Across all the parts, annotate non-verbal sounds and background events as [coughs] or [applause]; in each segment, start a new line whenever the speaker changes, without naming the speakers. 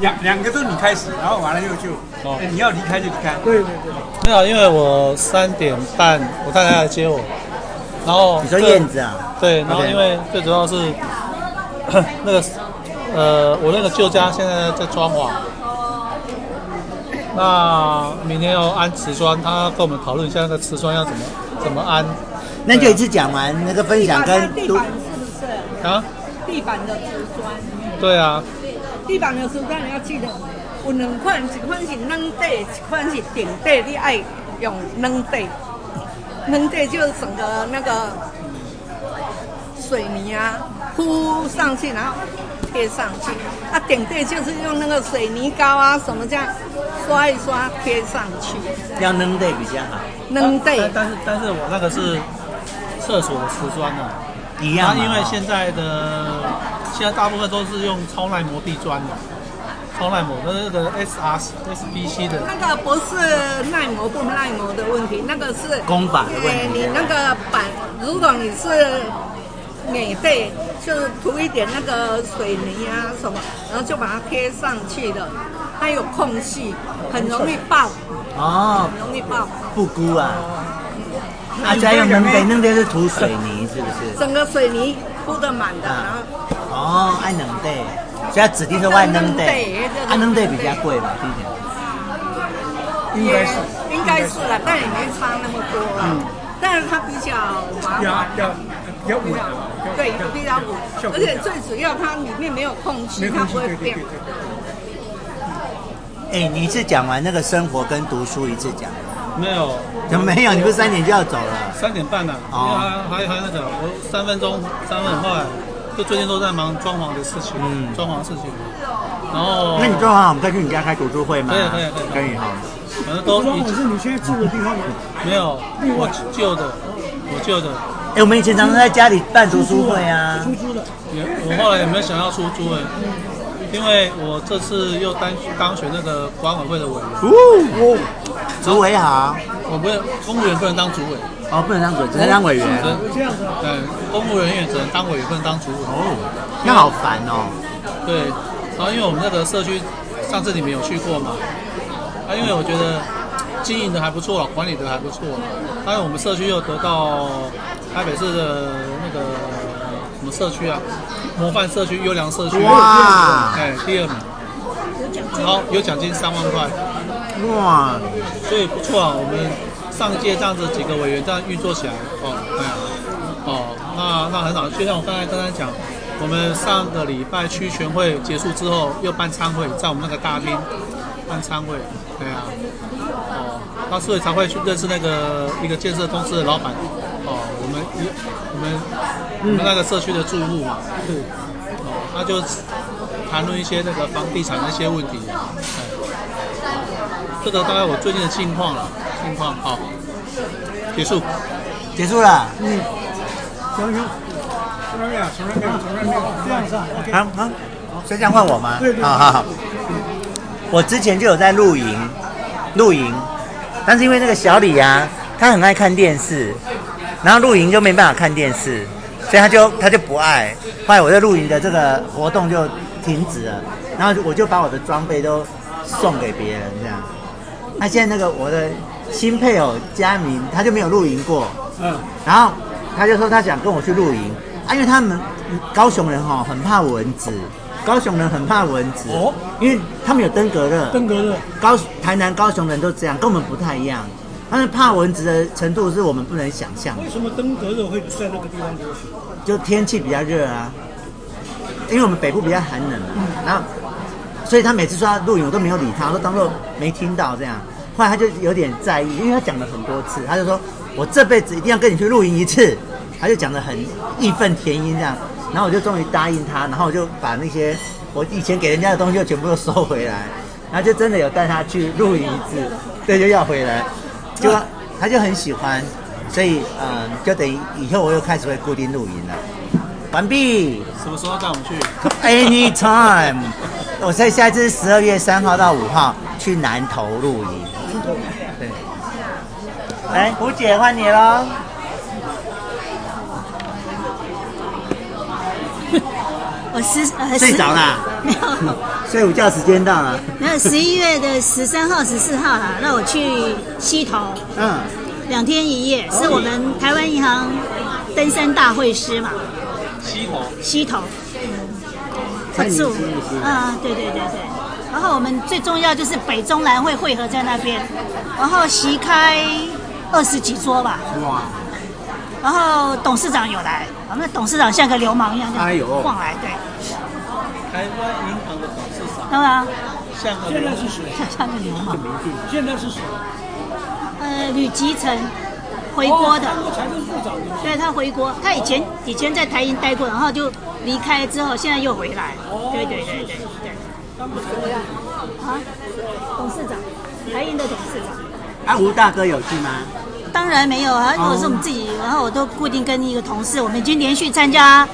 两两个都你开始，然后完了就就、
哦
哎你要离开就离开。
对对对，
没有，因为我三点半我太太来接我，然后
你说
最
燕子啊？
对，然后
OK
因为最主要是 [coughs] 那个呃，我那个旧家现在在装潢，那明天要安瓷砖，他跟我们讨论一下那个瓷砖要怎么怎么安
那就一次讲完那个分享跟
地
都
板是不是？
啊？
地板的瓷砖，
对啊，
地板的瓷砖你要记得有两款，一款是软底，一款是顶底，你爱用软底。软底就是整个那个水泥啊铺上去，然后贴上去。啊，顶底就是用那个水泥膏啊什么这样刷一刷贴上去。
要扔对比较好，
软底
但但是但是我那个是厕所的瓷砖啊，
一
然
样
后
嘛。
因为现在的现在大部分都是用超耐磨地砖的，超耐磨那个 SR SBC 的。
那个不是耐磨不耐磨的问题，那个是
工法的问题
呃你那个板，如果你是免费，就是涂一点那个水泥啊什么，然后就把它贴上去的，它有空隙，很容易爆，
哦，
很容易爆。
布菇啊，啊，就要用扔对，扔对是涂水泥是不 [laughs] 是？
整个水泥铺得满的，
啊
然后
哦，按扔对，所以它指定是万扔对，按扔对啊比较贵吧，听讲。
应该是
也应该是了，但也没差那么多了。但是它比较麻
要
烦，
要要
比
稳
较
啊，
对
要
比较稳，
效
而
果比较
且最主要它里面没有空
没
隙，它
关系，
不
对
会
对对
变
对。对。
哎，你一次讲完那个生活跟读书一次讲，
没有，
怎么没有？你不是三点就要走了？
三点半呢、
哦
啊，还还还那个，我三分钟，三分很快，就最近都在忙装潢的事情，
嗯
装潢的事情，然后
那
哎
你做完，我们再去你家开读书会吗？
可以可以可以
可以哈。
反正
服
都
装
已
我
经
是你现在住的地方吗？
没有，我旧的，我旧的，
哎，我们以前常常在家里办读书会啊
出，租的，
也我后来也没有想要出租哎、因为我这次又当当选那个管委会的委员，
哦，主委好，
我不是公务员不能当主委，
哦，不能当主委，只能当委员
只。能
这样子啊。
嗯，公务人员只能当委员，不能当主委。
哦，那好烦哦。
对，然后因为我们那个社区上次你们有去过嘛，啊，因为我觉得经营的还不错，啊管理的还不错，当然我们社区又得到台北市的那个什么社区啊，模范社区、优良社区，
哇
哎，第二名，然后有奖金三万块，
哇，
所以不错啊，我们上届这样子几个委员这样运作起来，哦，哎呀，哦，那那很好，就像我刚才跟他讲，我们上个礼拜区全会结束之后，又办参会，在我们那个大厅办参会，对啊，哦，那所以才会去认识那个一个建设公司的老板，哦，我们一我们我们那个社区的住户嘛，对，哦，他就谈论一些那个房地产那些问题，哎这个大概我最近的近况了，近况好，结束。
结束了。
行行，
从来没有，
啊
从来没有，从来没有。
这样子啊。OK。
啊啊，所以这样换我吗？
对对
好好好。我之前就有在露营，露营，但是因为那个小李啊，他很爱看电视，然后露营就没办法看电视，所以他就他就不爱。后来我在露营的这个活动就停止了，然后我就把我的装备都送给别人这样。那、现在那个我的新配偶佳明，他就没有露营过，
嗯，
然后他就说他想跟我去露营啊，因为他们高雄人哈、很怕蚊子，高雄人很怕蚊子，
哦
因为他们有登革热，
登革热，
高台南、高雄人都这样，跟我们不太一样。他们怕蚊子的程度是我们不能想象的
为，什么登革热会在那个地方流行？
就天气比较热啊，因为我们北部比较寒冷啊，
嗯
然后所以他每次说他露营，我都没有理他，我都当做没听到这样。后来他就有点在意，因为他讲了很多次，他就说我这辈子一定要跟你去露营一次，他就讲的很义愤填膺这样。然后我就终于答应他，然后我就把那些我以前给人家的东西就全部都收回来，然后就真的有带他去露营一次， [laughs] 对，就要回来，就他就很喜欢，所以嗯，就等于以后我又开始会固定露营了。完毕。
什么时候带我们去？
Anytime，我在下一次十二月三号到五号去南投露营。对，来，胡姐换你喽。
我
我十呃
睡着啦，
十 [laughs] 没有
睡午觉时间到啊了，
没有，十一月的十三号、十四号啦，那我去溪头
嗯，
两天一夜，是我们台湾银行登山大会师嘛，
西头
溪头，
在
嗯，
你
不住
心里是，
啊，对对对对。然后我们最重要就是北中南会汇合在那边，然后席开二十几桌吧，
哇，
然后董事长有来，我们董事长像个流氓一样，
哎呦
晃来，对，
台湾银行的董事长
当然
像个
现
人
在是谁？
像个流氓。
现在是谁？
呃，吕吉成回国的，
当过财政部长的。
对他回国，他以前以前在台银待过，然后就离开之后，现在又回来。对对对对对。啊，董事长，台银的董事长。
啊，吴大哥有去吗？
当然没有啊，因为我是我们自己，然后我都固定跟一个同事，我们已经连续参加，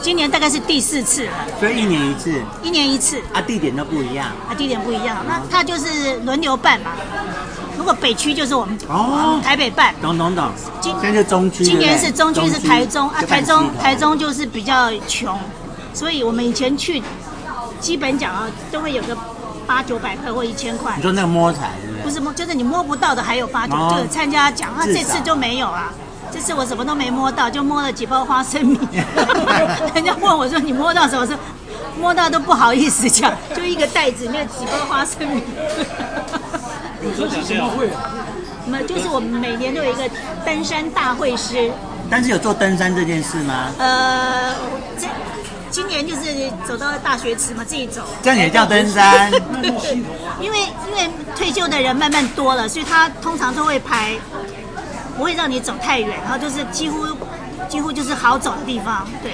今年大概是第四次了，
所以一年一次，
一年一次。
啊，地点都不一样，
啊，地点不一样，那他就是轮流办嘛。如果北区就是我们、
哦
我们台北办，
懂懂懂，
今
现在就中区，
今年
对
是
不对
中区是台中啊，
就
台
办
中
西头
台中就是比较穷，所以我们以前去，基本讲啊都会有个八九百块或一千块
你，说那个摸彩是不是？
不是摸就是你摸不到的还有八九，
哦
就是参加奖啊，
至少
这次就没有啊。这次我什么都没摸到，就摸了几包花生米。 [laughs] 人家问我说你摸到什么？我说摸到都不好意思讲，就一个袋子里面几包花生米。 [laughs]
你这是什么会啊？
那就是我们每年都有一个登山大会师，
但是有做登山这件事吗？
呃，这今年就是走到大学池嘛，自己走。
这样也叫登
[laughs]
山？
因为因为退休的人慢慢多了，所以他通常都会排，不会让你走太远，然后就是几乎几乎就是好走的地方。对，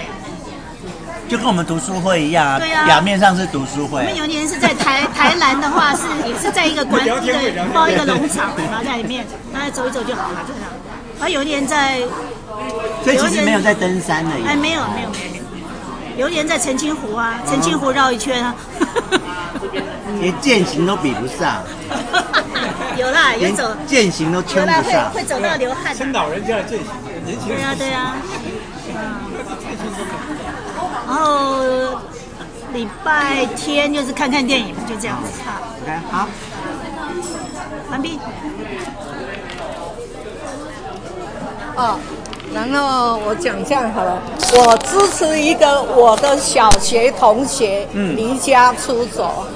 就跟我们读书会一样啊，
对啊
表面上是读书
我
会
们，有年是在台台南的话是也是在一个馆
聊天会
对
聊天会
包一个农场，然后在里面，大家走一走就好了，就这样。然后有一年在
所以其实没有在登山的
哎
耶。
没有没有没有没有，有一年在澄清湖啊，澄清湖绕一圈啊。
连践行都比不上，
有啦，有
连
走，
践行都称
有啦，
不
会
上。
会走到流汗的
撑。老人家的阵型，人情
对呀、对呀、嗯。然后礼拜天就是看看电影，就这样子啊。
OK，好，
完毕。
哦，然后我讲这样好了，我支持一个我的小学同学离家出走，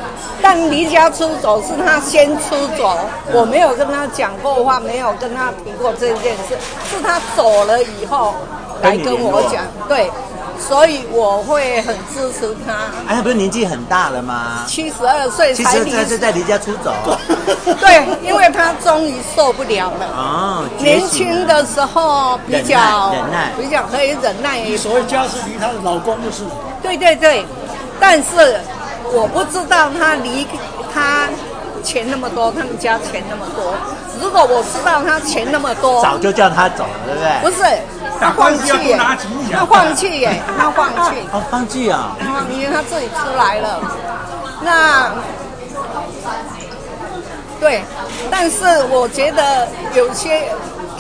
但离家出走是他先出走，我没有跟他讲过话，没有跟他提过这件事，是他走了以后来跟我讲，对，所以我会很支持他。
哎，他不是年纪很大了吗？
七十二岁
其
才
实
离，
这是在离家出走。
对，因为他终于受不了了。
哦，觉
年
醒了
轻的时候比较
忍耐忍耐
比较可以忍耐，
你所谓家是离她的老公的事，
对对对。但是我不知道他离他钱那么多，他们家钱那么多。如果我知道他钱那么多，
早就叫他走了，对不
不
对？
是他放弃
打官司要
耶
多拿几亿，啊
他放弃耶，他放弃。
哦，放弃啊！
因为他自己出来了。那对，但是我觉得有些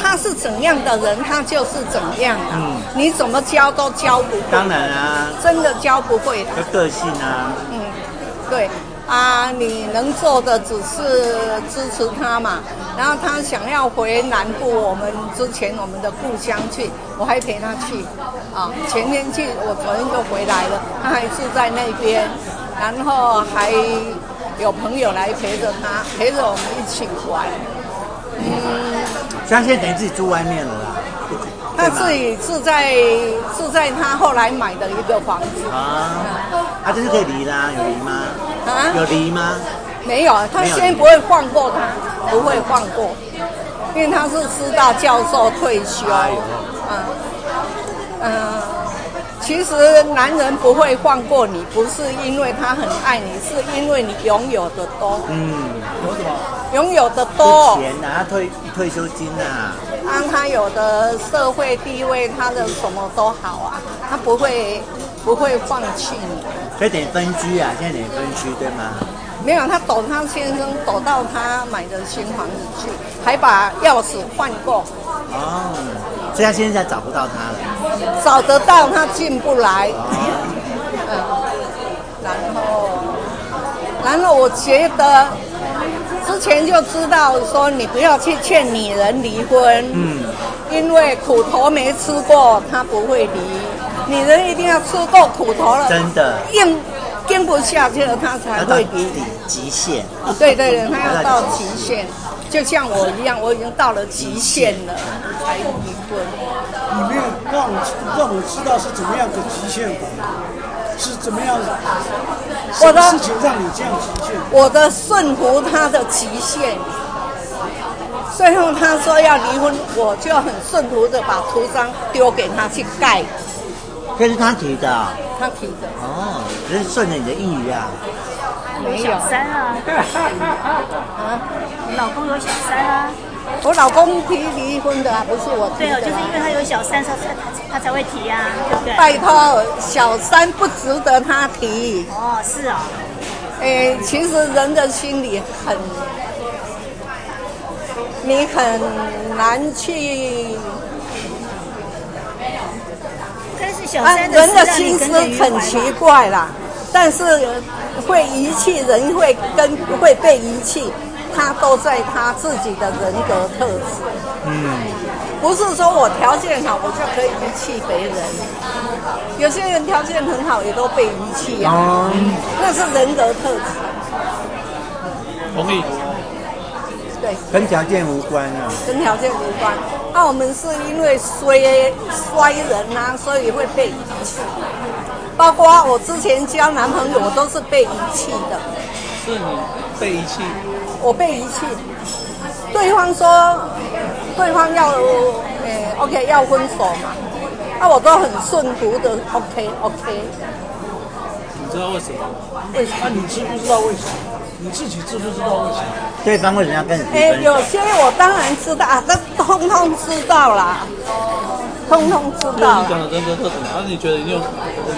他是怎样的人，他就是怎样的，你怎么教都教不会，
当然啊，
真的教不会的。
有个性啊，
嗯，对啊，你能做的只是支持他嘛。然后他想要回南部，我们之前我们的故乡去，我还陪他去啊。前天去，我昨天就回来了，他还住在那边，然后还有朋友来陪着他，陪着我们一起玩。
所以他现在等于自己住外面了啦。
他自己住在住在他后来买的一个房子
啊，啊，这是可以离啦，有离吗？
啊，
有离吗？
没有，他先不会放过他，不会放过，因为他是师大教授退休。嗯嗯、其实男人不会放过你，不是因为他很爱你，是因为你拥有的多，
嗯，
拥有的多
有。钱啊，他退退休金啊，
让他有的社会地位，他的什么都好啊，他不会不会放弃你。
所以等于分居啊，现在等于分居对吗？
没有，他抖他先生抖到他买的新房子去，还把钥匙换过，
哦，所以他现在找不到他了。
找得到他进不来。嗯然后我觉得之前就知道说你不要去劝女人离婚，嗯，因为苦头没吃过，她不会离。女人一定要吃过苦头了，
真的
硬跟不下去了，她才
要到
会
底
离。
极限。
哦对对对，他要到极限，就像我一样，我已经到了极限了，才离婚。
你没有让我让我知道是怎么样的极限法，是怎么样的什
我
么
的
事情让你这样极限？
我的顺服他的极限。最后他说要离婚，我就很顺服的把图章丢给他去盖，
这是他提的啊
他提的
哦，只是顺着你的意语啊。
有小三啊，你老公有小三啊，
我老公提离婚的啊，不是我提
对
的
哦，
啊。
就是因为他有小三，他才他他才会提啊，对不对？
拜托，小三不值得他提。
哦，是哦，
诶，其实人的心里很，你很难去
但哦是小
啊，
三的
人
事
的
让
心
你
思
耿耿于怀
很
吧
奇怪啦，但是会遗弃人，会跟会被遗弃，他都在他自己的人格特质。嗯，不是说我条件好，我就可以遗弃别人。有些人条件很好，也都被遗弃啊，
哦，
那是人格特质。
同意。
对，
跟条件无关啊。
跟条件无关。那、我们是因为衰衰人啊，所以会被遗弃。包括我之前交男朋友，我都是被遗弃的。
是你被遗弃，
我被遗弃，对方说对方要诶、OK 要分手嘛，那、我都很顺服的 OK OK，
你知道为什么吗？
为什么？
那你知不知道为什么？你自己知不知道为什么？
对方为什么要跟你提
诶、
分手？
哎有些我当然知道啊，这通通知道啦，通通知
因为
道
你
啦
讲的人格特质嘛，那、你觉得你有人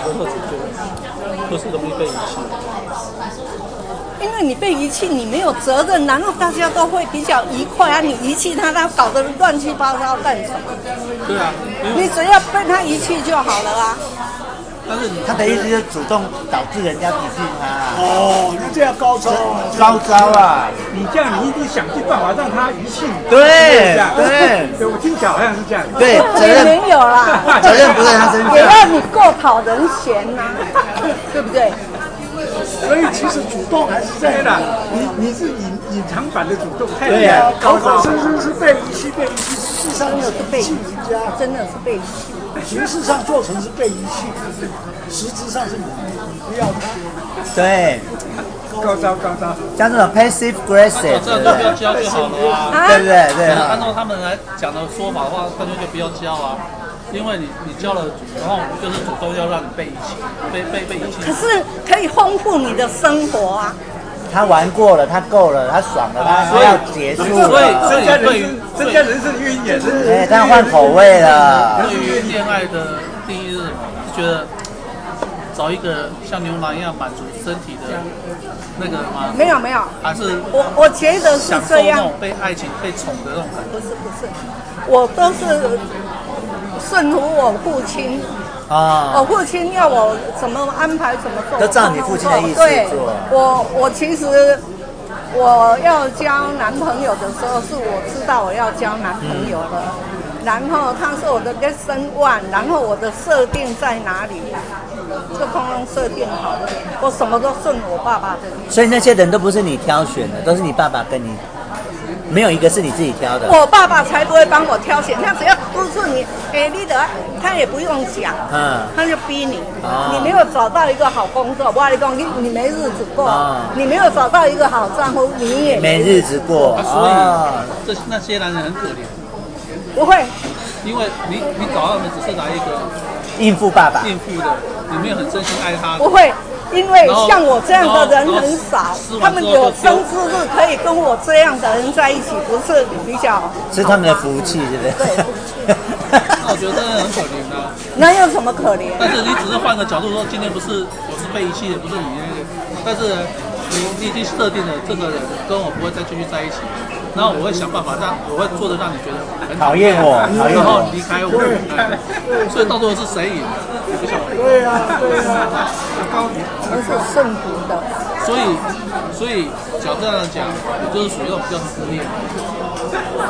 格特质就就是容易被遗弃？
因为你被遗弃，你没有责任，然后大家都会比较愉快啊。你遗弃他，他搞得乱七八糟干什么？
对啊，因为
你只要被他遗弃就好了啊。
但是你
他的意思就是主动导致人家抵制他啊，
哦，你这样高招啊！
高招啊！
你这样，你一定想尽办法让他遗弃你。
对
是不是这样
对
对，我听起来好像是这样。
对，责
也
任
没有啦，
责任不在他身
也
上。
要你够讨人嫌呐、 [laughs] 对不对？
所以其实主动还是在
对
的。
了，你你是隐隐藏版的主动，太
对
厉害
呀
了，
口
高招。
口声声是被遗弃，被遗弃，事实上要被遗弃人家，
真的是被遗弃。
形式上做成是被遗弃，实质上是你你不要他。
对，
高招高招，
像这种 passive aggressive，
哦这
对
样就
不
不要交
对？
就好了啊。
对不对？对
按
啊，
照他们来讲的说法的话，干脆就不要交啊，因为你你交了，然后就是主动要让你被遗弃，被被被遗弃。
可是可以丰富你的生活啊。
他玩过了，他够了，他爽了，他说要结束
哦
[laughs]
所以
了。
增加人
对
生增加人生的晕眼，真
哎，他换口味了。
对于恋爱的定义是什么？是觉得找一个像牛郎一样满足身体的那个吗？
没有没有，
还是
我我觉得是
享受
这
那
样
种，被爱情被宠的那种感觉？
不是不是，我都是顺服我父亲，
啊
我，哦父亲要我怎么安排怎么做，
都照你父亲的意思
对
做，
我我其实我要交男朋友的时候，是我知道我要交男朋友了，然后他是我的 l e s s o n one，然后我的设定在哪里，就通通设定好了，我什么都顺我爸爸的意
所以那些人都不是你挑选的，都是你爸爸跟你，没有一个是你自己挑的
思。。 [laughs] 我爸爸才不会帮我挑选，他只要督促你，哎，你得，他也不用讲，
嗯，
他就逼你，
哦
啊
你没有找到一个好工作，我跟你讲，你你没日子过，
哦
啊
你没有找到一个好丈夫，你也
没日子过
啊、
啊。
所以这那些男人很可怜，
不会。
因为你你找到他们只是来一个
应付爸爸。
应付的，你没有很真心爱他的
不。会，因为
然后
像我这样的人很
然
少
后撕，
他
完之后
们
就
有生之日可以跟我这样的人在一起，不是比较好吗
是他们的福气，是不是？
对福
那我觉得真的很可怜啊！
那有什么可怜？
但是你只是换个角度说，今天不是我是被遗弃的，不是你那个，但是你你已经设定了这个人跟我不会再继续在一起，然后我会想办法让我会做的让你觉得很
[laughs] 讨厌我，讨厌
然后
我。
离开我，哎所以到最后是谁赢？你不想我赢？
对啊，对啊，
高
不是顺服的。
所以所以角度上讲，我就是属于那种比较自恋、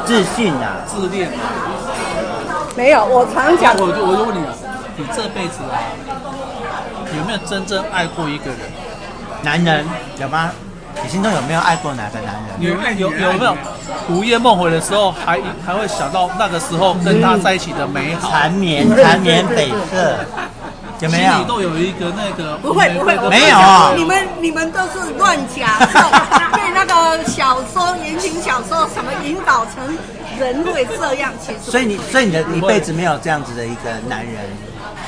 自信啊，
自恋。
没有，我常讲
那我就我就问你啊，你这辈子啊，有没有真正爱过一个人？
男人有吗？你心中有没有爱过哪个男人？
有有有没有午夜梦回的时候还还会想到那个时候跟他在一起的美好？
缠绵缠绵悱恻，有没
心里
有？
都有一个那个
不会不会，我
没有啊
你们你们都是乱讲， [laughs] 被那个小说言情小说什么引导成人会这样，其实
所以你所以你的一辈子没有这样子的一个男人，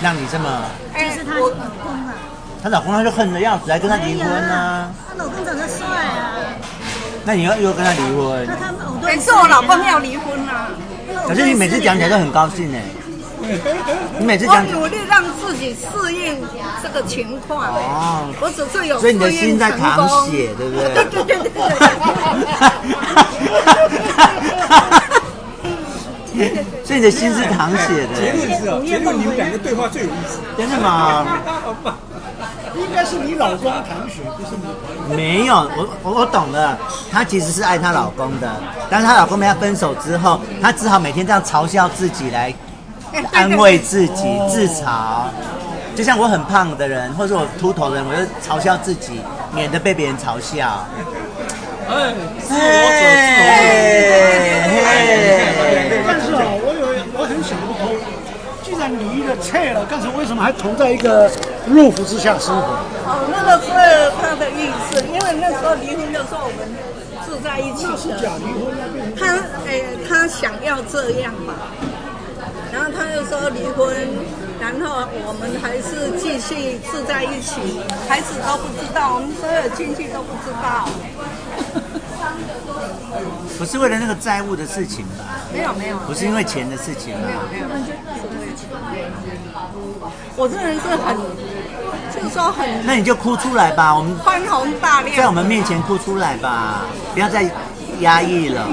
让你这么，
哎
[laughs] 就是他老
我
公啊，
她老公他就恨的要死，还跟她离婚啊？
她老公长得帅啊，
那你又又跟他离婚
那，他们藕
每
断丝
次
连啊
我老公要离婚啦、
可是你每次讲起来都很高兴哎、你每次
我
讲起，
努力让自己适应这个情况、
哦
我只是有
所以你的
适应
心在
成
淌
功
血对不对
对对对对对。
所以你的心是淌血
[laughs] 结
的，
论是哦，结论你们两个对话最有意 [laughs] 思。
真的吗？
应该是你老公淌血，不是你。
没有，我我我懂了，她其实是爱她老公的，但是她老公跟她分手之后，她只好每天这样嘲笑自己来
哎对
安慰自己、自嘲。就像我很胖的人，或者我秃头的人，我就嘲笑自己，免得被别人嘲笑。
哎，自我
嘿嘿
但是啊，我有我很想不通，既然离了菜了，但是为什么还同在一个入府之下生活？
哦，那个是他的意思，因为那时候离婚的时候我们住在一起的。他哎，他想要这样嘛，然后他又说离婚，然后我们还是继续住在一起，孩子都不知道，我们所有亲戚都不知道，
不是为了那个债务的事情吧？
没有没有。
不是因为钱的事情吧？
我这人是很，就是说很
那你就哭出来吧，我们
宽宏大量。
在我们面前哭出来吧，不要再压抑了，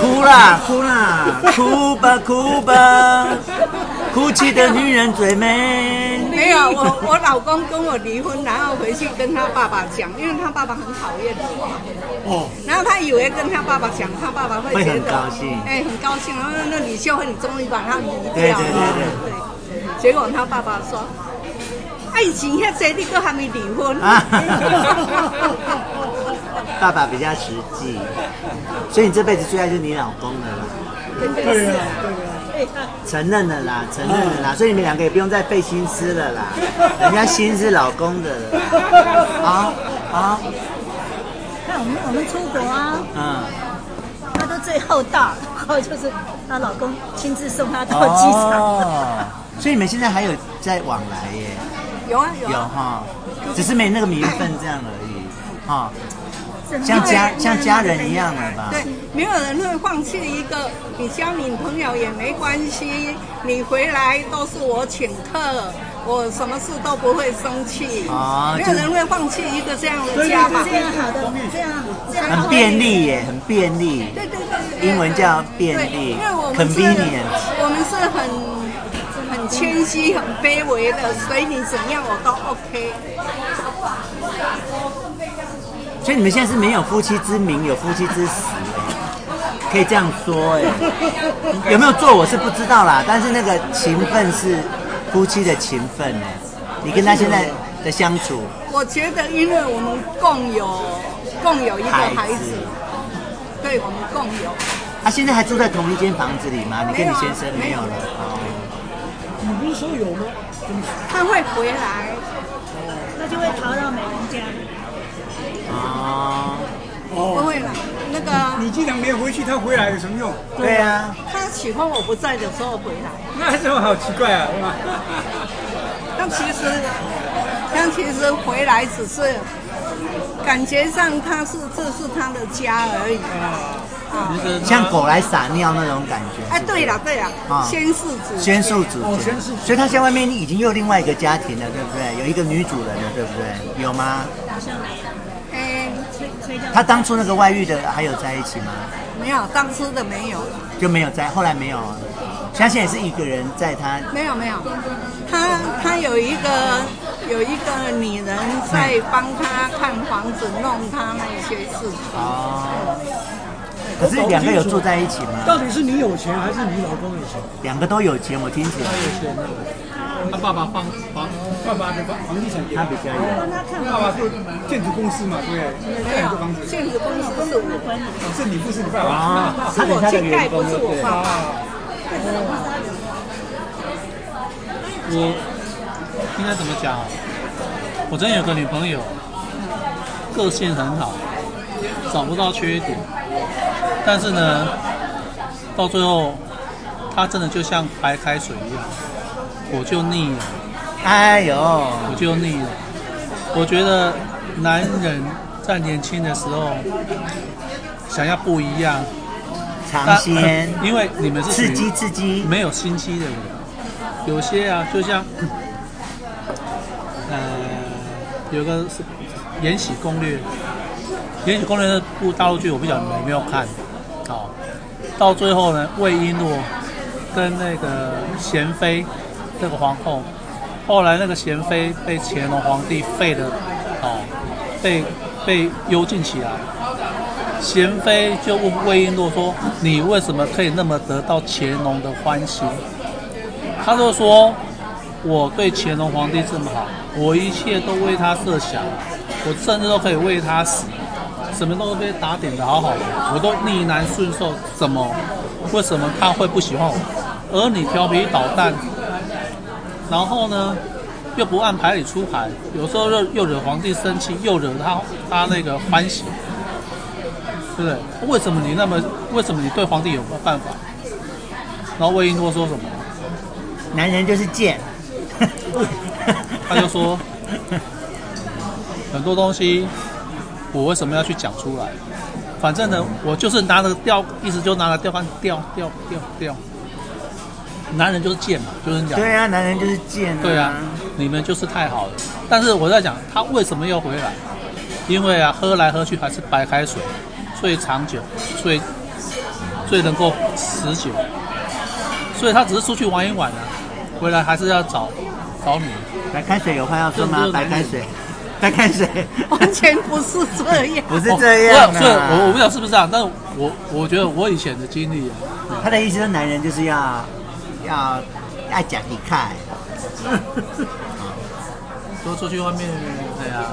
哭啦哭啦，哭吧哭吧，哭泣的女人最美。
没有，我我老公跟我离婚，然后回去跟他爸爸讲，因为他爸爸很讨厌我。哦。然后他以为跟他爸爸讲，他爸爸会
会
觉
很
得
高兴
哎，很高兴。然后那李秀慧，你终于把他离掉了。
对对对
对结果他爸爸说：“啊爱情遐济，你都还没离
[laughs]
婚。 [laughs]
啊爸爸比较实际，所以你这辈子最爱就是你老公了啦，
对呀、
哎
承认了啦，承认了啦，所以你们两个也不用再费心思了啦，人家心是老公的了啦，啊啊
看我们我们出国啊，
嗯，
她都最厚道，然后就是她老公亲自送她到机场。
哦，所以你们现在还有在往来耶？”
有啊有
有
啊。
哈，只是没那个名分这样而已哈，
是很
像家
好的
像家人一样了吧？
对，没有人会放弃一个你交女朋友也没关系，你回来都是我请客，我什么事都不会生气。
啊
没
就
有人会放弃一个这样的家嘛。
这样好的，这样这样
很便利耶，很便利。
对对对对。
英文叫便
对，
利
因为我们是
，convenient。
我们是很很谦虚、很卑微的，所以你怎样我都 OK。
所以你们现在是没有夫妻之名，有夫妻之实哎，可以这样说
[laughs]
哎。有没有做我是不知道啦，但是那个情分是夫妻的情分哎。你跟他现在的相处，
我觉得，因为我们共有共有一个
孩子
孩子，对我们共有。
他、啊现在还住在同一间房子里吗？你跟你
没有啊
先生没有了
没有
哦，
你不是说有吗？
他会回来，
那就会逃到美人家。
啊
哦，
不会来。那个
你既然没有回去，他回来有什么用？
对啊。
他喜欢我不在的时候回来，
那有什么好奇怪啊？哇
但其实，但其实回来只是感觉上他是这是他的家而已。啊，
就是
像狗来撒尿那种感觉。
哎，对了对了
啊，
先世子
宣誓主
哦
权
宣誓，
所以他在外面已经又另外一个家庭了，对不对？有一个女主人了，对不对？有吗？
哎，
他当初那个外遇的还有在一起吗？
没有，当初的没有。
就没有在，后来没有。所以他现在是一个人在他
没有没有，他他有一个有一个女人在帮他看房子，弄他那些事情。
哦，可是两个有住在一起吗？
到底是你有钱还是你老公有钱？
两个都有钱，我听起来
他爸爸放房
爸爸的房房地产，
他比较有。
爸爸做建筑公司嘛，对不对？
啊
应该
没
盖
有
很多房子，，
建筑公司是我管理，
是你不是你爸爸？
啊，
是
他给
我
他的
去盖，
员
不
工
是
就
我
对了
爸爸。
我应该怎么讲啊？我真的有个女朋友，个性很好，找不到缺点，但是呢，到最后，她真的就像白开水一样，我就腻了，
哎呦，
我就腻了。我觉得男人在年轻的时候，想要不一样，
尝
但呃
鲜，
因为你们是属于
刺激刺激，
没有心机的人，有些啊，就像，呃，有个是《呃延禧攻略》，《延禧攻略》那部大陆剧我不晓得你们有没有看，好，到最后呢，魏璎珞跟那个贤妃那个皇后，后来那个贤妃被乾隆皇帝废了，哦，被被幽禁起来。贤妃就问魏璎珞说：“你为什么可以那么得到乾隆的欢心？”她就说：“我对乾隆皇帝这么好，我一切都为他设想，我甚至都可以为他死，什么都被打点的好好的，我都逆来顺受，怎么？为什么他会不喜欢我？而你调皮捣蛋，然后呢，又不按牌理出牌，有时候又又惹皇帝生气，又惹他他那个欢喜。”对不对？为什么你那么？为什么你对皇帝有办法？然后魏璎珞说什么？
男人就是贱。
[laughs] 他就说，很多东西我为什么要去讲出来？反正呢，我就是拿着钓，意思就拿着钓竿钓钓钓钓。男人就是贱嘛，就是讲
[laughs] 对啊，男人就是贱啊。
对啊，你们就是太好了。但是我在讲他为什么要回来，因为啊，喝来喝去还是白开水，最长久，最最能够持久。所以他只是出去玩一玩啊，回来还是要找找你。
白开水有话要说
这
吗
这？
白开水，白开水，
完全不是这样。
[laughs] 不是这样
哦我所以我我不
啊。
知道是不是这样，但是我我觉得我以前的经历啊，
他的意思是，男人就是要要爱讲你看，
都出去外面，哎呀、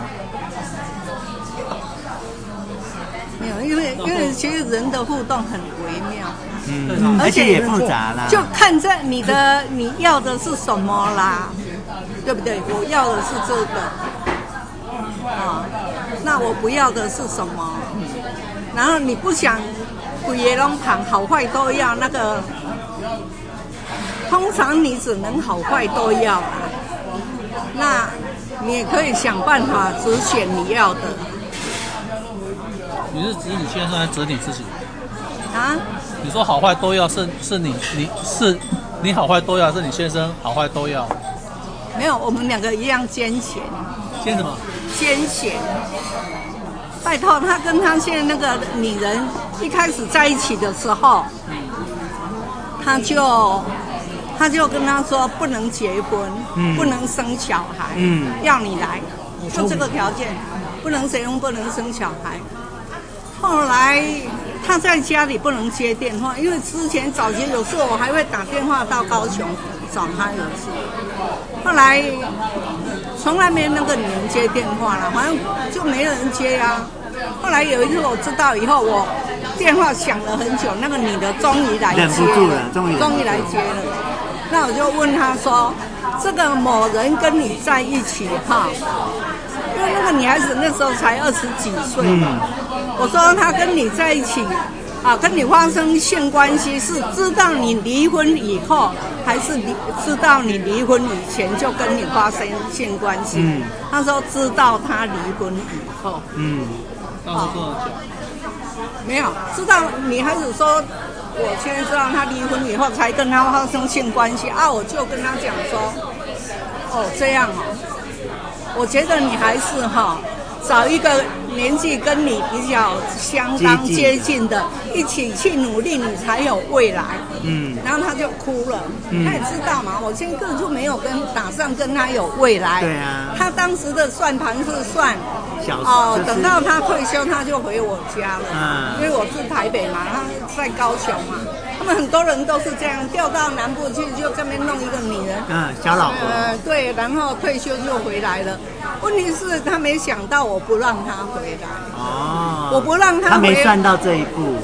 没有，因为
[laughs]
因为其实人的互动很微妙，
嗯，而且也复杂啦。
就看在你的 [laughs] 你要的是什么啦，对不对？我要的是这个，啊，那我不要的是什么？然后你不想鬼也弄躺，好坏都要那个。通常你只能好坏都要啊，那你也可以想办法只选你要的
你是指你先生还是指你自己？
啊。
你说好坏都要是是你你是你好坏都要，是你先生好坏都要，
没有，我们两个一样艰险，
先什么？
艰险。拜托，他跟他现在那个女人一开始在一起的时候，他就他就跟他说不能结婚，不能生小孩，
嗯
要你来，就这个条件，不能结婚，不能生小孩。后来他在家里不能接电话，因为之前早期有时候我还会打电话到高雄找他有事，后来从来没那个女人接电话了，反正就没有人接呀、后来有一次我知道以后，我电话响了很久，那个女的终于来接
忍不住了终于忍不住了
终于来接了。那我就问她说：“这个某人跟你在一起哈？”因为那个女孩子那时候才二十几岁嘛。我说她跟你在一起啊，跟你发生性关系是知道你离婚以后，还是离知道你离婚以前就跟你发生性关系？
嗯
她说知道她离婚以后。
嗯，
到时候多少钱？
没有，知道女孩子说，我现在知道他离婚以后才跟他发生性关系啊，我就跟他讲说，哦这样哦，我觉得你还是哈、找一个年纪跟你比较相当接
接
近的，一起去努力，你才有未来。
嗯，
然后他就哭了，他也知道嘛，我今个就没有跟打算跟他有未来。
对啊
他当时的算盘是算，
小
哦
就，是
等到他退休他就回我家了，
嗯
因为我是台北嘛，他在高雄嘛，他们很多人都是这样，调到南部去就这边弄一个女人。
嗯，小老婆，
呃，对，然后退休就回来了。问题是，他没想到我不让他回来，
哦，
我不让他
他没
回
算到这一步，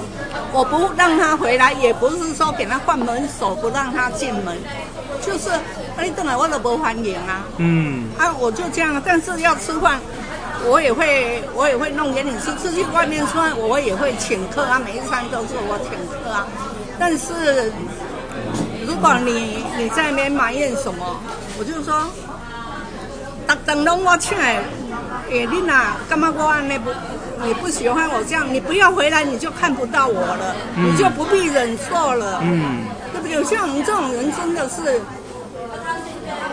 我不让他回来，也不是说给他换门锁，不让他进门，就是哎，等来我都不欢迎啊。
嗯，
啊，我就这样，但是要吃饭，我也会，我也会弄给你吃。出去外面吃饭，我也会请客啊，每一餐都是我请客啊。但是如果你你在那边埋怨什么，我就说，逐顿拢我请的，诶、你若干嘛我安尼不？你不喜欢我这样，你不要回来，你就看不到我了，你就不必忍受了。
嗯，
对不对？像我们这种人真的是，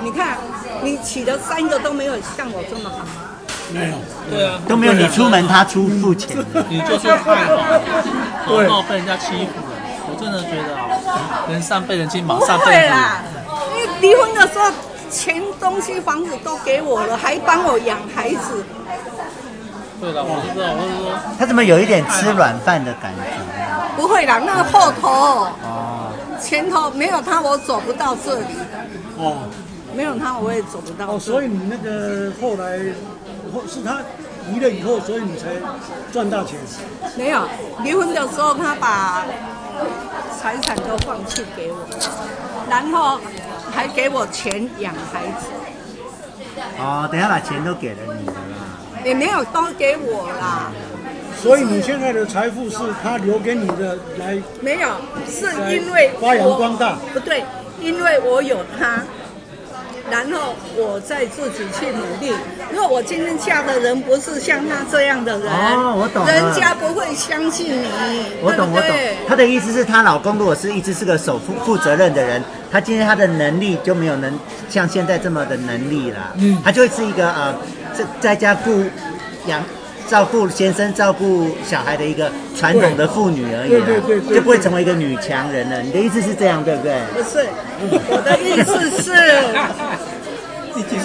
你看你娶了三个都没有像我这么好，
没有，
对啊，
都没有你出门他出付钱，
你就说太好了，然后被人家欺负了。我真的觉得啊，人上被人欺，马
不
上
会
被人
啦。因为离婚的时候，钱、东西、房子都给我了，还帮我养孩子，
对了，我知道，我是说，
他怎么有一点吃软饭的感觉？
不会啦，那个后头、
啊
哦，
前头没有他，我走不到这里，
哦，
没有他我也走不到
哦，
这
所
里。
以你那个后来，后是他离了以后，所以你才赚大钱。
没有离婚的时候，他把财产都放弃给我，然后还给我钱养孩子。
哦，等一下把钱都给了你了啦，
也没有都给我啦，
所以你现在的财富是他留给你的，来
没有，是因为
发扬
我
光大
不对，因为我有他，然后我再自己去努力。如果我今天嫁的人不是像他这样的人，
哦我懂了
人家不会相信你，
我懂我
对不
懂
对，
她的意思是她老公如果是一直是个守负负责任的人，她今天她的能力就没有能像现在这么的能力啦，嗯，她就会是一个呃，在在家顾养。照顾先生、照顾小孩的一个传统的妇女而已、啊，
对对对对对
就不会成为一个女强人了。你的意思是这样，对不对？
不是，
嗯
我的意
[laughs]
思是，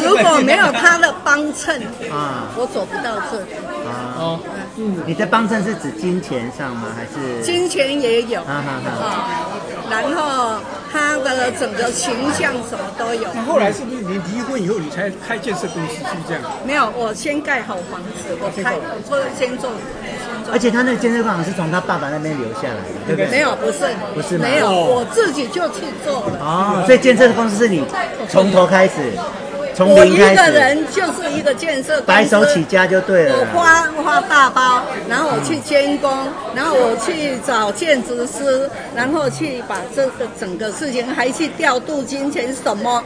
如果没有他的帮衬，
啊
我走不到这里，
啊！
哦，
你的帮衬是指金钱上吗？还是？
金钱也有。
啊哈哈！
啊，然后他的整个形象什么都有。
那后来是不是你离婚以后你才开建设公司？是不是这样？
没有，我先盖好房子，我开，我做先做，
哎
先做
而且他那个健身房好像是从他爸爸那边留下来的，对不对？
没有，不是，
不是吗
没有，我自己就去做了。
哦，所以建设公司是你从头开始，从
我
零
一
开
个
始，
人就是一个建设公司
白手起家就对了
我
啦。
花花大包，然后我去监工，然后我去找建筑师，然后去把这个整个事情，还去调度金钱什么，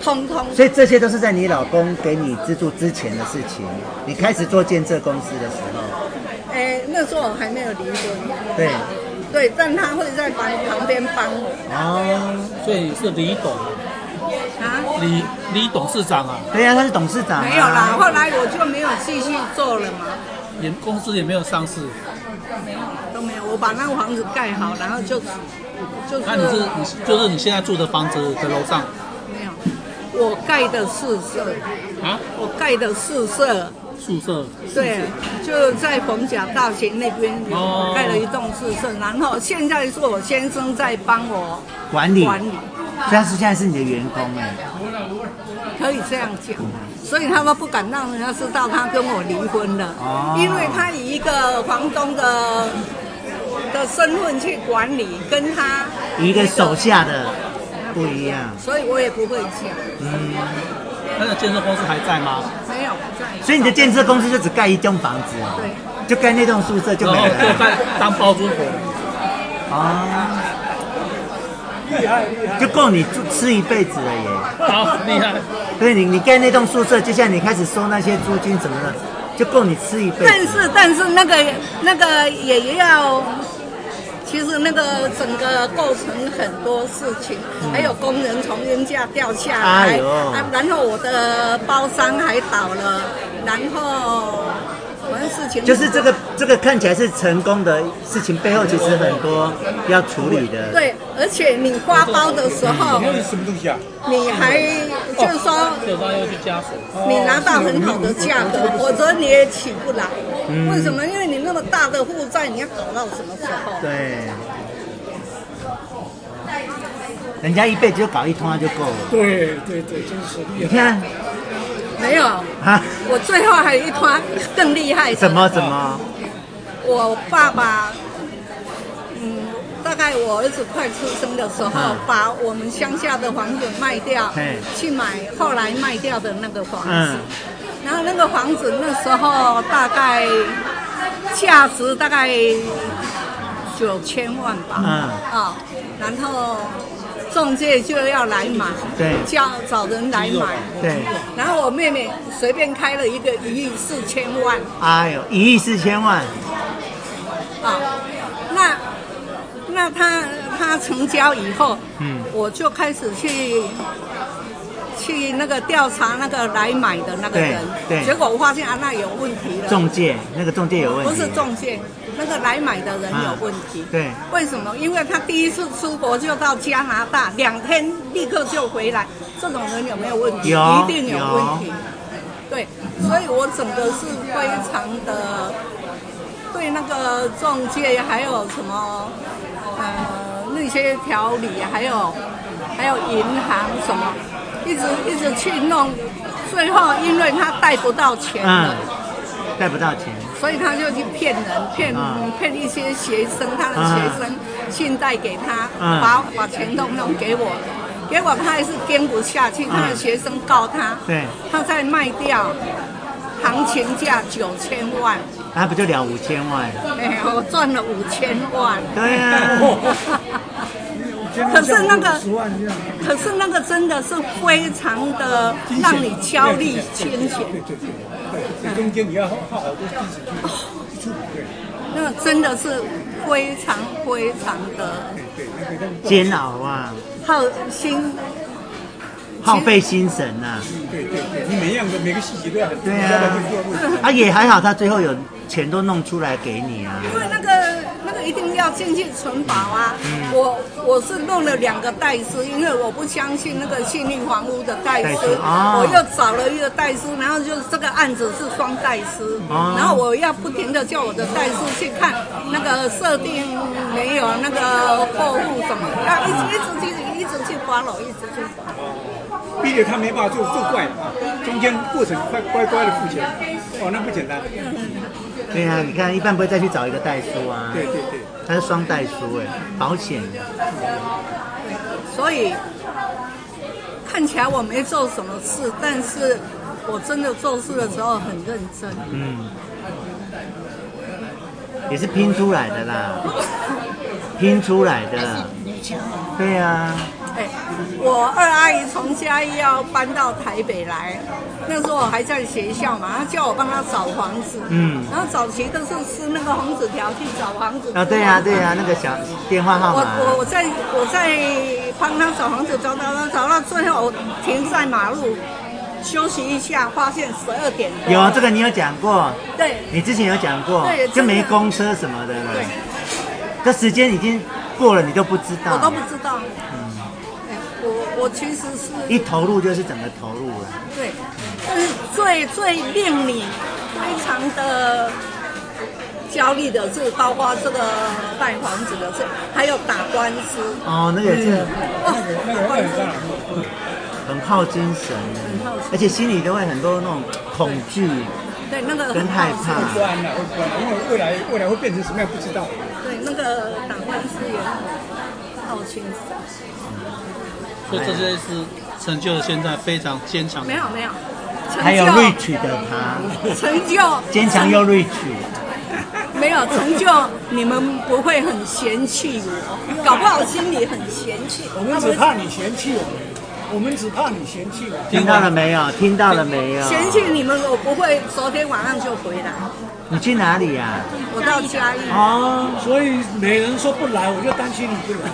通通
所以这些都是在你老公给你资助之前的事情，你开始做建设公司的时候，
哎，那时候我还没有离婚，
对，
对，但他会在旁旁边帮我
哦，
所以你是李董，
啊，
李李董事长啊，
对呀、他是董事长、啊，
没有啦，，后来我就没有继续做了嘛，
也公司也没有上市。
都没有，我把那个房子盖好，然后就就是
那你是你就是你现在住的房子的楼上
没有，我盖的宿舍，
啊，
我盖的宿舍，
宿舍
对，就在逢甲大学那边
哦
盖了一栋宿舍，然后现在是我先生在帮我
管理，
管理，
所以他是现在是你的员工哎、
可以这样讲。所以他们不敢让人家知道他跟我离婚了，
哦
因为他以一个房东的的身份去管理，跟他
一个手下的不一
啊
样，
所以我也不会讲，
那个建设公司还在吗？
没有不在。
所以你的建设公司就只盖一栋房子，啊
对，
就盖那栋宿舍就
然
没
后就
了
在当包租婆。
啊，
厉害厉害。
就够你住吃一辈子了耶。
好厉害！
对你，你盖那栋宿舍，接下来你开始收那些租金什么的，就够你吃一辈
但
子。
是但是那个那个也要，其实那个整个构成很多事情，还有工人从人家掉下来，
嗯哎呦
啊，然后我的包商还倒了，然后事情
就是这个这个看起来是成功的事情，背后其实很多要处理的。
对，而且你发包的时候，
那是什么东西啊？
你还就是说
所以他又去加锁。
哦
你拿到很好的价格，
嗯
否则你也起不来。
嗯
为什么？因为你那么大的负债，你要搞到什么时候？
对，人家一辈子就搞一通啊就够了。
对对对，真是厉
你
害。
看
没有，
啊，
我最后还有一团更厉害。
怎么怎？么，
我爸爸，嗯，大概我儿子快出生的时候，
嗯
把我们乡下的房子卖掉
嘿，
去买后来卖掉的那个房子。
嗯
然后那个房子那时候大概价值大概九千万吧，
嗯
啊、然后中介就要来买，
对
叫找人来买，
对，
然后我妹妹随便开了一个一亿四千万
哎呦，一亿四千万，
啊、那那她她成交以后，
嗯，
我就开始去去那个调查那个来买的那个
对
人，
对
结果我发现啊那有问题了，
中介那个中介有问
不
题，
是中介，那个来买的人有问题。
嗯对，
为什么？因为他第一次出国就到加拿大，两天立刻就回来，这种人有没有问题？
有
一定有问题。对，所以我整个是非常的对那个中介还有什么呃那些条理，还有还有银行什么，一直一直去弄，最后因为他贷不到钱了。
嗯，贷不到钱，
所以他就去骗人，骗、
啊
骗一些学生，他的学生信贷给他，
啊
把把钱都弄给我，结果他还是跟不下去，他的学生告他，
对，
他再卖掉，行情价九千万，
那啊不就了五千万？
哎，我赚了五千万。
对呀、
可是那个
十万这样，
可是那个真的是非常的让你焦虑惊险，
对对对对，中间你要花好多精神去。
那个真的是非常非常的
对，那个那个
煎熬啊，
耗心
耗费心神呐、啊。
对对对，你每样的每个细节都要很
对啊
要不然就做问题。
啊，也还好，他最后有钱都弄出来给你啊。
因为那个那个一定要进去存保啊！我我是弄了两个代师，因为我不相信那个信义房屋的代
代
师，
师哦
我又找了一个代师，然后就是这个案子是双代师，
哦
然后我要不停的叫我的代师去看那个设定没有那个货物什么，要一直一直去一直去 follow，一直去 follow。
逼得他没办法做做怪啊，中间过程乖乖乖的付钱，哦，那不简单。
对啊，你看一般不会再去找一个代书啊。
对对对，
他是双代书哎，保险
所以看起来我没做什么事，但是我真的做事的时候很认真。
也是拼出来的啦，拼出来的。对啊，
哎，我二阿姨从嘉义要搬到台北来，那时候我还在学校嘛，她叫我帮她找房子。
嗯
然后早期都是撕那个红纸条去找房子。
啊对啊对啊，那个小电话号
我我
码
我在我在帮她找房子，找找找找到最后，我停在马路休息一下，发现十二点多。
有啊这个你有讲过，
对
你之前有讲过
对，
就没
真的
公车什么的了
对。
这时间已经过了，你都不知道。
我都不知道。
嗯
哎我我其实是
一投入就是整个投入了。
对，但是最最令你非常的焦虑的是，包括这个卖房子的事，还有打官司，
哦，那个也是
哦，
那个那很当然，
很耗精神的，而且心里都会很多那种恐惧
对那个
跟害怕。
不安呐，会不安啊，因为未来未来会变成什么样不知道。
对那个打官司也很耗心思。
所以这些是成就了现在非常坚强的
没。有没有，
还
成
有
就
reach 的他，
成就
坚强又 reach，
没有成就，你们不会很嫌弃我，搞不好心里很嫌弃。
我们只怕你嫌弃我们，我们只怕你嫌弃我们。
听到了没有？听到了没有？
嫌弃你们，我不会。昨天晚上就回来，
你去哪里啊呀、
我到嘉义。
哦，
所以每人说不来，我就担心你不来，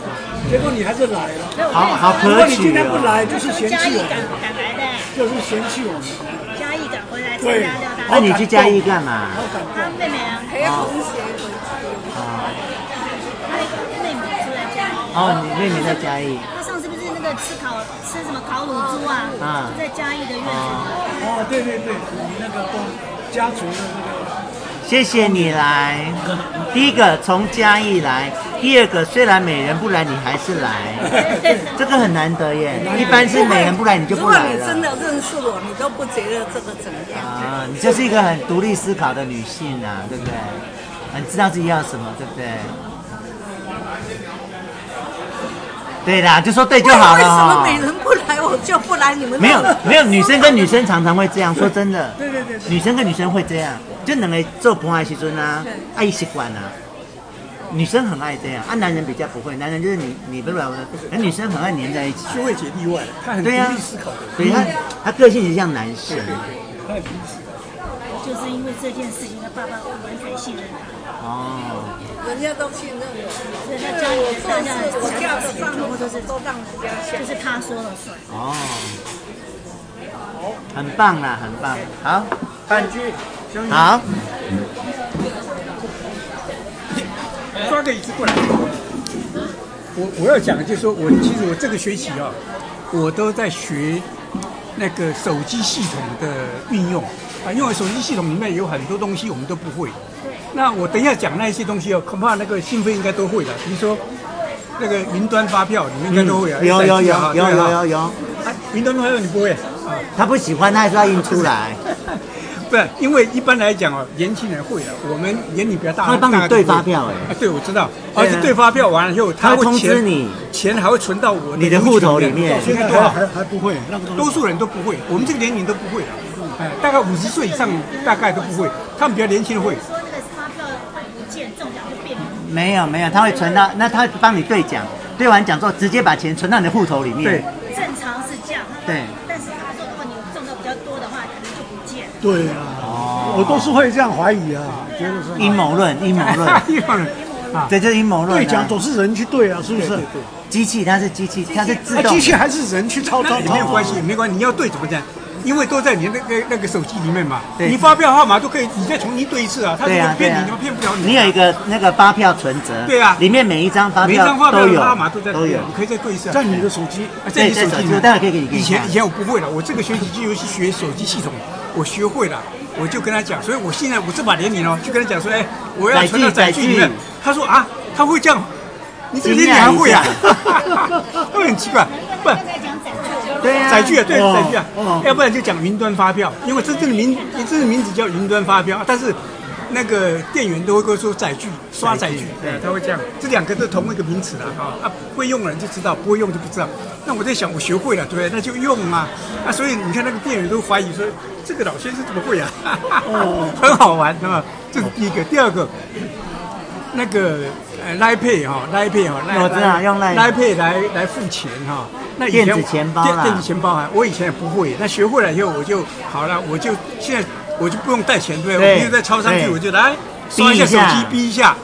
结果你还是来了。
好好
如果
可
你今
取
天不
哦。
来，就是嫌
嘉义
弃我
赶
们，
赶来的，
就是嫌弃我们。
嘉义赶回来参加六大
那你去嘉义干嘛？
他妹妹啊，
哎
陪同学回去。
他妹妹出来讲，
哦，你妹妹在嘉义，
他上次不是那个吃烤吃什么烤乳猪啊？
啊
就在嘉义的院子。
哦，对对对，你那个公家族的那
谢谢你来。第一个从嘉义来，第二个虽然美人不来，你还是来， [laughs]
对对
这个很难得耶。一般是美人不来你就
如
不
果
来
你真
了。
的认识我，你都不觉得这个怎么样。
啊，你就是一个很独立思考的女性啊，对不对？很知道自己要什么，对不对？对啦，就说对就好
哎为
了
什
哈
么。每人不来我就不来？你们
没有
[laughs] 都
没有，女生跟女生常常会这样，说真的。对对对。女生跟女生会这样，就两个做朋友的时阵啊，爱习惯啊。女生很爱这样，啊，男人比较不会，男人就是你你不软，而女生很爱黏在一起。
个就会姐例外，他很独
对呀、
立思考的，
所以他他个性就像男生。
他很独立思考。
就是因为这件事情，他爸爸完全信任他，
哦，
人家都信任我，
所以他
对
家里
我做
的大家
事我
的
嫁
家
得
长
上
全部
我
都
都是
是
都让人家信
就是他说了算。
哦，很棒啦，很棒，好，
半句，相信
好，
抓个椅子过来。我我要讲的就是说，我其实我这个学期啊，我都在学那个手机系统的运用啊，因为手机系统里面有很多东西我们都不会。那我等一下讲那一些东西哦，恐怕那个兴奋应该都会的，比如说那个云端发票，你们应该都会啊。
嗯有有有有
对啊
有有有，
啊云端发票你不会？啊
他不喜欢，他还是要印出来，
不，因为一般来讲哦，年轻人会啊，我们年龄比较大，
他会帮
大概
你
都
对
会
发票哎。
啊，对，我知道，
对
而
啊
且对发票完了以后，他
他会
会
通
钱
知你，
钱还会存到我
你的户头里面
现
现
在
现
多
在
少？
还还不会那个东西
多数人都不会，我们这个年龄都不会了。哎，大概五十岁以上，大概都不会。他们比较年轻人会，
说那个发票会不见，中奖就变零。
没有没有，他会存到，那他会帮你兑奖，兑完奖之后直接把钱存到你的户头里面
对。
正常是这样，
对
但是他说，如果你中的比较多的话，可能就不见。
对啊，我都是会这样怀疑啊，觉得
阴谋论，阴谋论，
[laughs] 一帮人啊，
对，这是阴谋论、
对
啊。
讲总是人去对啊，是不是？
机器，它是机器，它是自
啊，
动
机
的。
器还是人去操
那
操
也没有
操。
关系，也没关系。你要对怎么讲？因为都在你那个那个手机里面嘛，
对
你发票号码都可以，你再重新对一次啊。他如
对
果
啊，对
骗你，
啊
你们骗不了你。
你有一个那个发票存折，
对啊
里面每一张发
每一张发
票
票
都
的
有
号码都在里
都
面
有。
你可以再对一次啊。
在你的手机，
啊，在你手机里面，
待会可以给你给你
以前
看
以前我不会了，我这个学期就尤其学手机系统，我学会了，我就跟他讲，所以我现在我这把年龄哦，就跟他讲说，哎，我要存到载具里
载
面
具。
他说啊，他会这样，你这个年龄还会啊？ [laughs] 会很奇怪，不。
在讲展示，
对啊，
载具啊，对
哦
载具啊
哦，
要不然就讲云端发票，因为这这个名这个名字叫云端发票，但是那个店员都会跟我说载具刷载具，对，他会这样，这两个都同一个名词啦啊，啊会用的人就知道，不会用就不知道。那我在想，我学会了，对不对？那就用啊，啊，所以你看那个店员都怀疑说，这个老先生怎么会啊？ [laughs] 很好玩，那么这是第一个，第二个，那个呃 l i Pay 哈 l i Pay 哈，
我知道用 Line
l i Pay 来来付钱哈，那以前
电子钱包啦
电电子钱包啊，我以前也不会，那学会了以后我就好了，我就现在我就不用带钱，对不对？
对
我就在超商去，
对
我就来刷一下
逼一
手
下
机，逼一下，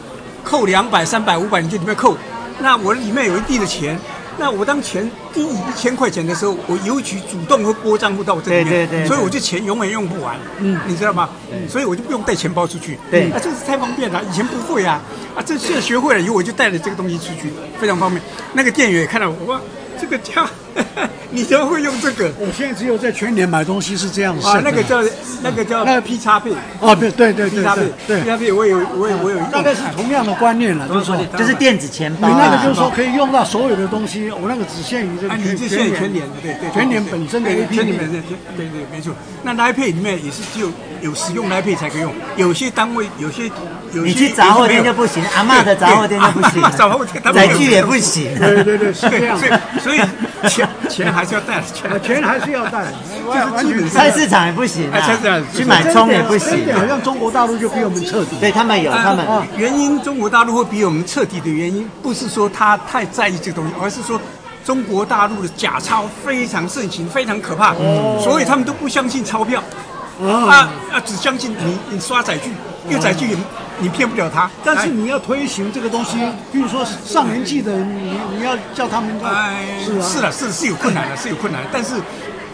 扣两百、三百、五百，你就里面扣。那我里面有一定的钱，那我当钱低于一千块钱的时候，我邮局主动会拨账户到我这里面，
对对对对
所以我这钱永远用不完，嗯，你知道吗？所以我就不用带钱包出去，
对
啊，这是太方便了，以前不会啊，啊，这现在学会了以后，我就带着这个东西出去，非常方便。那个店员也看到我，哇，这个家， [laughs] 你怎么会用这个？
我现在只有在全年买东西是这样
啊，
算的。
那个叫那个叫
那个
P 叉配
哦，对对对
，P
对
叉配
对对
，P，叉嗯配，我有我有我有用，
大概是同样的观念了，就是说，你
就是电子钱包
那个就是
啊。
说可以用到所有的东西，我那个只限于这
啊，
个
你这现在全年的对对，
全年本身的
对
APP
全年本身的对对没错。那 Line Pay 里面也是只有有使用 Line Pay 才可以用，有些单位有些有些
你去杂货店就不行，阿嬷的杂货店就不行
[laughs] 对对阿嬷杂货店他，们
载具也不行。
[laughs]
对对对，是这样。啊
对，所以所以钱钱还是要带着钱，
钱还是要带，
[laughs]
呃
这是基本上
菜市场也不行
哎菜市
啊
场，
去买葱也不
这一
行
点好
啊。
像中国大陆就比我们彻底。
对他们有，他们
啊原因中国大陆会比我们彻底的原因，不是说他太在意这个东西，而是说。中国大陆的假钞非常盛行，非常可怕，
哦
所以他们都不相信钞票， [laughs]
嗯
啊啊，只相信你你刷载具，因为载具你你骗不了他。
哦但是
哎
你要推行这个东西，比如说上年纪的人，你你要叫他们
哎，
是啊，
是，的，是是有困难的，是有困难的，但是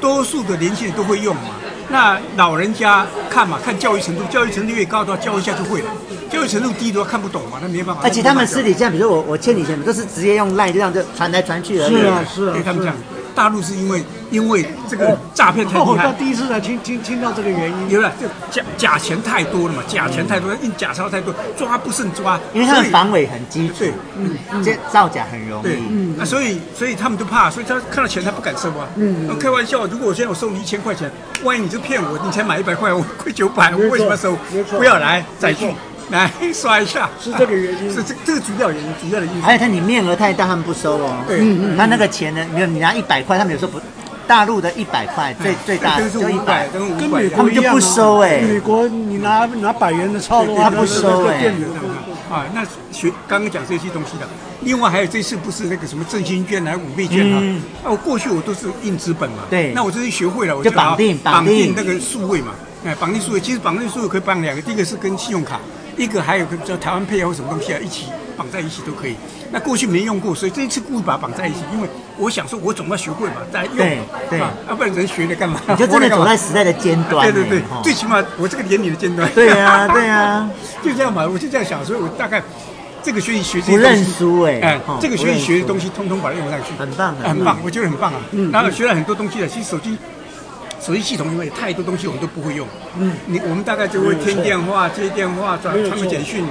多数的年轻人都会用嘛。那老人家看嘛，看教育程度，教育程度越高的话，教一下就会了；教育程度低的话，看不懂嘛，那没办法。
而且他们私底下，比如我我欠你钱，都是直接用赖这样就传来传去而已。
是啊是啊，对他们讲，大陆是因为因为这个诈骗太
哦，
厉
他
害，
第一次才听听听到这个原因。
有了这假假钱太多了嘛，假钱太多，印假钞太多，抓不胜抓，
因为他
所
们
以嗯
防伪很基础
对，
这造假很容
对
易。，
嗯
啊，所以所以他们都怕，所以他看到钱他不敢收啊。嗯，开玩笑，如果我现在我收你一千块钱，万一你就骗我，你才买一百块，我亏九百，我为什么要收
没？错
不要来，再去
没错
来刷一下，
是这个原因
是这这个主要原因，主要的因素
还。有他你面额太大，他们不收哦。
对
嗯，他那个钱呢，你你拿一百块，他们有时候不，大陆的一百
啊
块最最大
哎都是
就
五
一百
百，，都是
跟
五百
美
的，
他
国
们
一
就
样、啊、
不收哎
美国你拿拿百元
[laughs]
的钞的
他
话，他
不
不
收哎
店员啊，那学刚刚讲这些东西的，另外还有这次不是那个什么振兴券啊、五倍券啊，
嗯
啊，我过去我都是印资本嘛，
对
那我这次学会了，我
就
把它
绑定
绑定
绑定
那个数位嘛，哎，绑定数位，其实绑定数位可以绑两个，第一个是跟信用卡，一个还有个叫台湾配啊或什么东西啊，一起绑在一起都可以。那过去没用过，所以这一次故意把它绑在一起，因为我想说，我总要学会嘛，再用
对
嘛，
对
啊，要不然人学了干嘛？
你就真
活
的
了干
走
嘛
在时代的尖端
对
呢。
对对
哈，
最起码我这个年龄的尖端。
对啊对啊，
就这样嘛，我就这样想，所以我大概这个学习学这些
不认
东西
输哎
哎
哦，
这个学习学的东
不认欸
西，通通把它用上去，
很棒嗯
哎
很
很
棒
棒，我觉得很棒啊。然后学了很多东西了，其实手机。手机系统因为太多东西我们都不会用，嗯，你我们大概就会听电话、接电话、转传个简讯、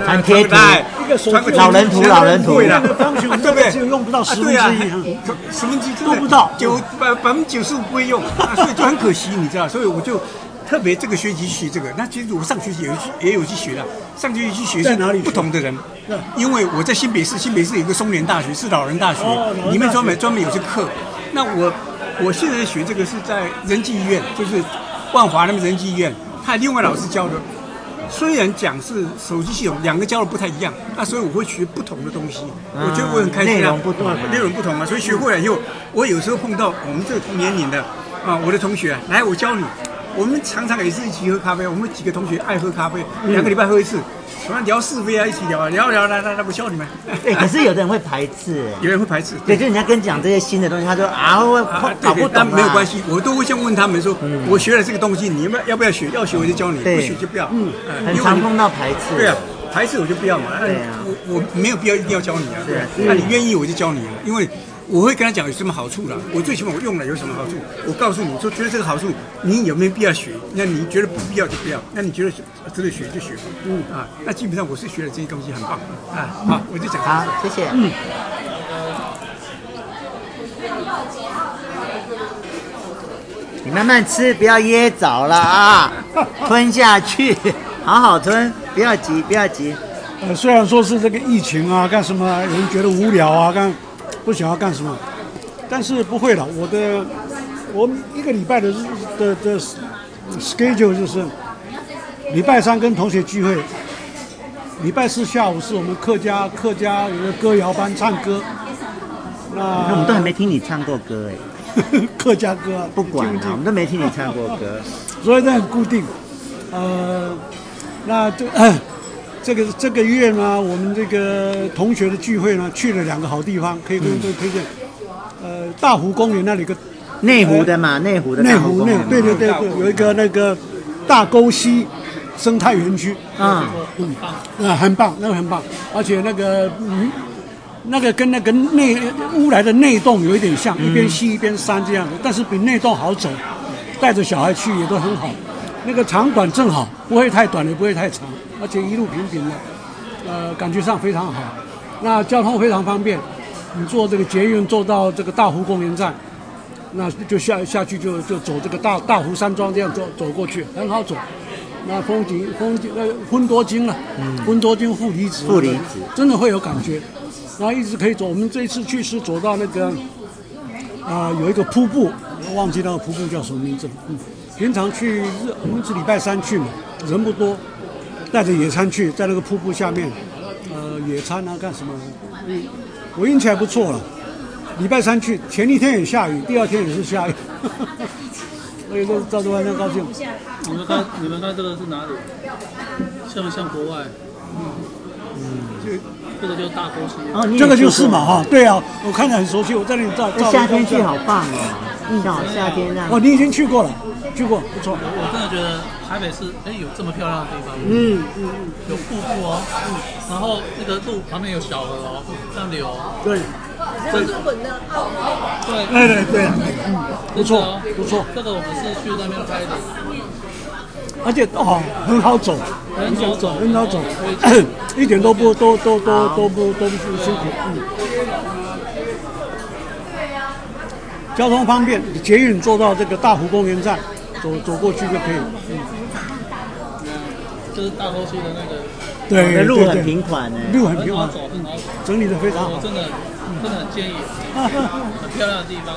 那
传贴
传
图
个 line，
一个手机
传个
老人图
其他
老人图
不会了，
那个方程
啊对不对？
只有用不到
啊
十
对
分
啊
之一是不是
可十分之一真的
都不到
九百百分之九十五不会用、啊，所以就很可惜，你知道，所以我就特别这个学期学这个。那其实我上学期也有去也有去学的，上学期去学
在哪里学
不同的人，因为我在新北市，新北市有一个松联大学是老人大学，
哦老人大学
里面专门专门有些课。那我我现在学这个是在仁济医院，就是万华那边仁济医院，他另外老师教的。虽然讲是手机系统，两个教的不太一样，那所以我会学不同的东西，我觉得我很开心、啊。
内容不同啊
内容不同啊，所以学过来以后，我有时候碰到我们这个同年龄的啊，我的同学，来我教你。我们常常也是一起喝咖啡，我们几个同学爱喝咖啡，两个礼拜喝一次，喜欢聊是非啊，一起聊啊，聊一聊来来来，我教你们。
对，可是有的人会排斥。哎
有人会排斥，
对，就人家跟你讲这些新的东西，他说啊，我
啊，
搞不
但
懂
没有关
系。
系，我都会先问他们说，我学了这个东西，你们要不要学？要学我就教你，
对
不学就不要。嗯，
很常碰到排斥。
对啊，排斥我就不要嘛。那
对啊
我我没有必要一定要教你啊。
对啊
那你愿意我就教你啊，因为我会跟他讲有什么好处啦。我最起码我用了有什么好处，我告诉你说觉得这个好处，你有没有必要学？那你觉得不必要就不要，那你觉得值得学就学。嗯啊，那基本上我是学了这些东西很棒啊。好，我就讲到
嗯好
这。，
谢谢。
嗯
你慢慢吃，不要噎着了
[laughs]
啊！吞下去，好好吞，不要急，不要急。
呃，虽然说是这个疫情啊，干什么啊人觉得无聊啊，干不想要干什么，但是不会了。我的我一个礼拜的日的的 schedule 就是礼拜三跟同学聚会，礼拜四下午是我们客家客家有个歌谣班唱歌，
那我们都还
那
没听你唱过歌哎，
客家歌啊
不管
听
了，我
听
们都没听你唱过歌。
所以这很固定。呃，那这、 [coughs] 这个这个月呢，我们这个同学的聚会呢，去了两个好地方，可以跟各位推荐。呃，大湖公园那里有个
内嗯湖的嘛，内湖的
内
大湖
湖
公
内
园嗯嘛
对对对对，有一个那个大沟溪生态园区，
啊，
嗯，啊，很棒，那个很棒，而且那个嗯。那个跟那个内乌来的内洞有一点像，嗯一边溪一边山这样的，但是比内洞好走，带着小孩去也都很好。那个长短正好，不会太短也不会太长，而且一路平平的，呃，感觉上非常好。那交通非常方便，你坐这个捷运坐到这个大湖公园站，那就下下去就就走这个大大湖山庄这样走走过去，很好走。那风景风景呃分多金了，分多金负离子，
负离子
真的会有感觉。然后一直可以走，我们这一次去是走到那个啊、有一个瀑布，我忘记那个瀑布叫什么名字了。嗯，平常去日我们是礼拜三去嘛，人不多，带着野餐去，在那个瀑布下面，呃，野餐啊干什么？嗯，我运气还不错了。礼拜三去，前一天也下雨，第二天也是下雨， [laughs] 所以都照着外面高兴。
你们看，你们看这个是哪里？像不像国外？嗯，这个叫大沟溪。
哦，你也
这个就
去过
是嘛哈，对啊，我看着很熟悉，我在那里照照。
这夏天去好棒哦。
嗯
刚好夏天这样。
哦，你已经去过了，去过，不错。
我真的觉得台北市哎有这么漂亮的地方，
嗯嗯嗯，
有瀑布哦，然后那个路旁边有小河哦，这样流哦，
对，
真的
滚的澳门，
对，
对对对，嗯，不
真的
错
哦
不错，
这个我们是去那边拍的，
而且哦很好走，
很好走，
很好走 [coughs]
我推荐，
一点都不都都都都不都不辛苦，嗯。交通方便，捷运坐到这个大湖公园站，走走过去就可以。
就是大沟溪的那个，
我
对，
的路
对
很
对
平缓呢。
路很
很
平
好
缓，
走，很好走，
整理的非常
我
好。 [laughs]
真的真的很建议，很漂亮的地方，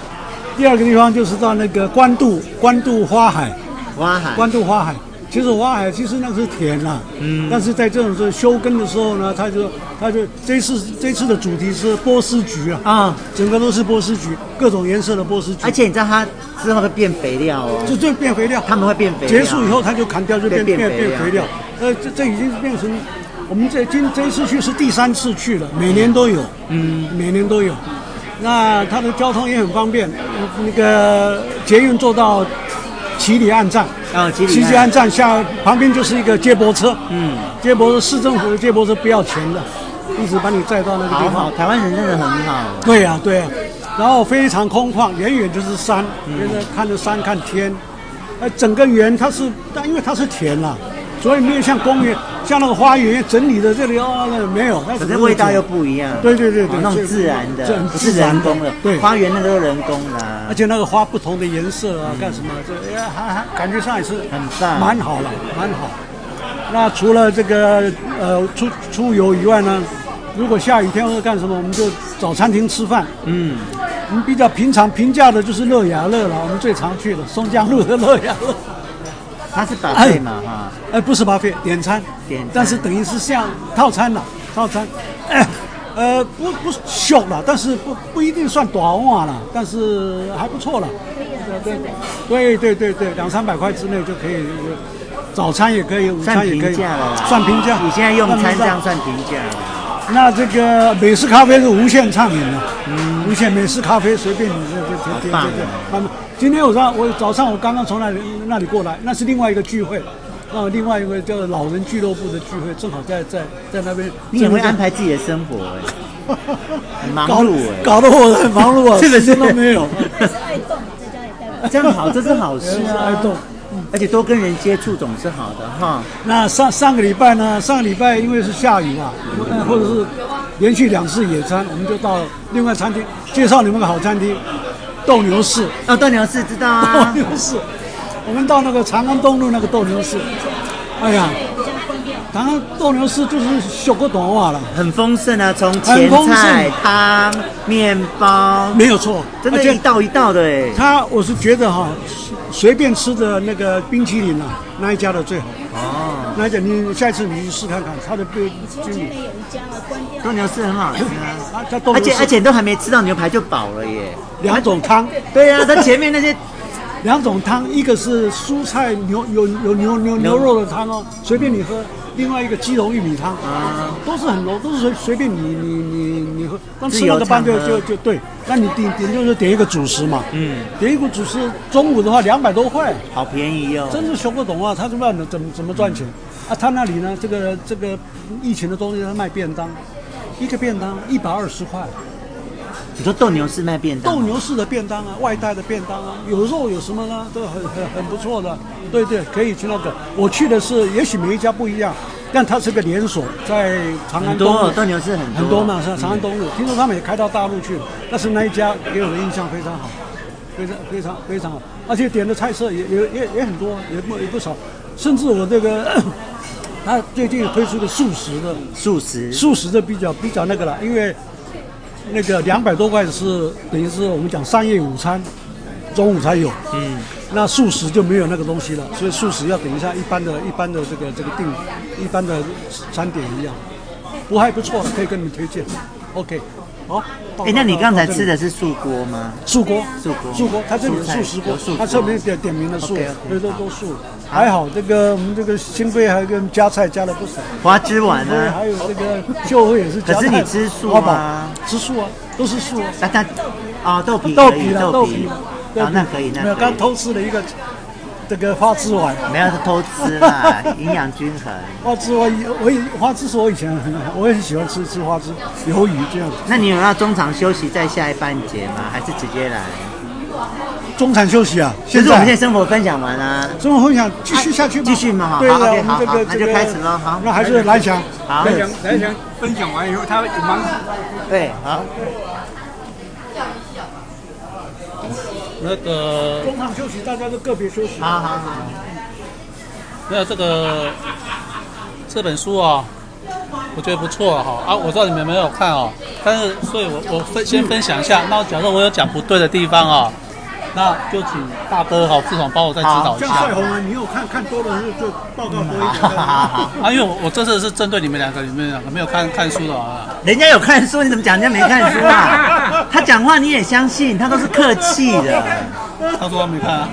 第二个地方就是到那个关渡，关渡花海，
花海，
关渡花海。其实花海其实那是田啦、嗯，但是在这种时候休耕的时候呢，它就它就这次这次的主题是波斯菊啊，
啊，
整个都是波斯菊，各种颜色的波斯菊，
而且你知道它之后会变肥料哦，
就就变肥料。
他们会变肥料。
结束以后，它就砍掉，就变
对变
变
肥
变肥料
料。
呃，这这已经变成我们这今这一次去是第三次去了，每年都有，嗯，每年都有。那它的交通也很方便，呃那个捷运坐到七里岸站，
啊，吉
七
里
里岸站下旁边就是一个接驳车，嗯，接驳车市政府的接驳车不要钱的，一直把你载到那个地
好
方。
好，台湾人真的很好。啊
对呀、对呀、然后非常空旷，远远就是山，
嗯
远远看着山看天，呃，整个园它是，但因为它是田啦、所以没有像公园、像那个花园整理的这里哦，那没有，那
可
只
是
是
味道又
田
不一样，
对对对对
哦那
所
种
以
自然的
这很，
不是
自然
人
的
工的。
对
花园那个都是人工的啊嗯
而，且那个花不同的颜色啊，干什么？这哎还还感觉上也是
很棒
蛮好了，蛮好。那除了这个呃出出游以外呢，如果下雨天或者干什么，我们就找餐厅吃饭。嗯，我们比较平常平价的就是乐雅乐了，我们最常去的松江路的乐雅乐。
它是把费嘛哈，
哎，不是巴菲，点餐，
点餐
但是等于是像套餐了，套餐， [coughs] 呃，不不小了，但是不不一定算短碗了，但是还不错了，对对对对对，两三百块之内就可以，早餐也可以，午
算
餐也可
平
以
价了啦，，
算平价。
你现在用餐这
算平价
样算平价了，
那这个美式咖啡是无限畅饮的，嗯无限美式咖啡随便你这这这这这
棒啊
这，慢慢。今天我上我早上我刚刚从那里那里过来，那是另外一个聚会，那另外一个叫老人俱乐部的聚会，正好在在在那边。
你也会安排自己的生活哎，很忙
搞
碌哎。
搞得我很忙碌
[laughs]
啊，
是的是的
时间都没有，
是爱动，在家里待不
这样好，这是好事
爱 [laughs]
啊！
动。
而且多跟人接触总是好的哈。
那上上个礼拜呢？上个礼拜因为是下雨嘛，呃或者是连续两次野餐，我们就到另外餐厅介绍你们个好餐厅，斗牛士。
哦，斗牛士知道
斗
啊，
牛士，我们到那个长安东路那个斗牛士，哎呀，长安斗牛士就是小个短袜了，
[laughs] 很丰盛啊，从
很
前
丰盛
菜、汤、面包，
没有错，
真的，
而
一
且
道一道的哎。
他我是觉得哈，随便吃的那个冰淇淋啊，那一家的最好。哦，那一家你下一次你去试看看，他的冰
前台
淇淋，
北有一家啊，关掉。
斗牛士很好吃啊。
他他斗
而
牛
且而
士
且都还没吃到牛排就饱了耶。
两种汤，
对呀、啊，它 [laughs] 前面那些
两种汤，一个是蔬菜牛有有牛牛牛肉的汤哦，随便你喝；另外一个鸡茸玉米汤，
啊，
都是很浓，都是随随便你你你你喝，但
自
吃那
由
个饭就
餐啊
就
喝
就对。那你点点就是点一个主食嘛，嗯，点一个主食，中午的话两百多块，
好便宜哦。
真是学不懂啊，他就不知道怎么怎么赚钱。啊，他那里呢，这个这个疫情的东西，他卖便当，一个便当一百二十块，
你说斗牛士卖便当，啊
斗牛士的便当啊，外带的便当啊，有肉有什么呢，都很很很不错的。对对，可以去那个。我去的是，也许每一家不一样，但它是个连锁，在长安
很
东
多
路
哦斗牛士很多嗯
很多嘛，是长安东路。听说他们也开到大陆去了，但是那一家给我的印象非常好，非常非常非常好，而且点的菜色也也也也很多，也不也不少，甚至我这个。 [coughs] 他最近推出个素食的，
素食
素食的比较比较那个了，因为那个两百多块是等于是我们讲商业午餐，中午才有。嗯，那素食就没有那个东西了，所以素食要等一下一般的、一般的这个这个定一般的餐点一样，不还不错了，可以跟你们推荐。OK，好。
哎、那你刚才吃
的
的是素锅吗？
素锅，
素锅
素锅，它这里有
素菜
素食锅
有素，
它
食锅
这边点点名的素，
OK，OK，
对，都都素。还好这个我们这个新贵还跟加菜加了不少。
花枝丸
对，
啊，
还有这个秀慧也是加菜。
可是你吃素
好不好
吗？
吃素啊，都是素啊。
啊它啊豆皮
豆
可
皮
以
啦，
豆
豆
皮
皮，对
啊那可以那可以
没有，刚偷吃了一个这个花枝丸，
没有是偷吃啦，营养均 [laughs] 衡。
花枝丸以我以花枝是我以前很我也很喜欢吃吃花枝鱿鱼这样子，
那你有要中场休息再下一半节吗？还是直接来？
中场休息啊，
就
现
是我们现
在
在生活分享完啦、
中午分享继续下去吧，
继续嘛好
对啊
好
的，
OK，
我们这
好好
个
那
这
就
个
开始咯好
那还是来讲，
好，
来讲来讲，分享完以后，他忙
对，好，
那个
中场休息大家都个别休息，
好好好，
没有这个这本书啊、我觉得不错哈啊我知道你们没有看哦，但是所以我，我分先分享一下。那假设我有讲不对的地方啊、那就请大哥哈、志总帮我再指导一
像
下
帅。红啊，你有看看多了就报告多一
嗯好好好
点。
好。
啊，因为我我这次是针对你们两个，你们两个没有看看书的啊。
人家有看书，你怎么讲人家没看书 [laughs] 啊？他讲话你也相信，他都是客气的。
他说他没看啊。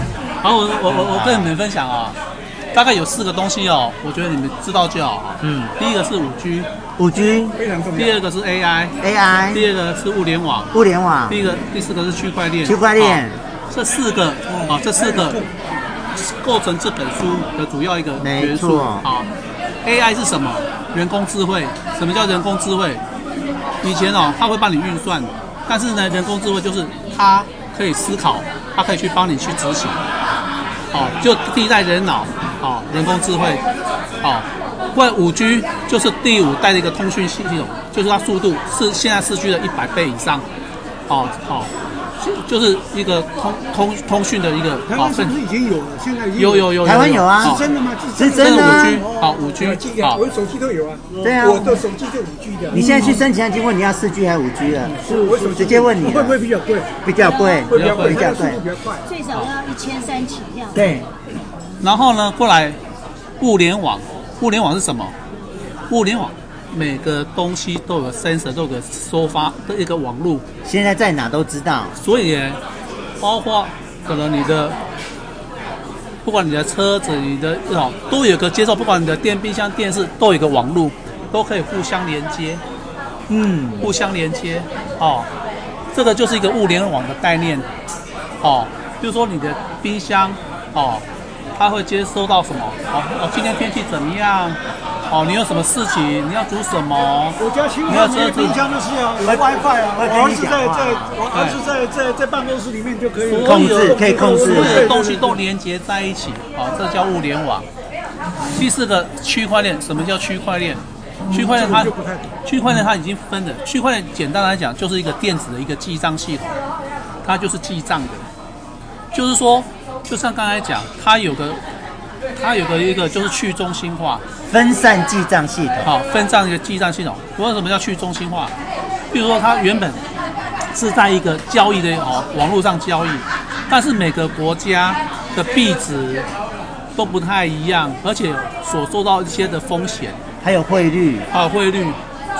[laughs] 然后我我我我跟你们分享啊，大概有四个东西哦，我觉得你们知道就好啊。
嗯，
第一个是五 G，
五 G、
非常重要
第。二个是 AI，
AI、
第二个是物联网，
物联网、
第一个第四个是区块链。
啊区块链嗯
啊，这四个啊，这四个构成这本书的主要一个元
没
素
错
啊。AI 是什么？人工智慧。什么叫人工智慧？以前哦，它会帮你运算，但是呢，人工智慧就是它可以思考，它可以去帮你去执行，哦，就替代人脑，哦，人工智慧，哦，外五 G 就是第五代的一个通讯系统，就是它速度是现在四 G 的一百倍以上，哦，哦，就就是一个通通通讯的一个
台
哦
湾是不是已经有了？现在已经
有有有，
台湾有啊
哦
是真的吗？
是
真
真
的
的
五
啊哦
G，好五 G，好哦
我，的手机都有啊。
对啊
我的手机就五 G 的。
你现在去申请，已经问你要四 G 还是五 G 了？
我手机
直接问你
会不会比较贵？
比较贵，
会比较贵，
比较
它的速度
贵。
比较快。
最少要一千三起跳。
对，
然后呢，过来物联网，物联网是什么？物联网每个东西都有个 sensor，都有个收发的一个网路，
现在在哪都知道。
所以耶包括可能你的，不管你的车子、你的哦，都有个接受，不管你的电冰箱、电视都有一个网路，都可以互相连接，
嗯，
互相连接哦。这个就是一个物联网的概念哦，比如说你的冰箱哦，它会接收到什么？哦哦，今天天气怎么样？哦，你有什么事情？你要煮什么？
我家新
你要
换
车
的
子
冰箱就是要有 WiFi 啊，
我
我
跟
儿
你
子
讲
在
话
在我儿子在在在办公室里面就可以
所有
控制可以控制
所有
对
的东西都连接在一起，好，这叫物联网。第四个区块链，什么叫区块链？区块链它
这个我就不太懂
区块链它已经分了，区块链简单来讲就是一个电子的一个记账系统，它就是记账的，就是说，就像刚才讲，它有个它有个一个就是去中心化，
分散记账系统。
好，分账一个记账系统。为什么叫去中心化？比如说，它原本是在一个交易的哦网络上交易，但是每个国家的币值都不太一样，而且所受到一些的风险
还有汇率，
还有汇率，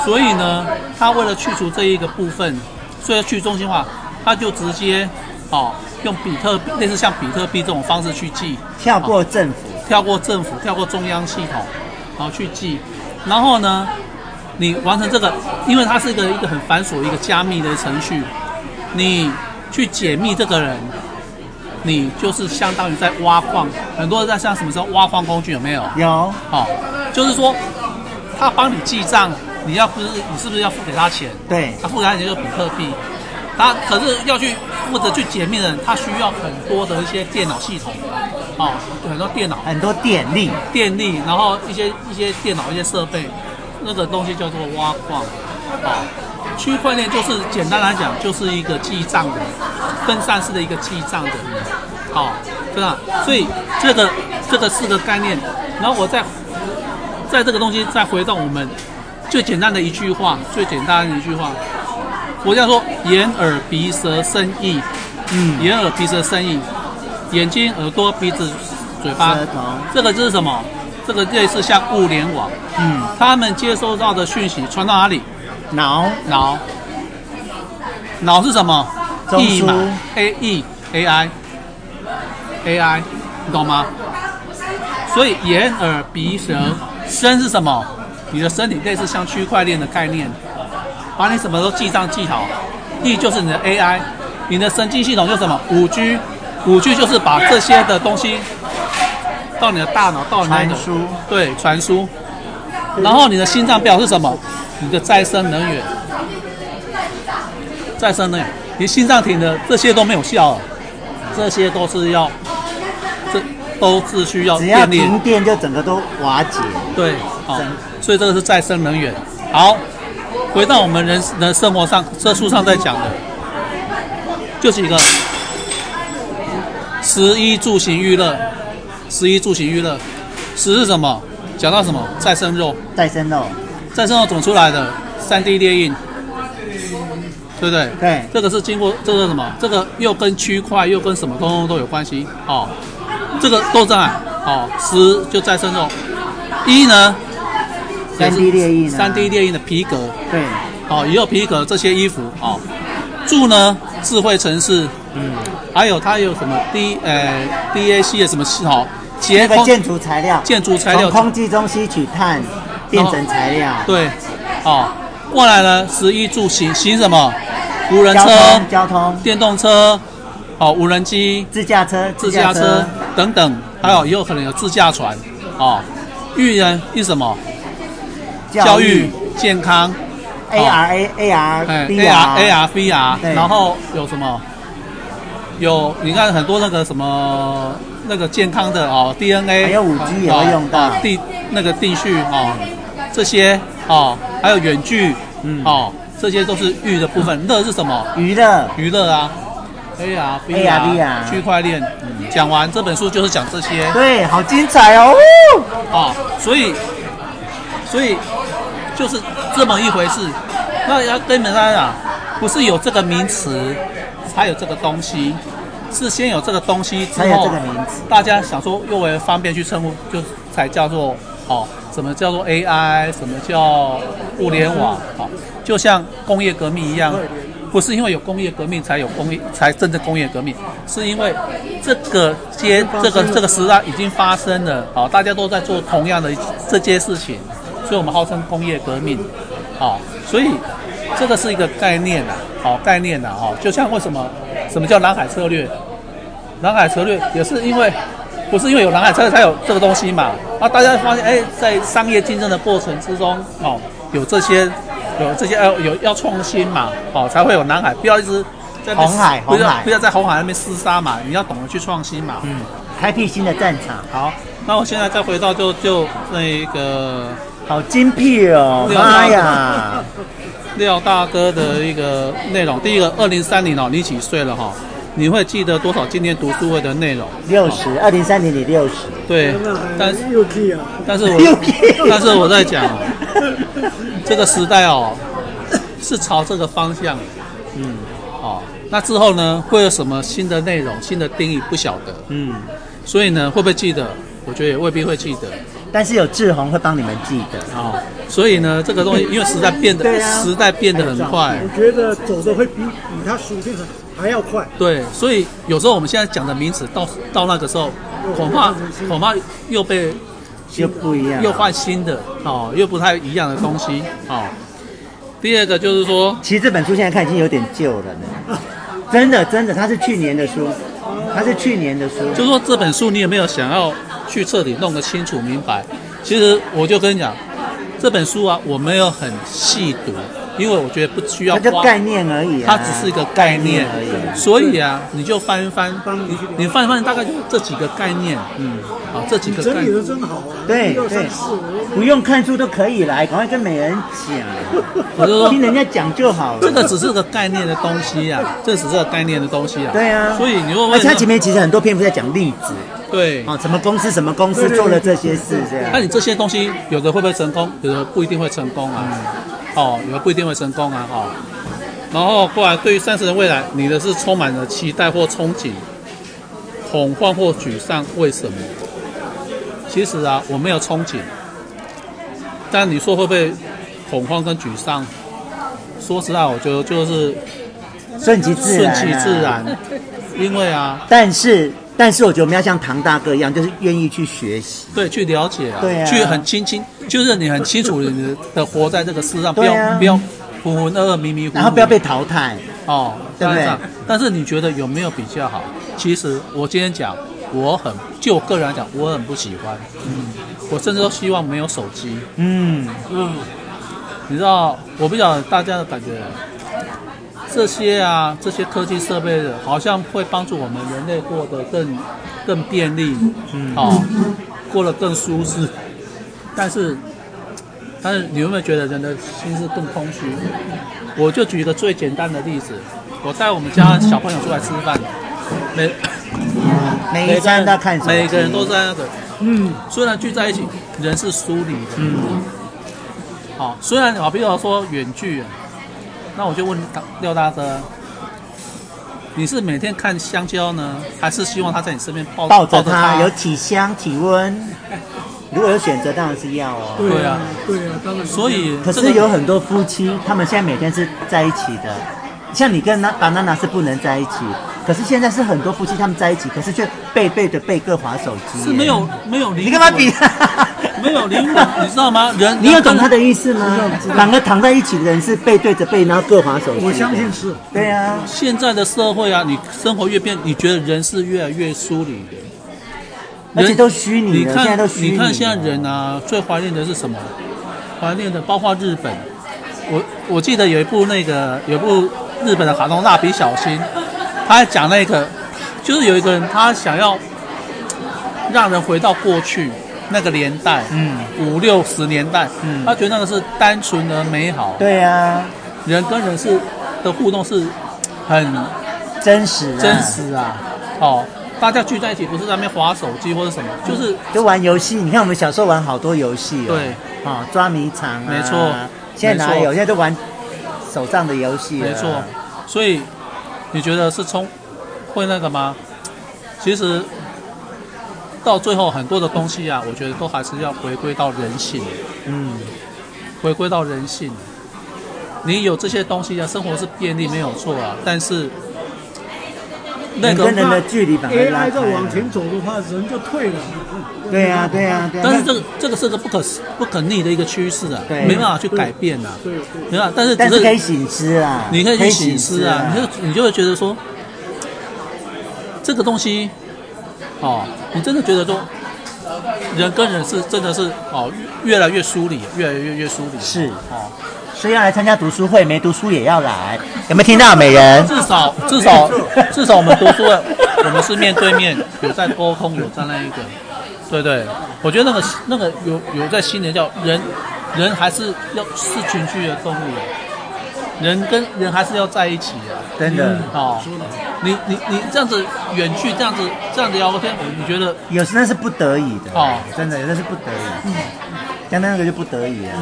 所以呢，它为了去除这一个部分，所以去中心化，它就直接哦用比特类似像比特币这种方式去记，
跳过政府，
跳过政府，跳过中央系统，然后去记，然后呢，你完成这个，因为它是一个一个很繁琐一个加密的程序，你去解密这个人，你就是相当于在挖矿，很多人在像什么时候挖矿工具有没有？
有
好、就是说他帮你记账，你要不是你是不是要付给他钱？
对
他付给他钱就是比特币，他可是要去负责去解密的人，他需要很多的一些电脑系统，哦，很多电脑、
很多电力，
电力，然后一些一些电脑、一些设备，那个东西叫做挖矿，哦。区块链就是简单来讲，就是一个记账的分散式的一个记账的，哦，真的，所以这个这个四个概念，然后我再在这个东西再回到我们最简单的一句话，最简单的一句话，我这样说：眼、耳、鼻、舌、身、意。嗯，眼、耳、鼻、舌、身、意，眼睛、耳朵、鼻子、嘴巴
舌头，
这个就是什么？这个类似像物联网，嗯，他们接收到的讯息传到哪里？
脑
脑，脑是什么？
中枢
意嘛，A E A I A I，你懂吗？所以眼、耳、鼻、舌、身是什么？你的身体类似像区块链的概念，把你什么都记账记好。意就是你的 AI，你的神经系统就是什么？五 G，五 G 就是把这些的东西到你的大脑，到你的
传输，
对，传输。然后你的心脏表是什么？你的再生能源，再生能源，你心脏停了，这些都没有效了，这些都是要，这都是需要
只要
电力的。
停电就整个都瓦解。
对，好
真，
所以这个是再生能源。好，回到我们人人生活上，这书上在讲的，就是一个十一住行娱乐，十一住行娱乐，十是什么？讲到什么？再生肉，
再生肉，
再生肉怎么出来的？三 D 列印，对不对？
对
这个是经过这个什么？这个又跟区块又跟什么通通都有关系哦。这个都在哦，十就再生肉，一呢
三 D 列印啊
三 D 列印的皮革
对，
哦，也有皮革这些衣服哦。住呢智慧城市，
嗯，
还有它有什么 D 呃 DAC 的什么系统？
那
结
个
空
建筑材料，
建筑材料
从空气中吸取碳，变成材料，
对，哦，过来呢十一住行行什么？无人
交
车、
通交通，
电动车，哦，无人机、
自驾车，
自驾车等等，还有也有可能有自驾船哦。育人育什么？教育、健康，
A R A A R
哎
B
，AR、AR、VR，
对
然后有什么？有你看很多那个什么那个健康的哦，DNA，
还有 5G 也会用到
哦定那个定序哦，这些哦，还有远距，
嗯
哦，这些都是育的部分。乐是什么？
娱乐，
娱乐啊，AR、
AR VR
区块链。讲完这本书就是讲这些。
对，好精彩哦！呜
啊，所以，所以就是这么一回事。那要跟本上讲，啊不是有这个名词，才有这个东西，是先有这个东西之
才有
后，
这个名词
大家想说又为方便去称呼，就才叫做哦，什么叫做 AI，什么叫物联网，好、就像工业革命一样。不是因为有工业革命才有工业，才真正工业革命，是因为这个阶这个这个时代已经发生了，好、大家都在做同样的这件事情，所以我们号称工业革命，好、所以这个是一个概念呐、啊，好、概念呐、啊，哦，就像为什么什么叫蓝海策略，蓝海策略也是因为不是因为有蓝海策略才有这个东西嘛，啊，大家发现哎，在商业竞争的过程之中，哦，有这些有这些要有要创新嘛，哦，才会有蓝海，不要一直在那边
红海
不要
红海
不要在红海那边厮杀嘛，你要懂得去创新嘛，
嗯，开辟新的战场，
好，那我现在再回到就就那个
好精辟哦！
六
妈呀，
廖大哥的一个内容。第一个，二零三零哦，你几岁了哈、你会记得多少今天读书会的内容？
六十，二零三零你六十，
对，但是
又屁啊！
但是
又
我
屁
但是我在讲哦，这个时代哦，是朝这个方向，嗯，哦，那之后呢，会有什么新的内容、新的定义不晓得，
嗯，
所以呢，会不会记得？我觉得也未必会记得。
但是有志宏会帮你们记得。
哦，所以呢，这个东西因为时代变
[laughs]
得、
对啊
时代变得很快，
我觉得走的会比比他熟练的还要快。
对，所以有时候我们现在讲的名词，到到那个时候，恐怕恐怕又被
又不一样，
又换新的哦，又不太一样的东西哦。第二个就是说，
其实这本书现在看已经有点旧了呢，真的真的，它是去年的书，它是去年的书，
就是说这本书你有没有想要去彻底弄得清楚明白？其实我就跟你讲，这本书啊，我没有很细读，因为我觉得不需要
它就
花。
概念而已、啊，
它只是一个概念
概念而已
所以啊，你就翻一翻，你你翻一翻，大概就是这几个概念，嗯，好，这几个概
整理
念
的，真好啊！
对
六
对
三四，我
不用看书都可以来，赶快跟美人
我就说
讲，听人家讲就好了。
这个只是个概念的东西啊，这只是个概念的东西啊，
对啊，
所以你会
而且它前
问，嗯
面其实很多篇幅在讲例子，
对，
哦，什么公司什么公司做了这些事，这
那
样。
你这些东西有的会不会成功，有的不一定会成功啊，哦，有的不一定会成功啊，哦，然后过来对于三十的未来，你的是充满了期待或憧憬、恐慌或沮丧，为什么？其实啊，我没有憧憬，但你说会不会恐慌跟沮丧？说实在，我觉得就是
顺其自然、啊
顺其自。然，啊因为啊，
但是，但是我觉得我们要像唐大哥一样，就是愿意去学习。
对，去了解啊，
对啊
去很清清，就是你很清楚你的活在这个世上，不
对
要、
啊
不要浑浑噩噩、迷迷糊糊，
然后不要被淘汰，
哦，
对不对
当然这样但是你觉得有没有比较好？其实我今天讲，我很就我个人来讲，我很不喜欢，嗯，我甚至都希望没有手机，
嗯，
你知道，我不晓得大家的感觉，这些啊，这些科技设备的，好像会帮助我们人类过得更更便利，嗯，哦，过得更舒适。但是，但是你有没有觉得人的心是更空虚？我就举一个最简单的例子，我带我们家小朋友出来吃饭，每
每一站都要看手机
每个人都在那个，嗯，虽然聚在一起，人是疏离的，嗯，好，虽然好，比如说远距，啊那我就问大廖大哥，你是每天看香蕉呢，还是希望他在你身边抱
抱着
着
它有体香体温，如果有选择当然是要哦。
对啊，
对啊，当然
所以
可
这
是
个
有很多夫妻，他们现在每天是在一起的，像你跟那 banana 是不能在一起，可是现在是很多夫妻他们在一起，可是却背对着背各划手机。
是没有没有灵，
你干嘛比？？
没有灵魂，你知道吗？人
[laughs] 你有懂他
的
的意思吗？两个躺在一起的人是背对着背，然后各划手机。
我相信。是。
对啊，
现在的社会啊，你生活越变，你觉得人是越来越疏离的。
而且都虚拟
你
的，现在
看
都，虚拟的。
你看现在人啊，最怀念的是什么？怀念的包括日本。我我记得有一部那个有一部日本的卡通《蜡笔小新》，他在讲那个，就是有一个人他想要让人回到过去那个年代，嗯，五六十年代，嗯，他觉得那个是单纯而美好，
对啊，
人跟人是的互动是很
真实、啊，
真，实啊，哦，大家聚在一起不是在那边划手机或者什么，
嗯
就是
就玩游戏。你看我们小时候玩好多游戏、哦，
对，
啊、抓迷藏啊，
没错
现在哪
没
有？
错
现在都玩手上的游戏，
没错，，所以你觉得是冲会那个吗？其实到最后很多的东西啊，我觉得都还是要回归到人性，
嗯，
回归到人性。你有这些东西啊，生活是便利没有错啊，但是那
人
个
跟人的距离反而拉
AI
开
再往
了。
前走的话，人就退了。
对啊，对啊，对啊。
但是这个这个是个不可不可逆的一个趋势啊，
对
没办法去改变啊，
对对。
没办法。但是
但
只
是
是
可以醒思啊，
你可以去醒思啊，你
可以醒
就你就会觉得说，这个东西，哦，你真的觉得说，人跟人是真的是哦，越越来越疏离，越来越越疏离。
是
哦，
所以要来参加读书会，没读书也要来，有没有听到美人？
至少至
[laughs]
少至少我们读书了，我们是面对面，有在沟通，有在那一个，对对，我觉得那个那个有有在新年叫人，人还是要是群居的动物，啊人跟人还是要在一起的、
真的，
哦，你你你这样子远去，这样子这样子聊天，你觉得
有时那是不得已的，
哦
真的，有的是不得已。刚刚那个就不得已啊，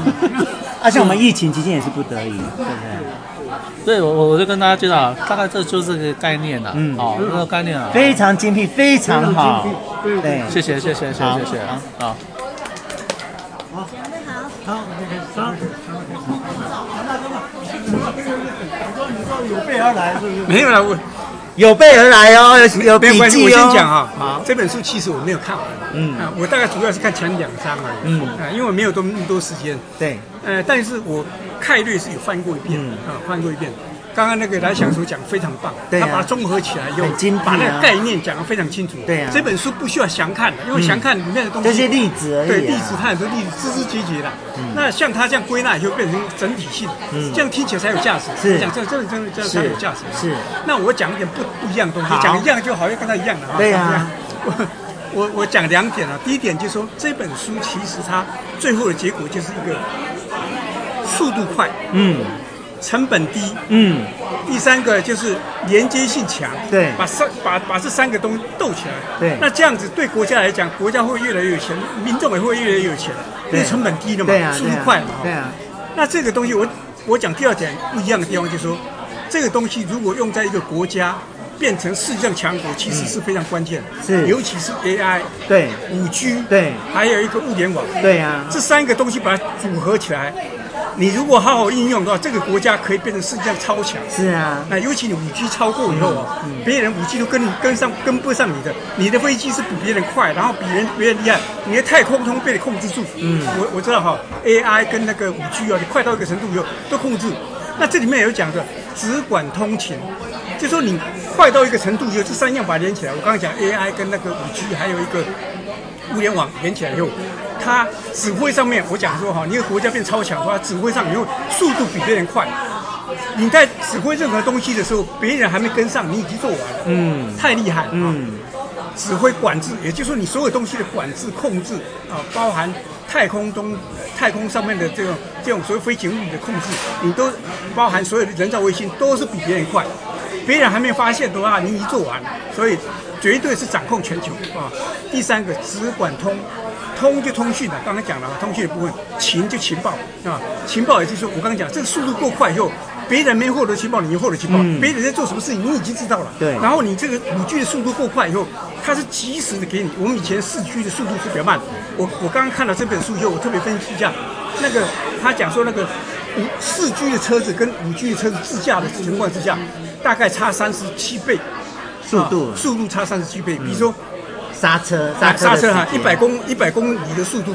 而且我们疫情期间也是不得已，对不对？
对我我我就跟大家介绍，大概这就是个概念了、
嗯
哦，这个概念啊，
非常精辟，非常好，对。
谢谢谢谢谢谢
好
谢谢啊啊。
没有了，我
有备而来哦，有有
没
笔
有关系，我
记
先
哦。
讲啊哈、这本书其实我没有看完，
嗯
啊，我大概主要是看前两章而已，
嗯
啊，因为我没有多那么多时间，
对，
呃，但是我概率是有翻过一遍，
嗯
啊，翻过一遍。刚刚那个来想所讲非常棒，
对啊
他把它综合起来以后
很精辟啊
把那个概念讲得非常清楚。
对啊嗯
这本书不需要详看的，因为详看里面的东西
这些例子而已啊嗯
对例子它很多例子枝枝节节的。那像他这样归纳以后变成整体性，这样听起来才有价值。
是
讲这这这这样才有价值。
是是。
那我讲一点不不一样的东西
好，
讲一样就好像跟他一样的啊。
对啊
我我 [laughs] 我讲两点啊，第一点就是说这本书其实它最后的结果就是一个速度快，
嗯
成本低，
嗯，
第三个就是连接性强，
对
把三把把这三个东西斗起来，
对
那这样子对国家来讲，国家会越来越有钱，民众也会越来越有钱，因
对
为成本低了嘛，
对啊，
速度
对啊
快嘛，
对啊，
那这个东西我，我讲第二点不一样的地方，就是说，这个东西如果用在一个国家变成世界上强国，其实是非常关键的，
嗯是
尤其是 AI、
对
五 G，
对
还有一个物联网，
对啊，
这三个东西把它组合起来，你如果好好应用的话，这个国家可以变成世界上超强。
是啊，
那尤其你五 G 超过以后啊，别人五 G 都跟你跟上跟不上你的，你的飞机是比别人快，然后比人别人厉害，你的太空通被你控制住。嗯，我我知道哈，AI 跟那个五 G 啊，你快到一个程度以后都控制，那这里面有讲的，只管通勤，就说你坏到一个程度，就这三样把它连起来。我刚刚讲 AI 跟那个五 G，还有一个物联网连起来以后，它指挥上面，我讲说哈，你一个国家变超强的话，指挥上你会速度比别人快。你在指挥任何东西的时候，别人还没跟上，你已经做完了。嗯，太厉害了。嗯。指挥管制，也就是说你所有东西的管制控制啊、包含太空中、呃太空上面的这种这种所谓飞行物的控制，你都包含所有的人造卫星都是比别人快，别人还没发现的话，你已经做完了，所以绝对是掌控全球啊。第三个，只管通。通就通讯了，刚才讲了通讯的部分，情就情报啊，情报也就是说，我刚才讲这个速度够快以后，别人没获得情报，你就获得情报，别人在做什么事情，你已经知道了，
对
然后。然后你这个五 G 的速度够快以后，它是及时的给你。我们以前四 G 的速度是比较慢。我我刚刚看了这本书以后，我特别分析一下，那个他讲说那个五四 G 的车子跟五 G 的车子自驾的情况之下，大概差三十七倍
速度
啊、速度差三十七倍。比如说
刹车刹
刹刹
车的
车啊哈
时，
一
间
百公一百公里的速度，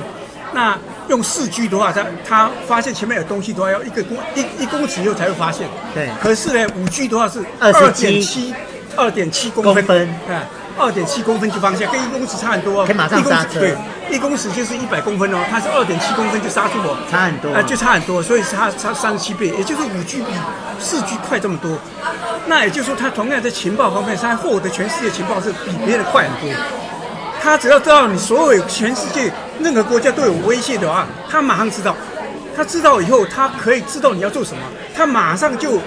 那用四 G 的话，它它发现前面有东西的话，要一个公一一公尺以后才会发现。
对
可是呢，五 G 的话是二点
27
七二点七公
公分
分，哎，二点七公分就方向，跟一公尺差很多哦。
可以马上
一公尺
刹车
对，一公尺就是一百公分哦，它是二点七公分就刹住哦，
差很多
啊、就差很多，所以差差三十七倍，也就是五 G 比四 G 快这么多。那也就是说，它同样在情报方面，它获得全世界情报是比别人快很多。他只要知道你所有全世界任何国家都有威胁的话，他马上知道。他知道以后，他可以知道你要做什么，他马上就、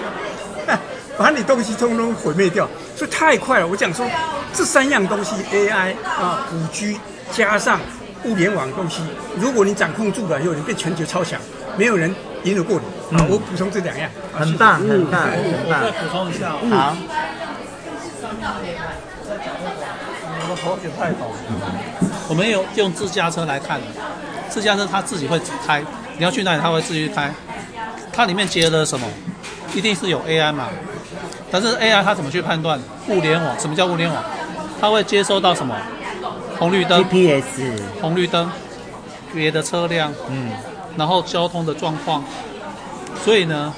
哎把你东西通通毁灭掉，所以太快了。我讲说，这三样东西 AI 啊、五 G 加上物联网的东西，如果你掌控住了以后，你变全球超强，没有人赢得过你。啊，我补充这两样，啊
嗯很棒很棒很
我
棒
再，补充一下哦，
好，
我头也太好了。
嗯我们有用自驾车来看的，自驾车它自己会自开，你要去哪里它会自己去开，它里面结合了什么？一定是有 AI 嘛，但是 AI 它怎么去判断物联网？什么叫物联网？它会接收到什么？红绿灯，
GPS
红绿灯，别的车辆，嗯，然后交通的状况，所以呢，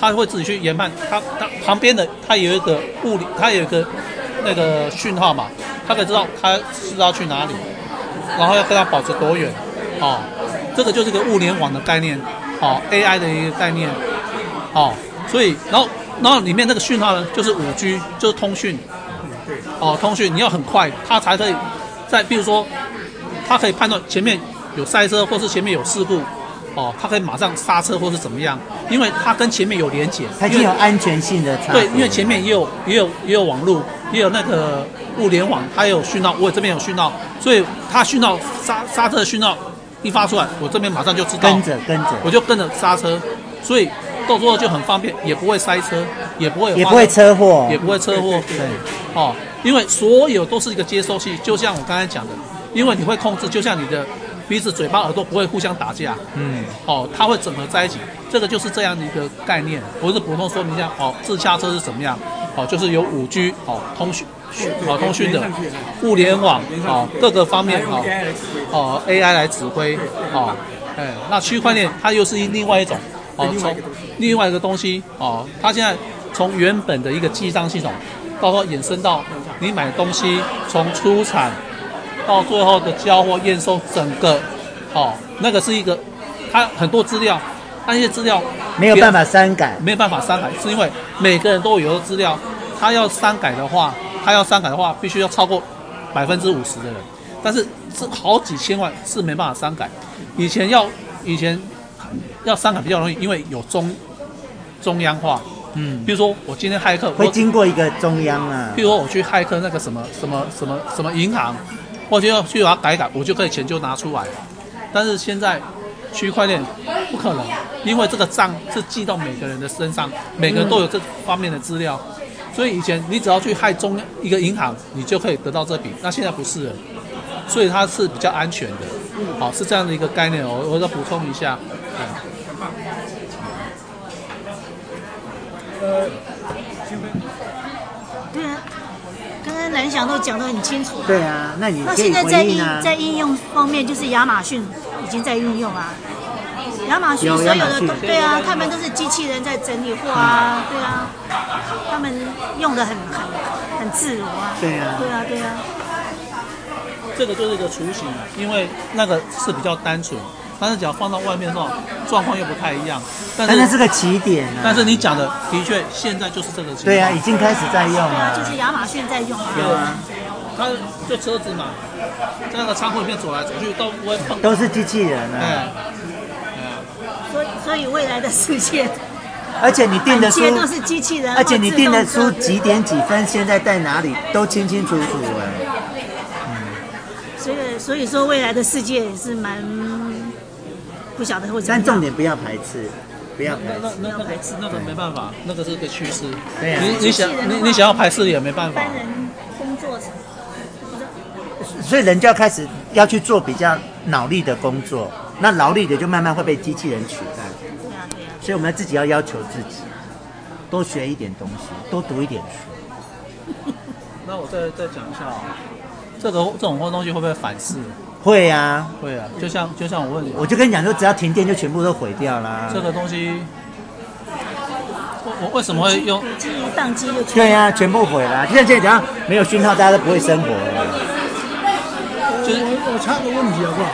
他会自己去研判，他他旁边的他有一个物理，他有一个那个讯号嘛，他可以知道他是要去哪里，然后要跟他保持多远，哦，这个就是个物联网的概念，哦，AI 的一个概念，哦，所以然后然后里面那个讯号呢，就是五 G，就是通讯，哦，通讯你要很快，它才可以在，比如说，它可以判断前面有塞车或是前面有事故，哦，它可以马上刹车或是怎么样，因为它跟前面有连接，
它
因
具
为
有安全性的差别。
对，因为前面也有也有也有网路，也有那个物联网，它也有讯号，我这边有讯号，所以它讯号刹刹车的讯号一发出来，我这边马上就知道，
跟着跟着
我就跟着刹车，所以到时候就很方便，也不会塞车，也不会有
也
发
不会
生
车祸
也，不会车祸。
对，
哦，因为所有都是一个接收器，就像我刚才讲的，因为你会控制，就像你的鼻子、嘴巴、耳朵不会互相打架，嗯，哦，它会整合在一起，这个就是这样的一个概念，不是普通说明一下哦，自驾车是怎么样，哦，就是有五 G 哦通讯。哦，通讯的物联网哦，各个方面哦，哦 AI 来指挥哦，哎，那区块链它又是另外一种哦，从另外一个东西哦，它现在从原本的一个记账系统，到时候衍生到你买东西从出产到最后的交货验收，整个哦，那个是一个它很多资料，那些资料
没有办法删改。
没有办法删改，是因为每个人都有资料，他要删改的话，他要删改的话，必须要超过百分之五十的人，但是是好几千万是没办法删改。以前要以前要删改比较容易，因为有中中央化，嗯，比如说我今天骇客，
会
我
经过一个中央啊
比，如说我去骇客那个什么什么什么什么银行，我就要去把它改改，我就可以钱就拿出来了。但是现在区块链不可能，因为这个账是记到每个人的身上，每个人都有这方面的资料。所以以前你只要去害中一个银行，你就可以得到这笔，那现在不是了，所以它是比较安全的，好、是这样的一个概念哦。我我再补充一下，
对啊，刚刚蓝翔都讲得很清楚。
对啊，那你
那
可
现
以
在在
回
应
应啊。
在应用方面，就是亚马逊已经在运用啊，亚马逊
有
所
亚
有
马
的
逊
都对啊，他们都是机器人在整理货啊，对啊，他们用的很很很自如啊，
对啊
对啊对啊，
这个就是一个雏形，啊因为那个是比较单纯，但是只要放到外面的话，状况又不太一样。但
但那是
是
个起点啊。
但是你讲的的确现在就是这个情况。
对啊，已经开始在用
对啊，就
了。
是亚马逊在用
有
啊，
啊，
他就车子嘛，在那个仓库里面走来走去都不会碰。
都是机器人啊。
哎，
所以所以未来的世界
而且你 [laughs] 订的
满
书
街，都是机器人，
而且你订的
或
书
自动车
几点几分，现在在哪里，都清清楚楚哎。
所以所以说未来的世界也是蛮不晓得会怎么
但
样。
重点不要排斥，不要排
那那
斥。
那那个那个没办法，那个是个趋势。
对啊
你你想你你想要排斥也没办法
班。人工作
所以人就要开始要去做比较脑力的工作，那劳力的就慢慢会被机器人取代。
对啊对啊，
所以我们自己要要求自己，多学一点东西，多读一点书。
那我再再讲一下啊，这个这种东西会不会反噬？
会啊，
会啊，就像就像我问你，
我就跟你讲说，只要停电就全部都毁掉啦。
这个东西，我我为什么会用？
五 G 一宕机就全
对啊呀、全部毁啦。就像现在讲，没有讯号，大家都不会生活了。
我我插个问题好不好？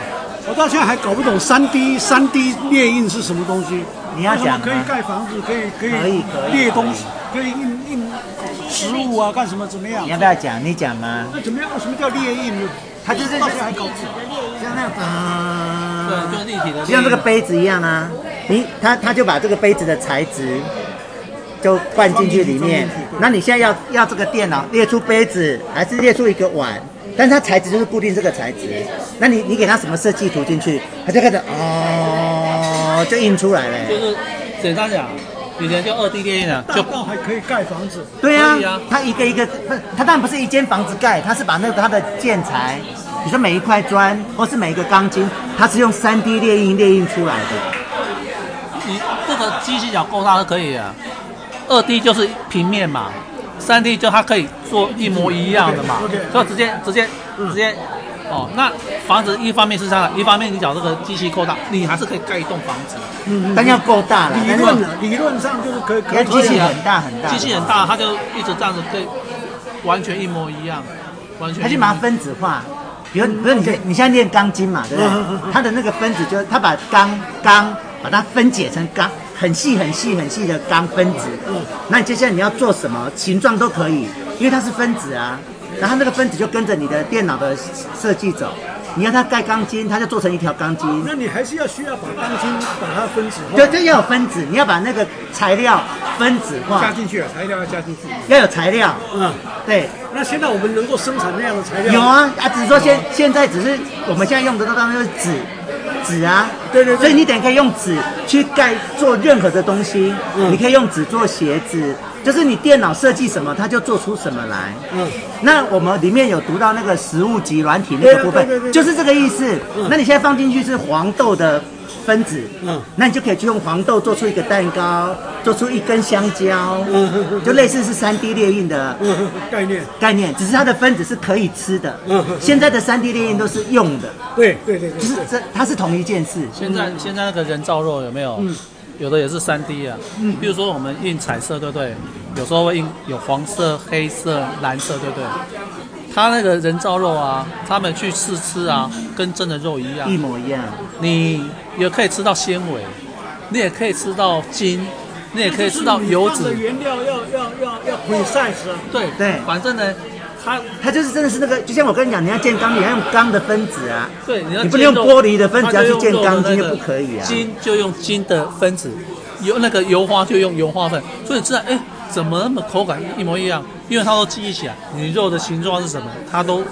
我到现在还搞不懂三 D 三 D 列印是什么东西。
你要
为什么
讲吗
可以盖房子，可以可
可以
以
可以
列东西，可以印印食物啊，干什么怎么样
你？要不要讲？你讲吗？
那怎么样？什么叫列印？
它就是
到现在还搞不懂。
像那
对
个，，
就是立体的。
就像这个杯子一样啊。你它它就把这个杯子的材质就灌进去里面。那你现在要要这个电脑列出杯子，还是列出一个碗？但是它材质就是固定这个材质。那你你给它什么设计图进去，它就开始哦，就印出来
就
了。
是简单讲，以前叫二 D 电影啊，
大
就
到还可以盖房子，
对
可以啊
啊，它一个一个，不是它当然不是一间房子盖，它是把那个它的建材，比如说每一块砖或是每一个钢筋，它是用 3D 列印列印出来的。
你这个机器脚够大就可以啊。二 D 就是平面嘛，三 D 就它可以做一模一样的嘛，就直接直接直接。哦，那房子一方面是这样的，一方面你找这个机器够大，你还是可以盖一栋房子。
但要够大了，
理
但是
论啊，理论上就是可以可
要
以
机器很大很大，
机器很大，它就一直这样子，对，完全一模一样，完全一模一样。
它就把它分子化。比如，比如你现你现在练钢筋嘛，对不对？它的那个分子就是它把钢钢把它分解成钢很细很细很细的钢分子。那你接下来你要做什么形状都可以，因为它是分子啊。然后那个分子就跟着你的电脑的设计走。你要它盖钢筋，它就做成一条钢筋。
那你还是要需要把钢筋把它分子化
对，这要有分子，你要把那个材料分子
加
化，
进去啊，材料要加进去。
要有材料。
嗯，
对，
那现在我们能够生产那样的材料？
有，啊，啊，只是说现现在只是我们现在用的都当然就是纸，纸啊，
对对对
所以你等于可以用纸去盖做任何的东西，
嗯
你可以用纸做鞋子，就是你电脑设计什么，它就做出什么来。
嗯，
那我们里面有读到那个食物及软体那个部分，
对对对对对
就是这个意思。那你现在放进去是黄豆的分子，
嗯
那你就可以去用黄豆做出一个蛋糕，做出一根香蕉，
嗯嗯嗯
就类似是三 D 列印的
嗯，概念，
概念，只是它的分子是可以吃的
嗯嗯。
现在的三 D 列印都是用的，
对对对
就是
对，
这它是同一件事。
现
嗯
在现在那个人造肉有没有？有的也是三 D 啊。嗯。比如说我们印彩色，对不对？有时候会印有黄色、黑色、蓝色，对不对？他那个人造肉啊，他们去试吃啊，
嗯
跟真的肉一样
一。模一样，
你也可以吃到纤维，你也可以吃到筋，你也可以吃到油
就是你放的
脂。
原料要要要要 precise 啊，
对
对
反正呢，它
它就是真的是那个，就像我跟你讲，你要建钢，你要用钢的分子啊。
对，你要
你不能用
建肉
玻璃的分子
它就
要去建
用肉
钢筋
的那
就
个
不可以啊
金就用金的分子，油那个油花就用油花粉，所以自然哎，怎么那么口感一模一样？因为它都记忆起来，你肉的形状是什么，它都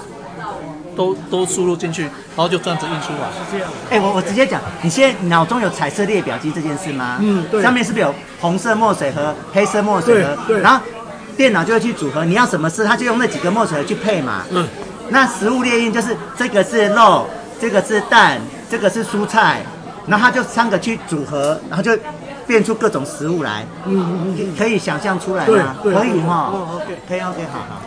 都都输入进去，然后就这样子印出来。
哎、我我直接讲，你现在脑中有彩色列表机这件事吗？
嗯对
上面是不是有红色墨水盒、黑色墨水盒？
对对
然后电脑就会去组合，你要什么事，它就用那几个墨水盒去配嘛。
嗯。
那食物列印就是这个是肉，这个是蛋，这个是蔬菜，然后它就三个去组合，然后就变出各种食物来。嗯嗯嗯。可以想象出来吗？
对对
可以哈。
哦，OK
可以 OK 好好。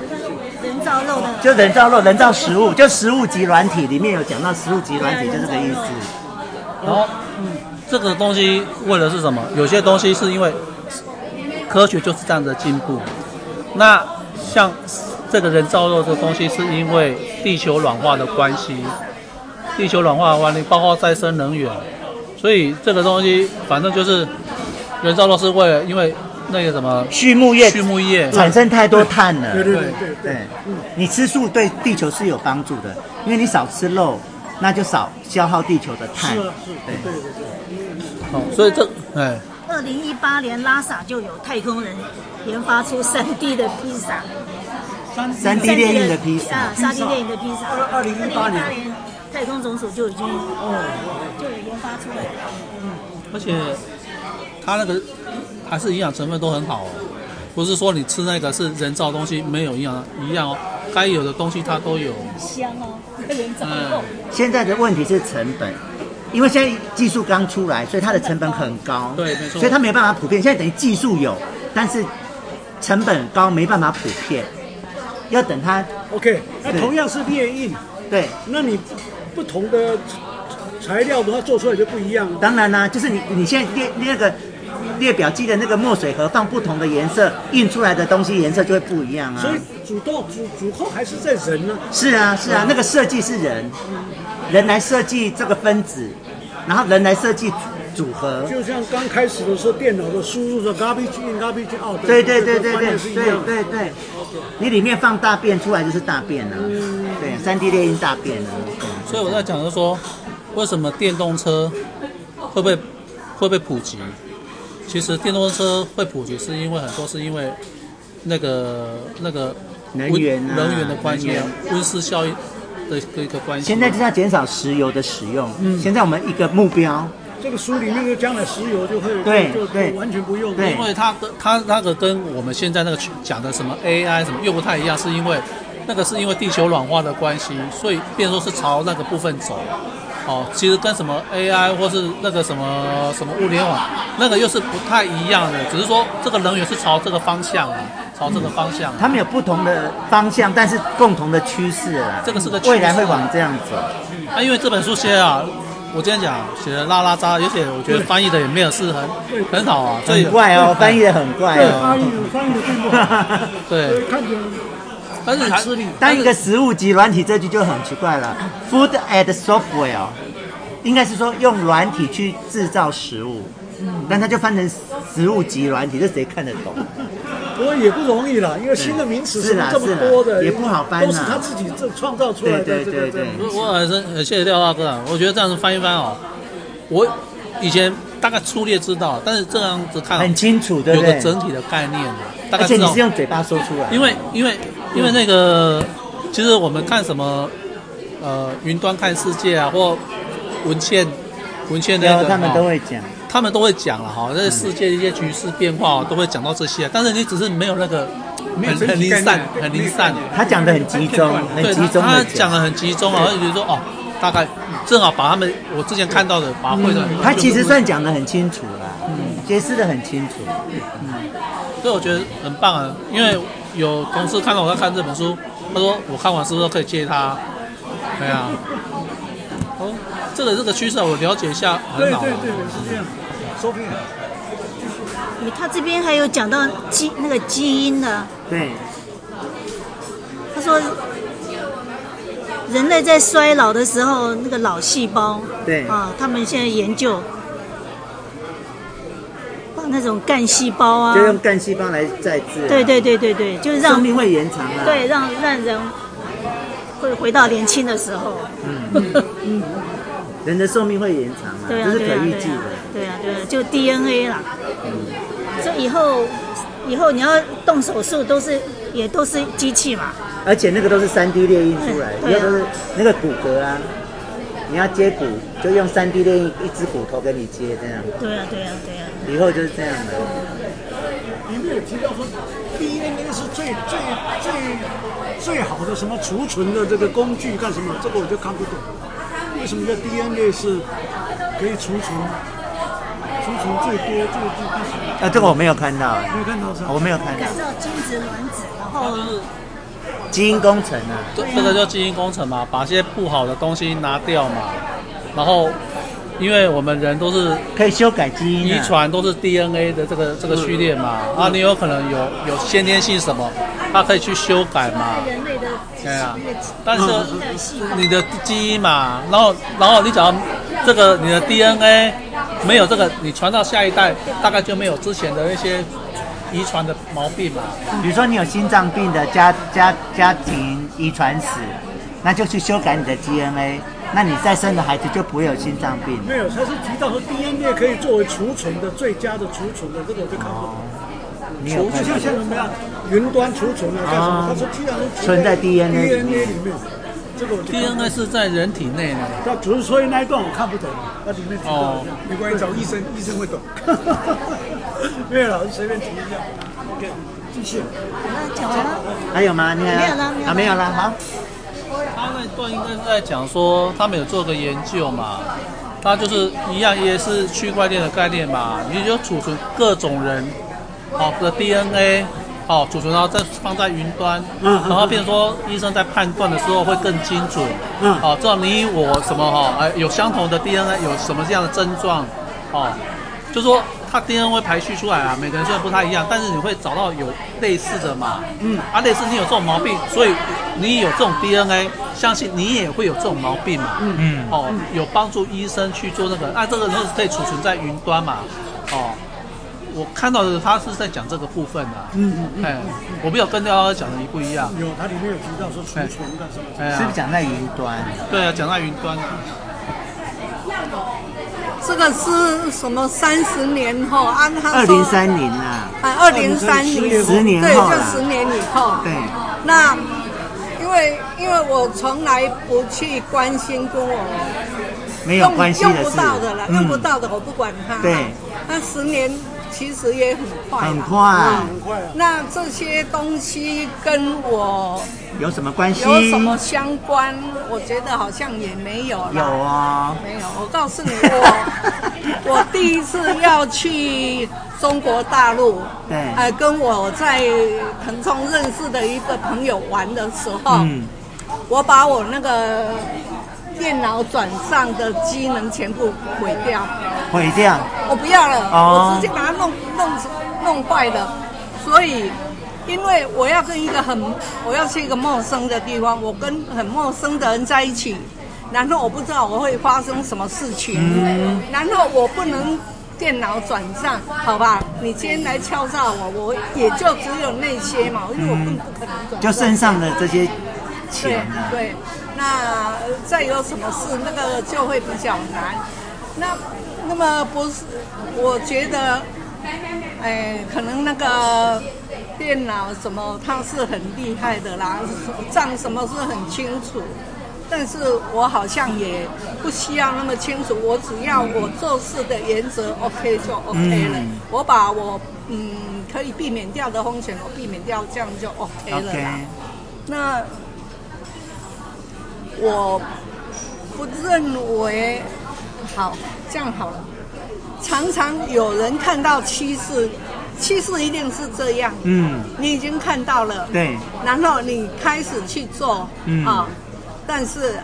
人造肉的
就人造肉、人造食物，就食物及软体里面有讲到食物及软体，就这个意思。
然后，嗯，这个东西为了是什么？有些东西是因为科学就是这样的进步。那像这个人造肉这个东西，是因为地球软化的关系，地球软化的关系包括再生能源，所以这个东西反正就是人造肉是为了因为那个什么
畜牧业
畜牧业
产生太多碳了。
对对对对
对，你吃素对地球是有帮助的，因为你少吃肉，那就少消耗地球的碳。对。
哦，所以这哎
二零一八年拉萨就有太空人研发出三 D 的披萨，
三 D 列印的披萨
啊，，三 D 电影的披萨。
二2018年
2018太空总署就已经
哦
就有研发出来了。
而且它那个还是营养成分都很好哦，不是说你吃那个是人造东西没有营养一样哦，该有的东西它都有。
香哦，人造
嗯
肉，
现在的问题是成本，因为现在技术刚出来，所以它的成本很高。
对没错
所以它没办法普遍。现在等于技术有，但是成本高，没办法普遍，要等它
OK，那
对
同样是列印，
对。
那你不同的材料的话，做出来就不一样了。
当然啦、就是你你现在列那个列表机的那个墨水盒放不同的颜色，印出来的东西颜色就会不一样啊。
所以主动主主控还是在人呢、
是啊，是啊，那个设计是人，人来设计这个分子，然后人来设计组合。
就像刚开始的时候，电脑的输入的 garbage in garbage out，
对对对对
这个观
对
念是一样的。
对对对，你里面放大便出来就是大便了、对，三 D 列印大便了、
所以我在讲就是说，为什么电动车会不会会被普及？其实电动车会普及，是因为很多是因为那个那个
能源啊
温能源的关系啊
能，
温室效应的一个关系。
现在就是要减少石油的使用。现在我们一个目标，
这个书里面就将来石油就会
对
就
对
就完全不用。
对
因为它跟它那个跟我们现在那个讲的什么 AI 什么又不太一样，是因为那个是因为地球软化的关系，所以变说是朝那个部分走。哦，其实跟什么 AI 或是那个什么什么物联网，那个又是不太一样的，只是说这个能源是朝这个方向啊，朝这个方向、啊。
他们有不同的方向，但是共同的趋势啦。
这个是个趋势
未来会往这样走。
啊，因为这本书写啊，我今天讲写的拉拉渣，而且我觉得翻译的也没有是很很好啊，所以
很怪哦，翻译的很怪哦。
翻译的并不好，
哈
对，
看起来
但是还
吃力
当一个食物及软体这句就很奇怪了，food and software，哦应该是说用软体去制造食物，但它就翻成食物及软体，这谁看得懂？
不过也不容易啦，因为新的名词
是啦
这么多
是啦
的，
也不好搬啦
都是他自己这创造出来的。
对对
这个
对对
这个
我我很很谢谢廖大哥啊，我觉得这样子翻一翻哦，我以前大概粗略知道，但是这样子看啊
很清楚，对
有
不
个
对？
整体的概念啊，大
而
概
且
知
你
道
是，用嘴巴说出来，
因为因为因为那个，其实我们看什么，呃，云端看世界啊，或文献文献
然
那
后
个，
他们
哦
都会讲，
他们都会讲了哈，这世界一些局势变化哦都会讲到这些，但是你只是没有那个
没有整
很
体
很零
概念
散
对
很
没有
零散
概念
他讲的很集中，很
对，
集中
他
的
讲的很集中啊，而且觉得说哦，大概正好把他们我之前看到的把它汇总。
嗯他其实算讲的很清楚啦，解释的很清楚。
所以我觉得很棒啊，因为有同事看到我在看这本书，他说我看完是不是可以借他？对啊，哦，这个这个趋势啊我了解一下，很
对
好啊。
对对对，是这样。说不定
你他这边还有讲到基那个基因呢，
对，
他说人类在衰老的时候，那个老细胞，
对
啊，他们现在研究把那种干细胞啊，
就用干细胞来再制啊，
对对对对对，就是
生
让
命会延长啊。
对，让让人会回到年轻的时候。
人的寿命会延长啊，
对啊
这，是
对啊
可，预
对
计
啊
的。，嗯
对啊，对啊，就 DNA 啦。所以以后以后你要动手术都是也都是机器嘛，
而且那个都是三 D 列印出来，
嗯
那
对啊
个都是那个骨骼啊，你要接骨就用三 D 列印一只骨头给你接，这样
对啊，对啊，对啊，
以后就是这样的。
里面有提到说，第一应该是最最最最好的什么储存的这个工具干什么？这个我就看不懂，为什么叫 DNA 是可以储存储存最多最最最什么？
啊，这个我没有看到，哎
没有看到是吧？
我没有看到
改造精子卵子，然后
基因工程啊，
这这个叫基因工程嘛，把一些不好的东西拿掉嘛，然后因为我们人都是
可以修改基因
遗
啊，
传都是 DNA 的这个这个序列嘛，啊，你有可能有有先天性什么，它可以去修改嘛，
人类的
对啊
那个基
但是
因的细胞，
你的基因嘛，然后然后你只要这个你的 DNA 没有这个，你传到下一代大概就没有之前的那些遗传的毛病嘛。
比如说你有心脏病的家家家庭遗传史，那就去修改你的 DNA，那你再生的孩子就不会有心脏病。
没有，他是提到说 DNA 可以作为储存的最佳的储存的，这个我就看不懂。
你有
储
看
就像
到
现在怎么样，云端储存啊，干什么
啊？
他说既然是
存在 DNA 里
DNA
面
里面，这个我就看不懂
DNA 是在人体内的，
那只是所以那一段我看不懂，那里面提到
哦
的
没关系，找医生，医生会懂。
没有老师随便提一下。OK，继续。
啊讲完了。
还有吗？你还
没有了没有了
啊，没有了。好，
他那段应该是在讲说，他们有做个研究嘛，他就是一样也是区块链的概念嘛，你就储存各种人好的 DNA，好哦储存然后再放在云端，
嗯嗯
然后变成说医生在判断的时候会更精准，
嗯
好知道你我什么哈，哎有相同的 DNA 有什么这样的症状，哦，就说它 DNA 会排序出来啊，每个人虽然不太一样，但是你会找到有类似的嘛。嗯，啊，类似你有这种毛病，所以你有这种 DNA，相信你也会有这种毛病嘛。嗯嗯，哦，有帮助医生去做那个，啊，这个都是可以储存在云端嘛。哦，我看到的他是在讲这个部分的、啊。嗯嗯，哎，我没有跟大家讲的一不一样。
有，它里面有提到说储存干什么？
哎
是不
呀
是，讲在云端？
对啊，讲到云端啊，
这个是什么？三十年后啊，他说
二零三零啊，
啊，二零三零
十年
对，
后
就
啦
十年以后。
对，
那因为因为我从来不去关心跟我
没有
用
关系
用
的
不
事
到的啦，，用不
嗯，
到的我不管它。
对，
那十年其实也很快啦，
很快
嗯那这些东西跟我
有什么关系？
有什么相关？我觉得好像也没有啦。
有啊，
没有，我告诉你，我
[laughs]
我第一次要去中国大陆，
对
呃，跟我在腾冲认识的一个朋友玩的时候，
嗯，
我把我那个电脑转账的机能全部毁掉，
毁掉，
我不要了，
哦
我直接把它弄弄弄坏了，所以。因为我要跟一个很，我要去一个陌生的地方，我跟很陌生的人在一起，然后我不知道我会发生什么事情，
嗯
然后我不能电脑转账，好吧？你今天来敲诈我，我也就只有那些嘛，因为我更不可能转账。
就身上的这些
对
钱啊，
对，那呃再有什么事，那个就会比较难。那那么不是，我觉得，哎，可能那个电脑什么，它是很厉害的啦，账什么是很清楚。但是我好像也不需要那么清楚，我只要我做事的原则 OK 就 OK 了。
嗯
我把我嗯可以避免掉的风险，我避免掉，这样就 OK 了啦。
OK
那我不认为好，这样好了。常常有人看到趋势，趋势一定是这样，
嗯，
你已经看到了，
对，
然后你开始去做，
嗯
啊，但是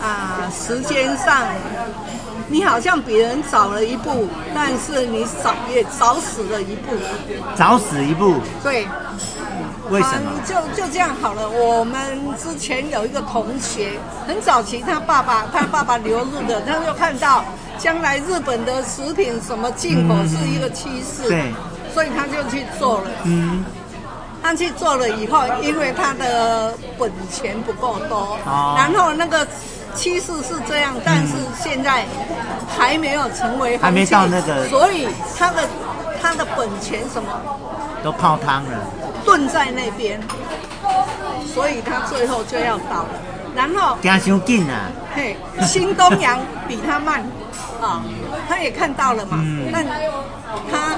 啊、时间上你好像比人早了一步，但是你早也早死了一步，
早死一步，
对，
为什么
啊？就就这样好了。我们之前有一个同学，很早期，他爸爸他爸爸流入的，他就看到将来日本的食品什么进口是一个趋势，
对，
所以他就去做了。
嗯，
他去做了以后，因为他的本钱不够多，
哦
然后那个趋势是这样，但是现在还没有成为风气
嗯还没到那个
所以他的他的本钱什么
都泡汤了，
蹲在那边，所以他最后就要倒了。然后，
加伤紧啊，
嘿，新东阳比他慢啊、他也看到了嘛，
嗯
那他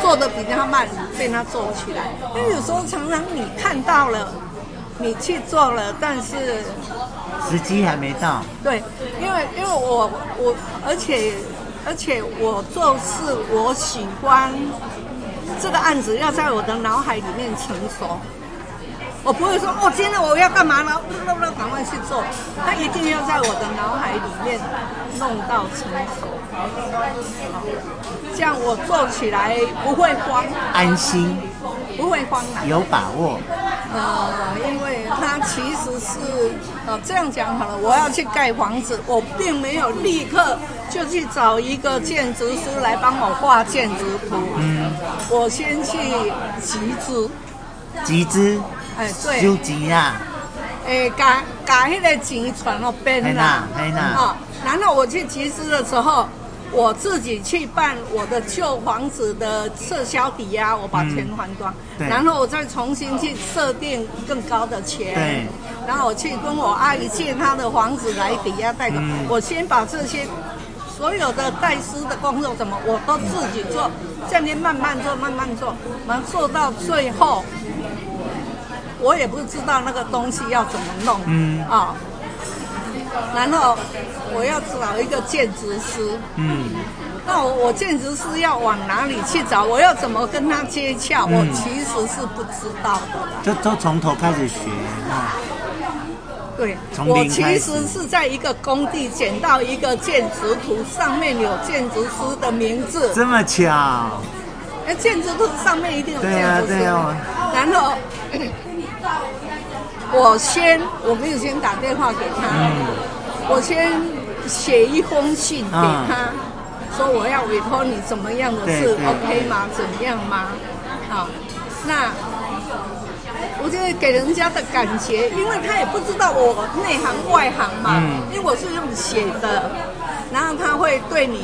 做的比他慢，被他做起来。但有时候常常你看到了，你去做了，但是
时机还没到，
对，因为因为我我而且而且我做事我喜欢这个案子要在我的脑海里面成熟，我不会说哦，今天我要干嘛了，不不赶快去做，它一定要在我的脑海里面弄到成熟，这样我做起来不会慌，
安心
不会慌啊。
有把握，
呃，因为它其实是呃这样讲好了，我要去盖房子，我并没有立刻就去找一个建筑师来帮我画建筑图，
嗯
我先去集资，
集资
哎
收
对，
集啊，
哎把把那个钱传到边啦
哎嘿呐嘿呐，
哦，然后我去集资的时候。我自己去办我的旧房子的撤销抵押，我把钱还光，
嗯对
然后我再重新去设定更高的钱。
对，
然后我去跟我阿姨借她的房子来抵押贷款，我先把这些所有的代师的工作什么我都自己做，这样慢慢做，慢慢做，然后做到最后，我也不知道那个东西要怎么弄，嗯啊、然后我要找一个建筑师，嗯，那我我建筑师要往哪里去找？我要怎么跟他接洽？我其实是不知道的啦。
就都从头开始学啊，
对，
从
我
零
其
开始
实是在一个工地捡到一个建筑图，上面有建筑师的名字，
这么巧，
哎，建筑图上面一定有
对啊
建筑师。
对啊
然后 [coughs] 我先，我没有先打电话给他，
嗯
我先写一封信给他，
啊
说我要委托你怎么样的
对
事
对
，OK 吗？怎么样吗？好，那。我觉得给人家的感觉，因为他也不知道我内行外行嘛，
嗯
因为我是用写的，然后他会对你，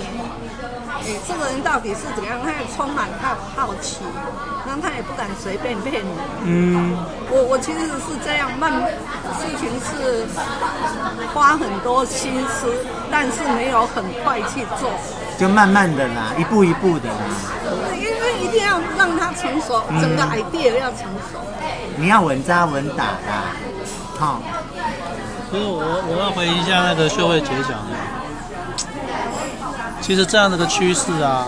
你这个人到底是怎样，他也充满好好奇，然后他也不敢随便骗你。
嗯，
我我其实是这样，慢事情是花很多心思，但是没有很快去做，
就慢慢的啦，一步一步的啦，
因为一定要让它成熟，整个
嗯
idea 要成熟。
你要稳扎稳打啦，好、
其实我我要回应一下那个秀慧姐讲的，其实这样的一个趋势啊，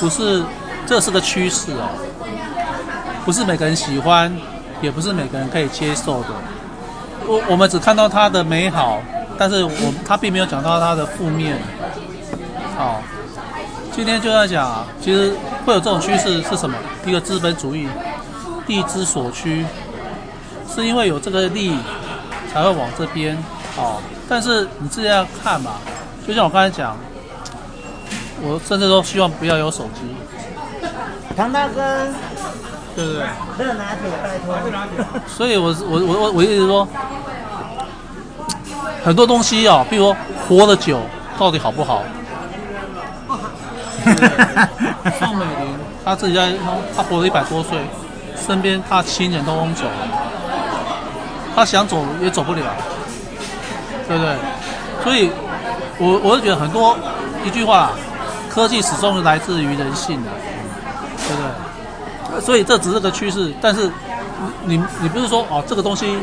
不是这是个趋势啊，不是每个人喜欢，也不是每个人可以接受的。我我们只看到它的美好，但是我他并没有讲到它的负面。好，今天就在讲啊，其实会有这种趋势是什么？一个资本主义，地之所趋，是因为有这个利益。才会往这边哦。但是你自己要看嘛，就像我刚才讲，我甚至都希望不要有手机，
唐大哥，
对不对？
热拿铁，拜托，
所以我我我我我一直说，很多东西哦，比如说活得久到底好不好？宋美龄她自己在，她活了一百多岁，身边她亲人都翁走了，她想走也走不了，对不对？所以，我我是觉得很多一句话，科技始终是来自于人性的，对不对？所以这只是个趋势，但是你你你不是说哦，这个东西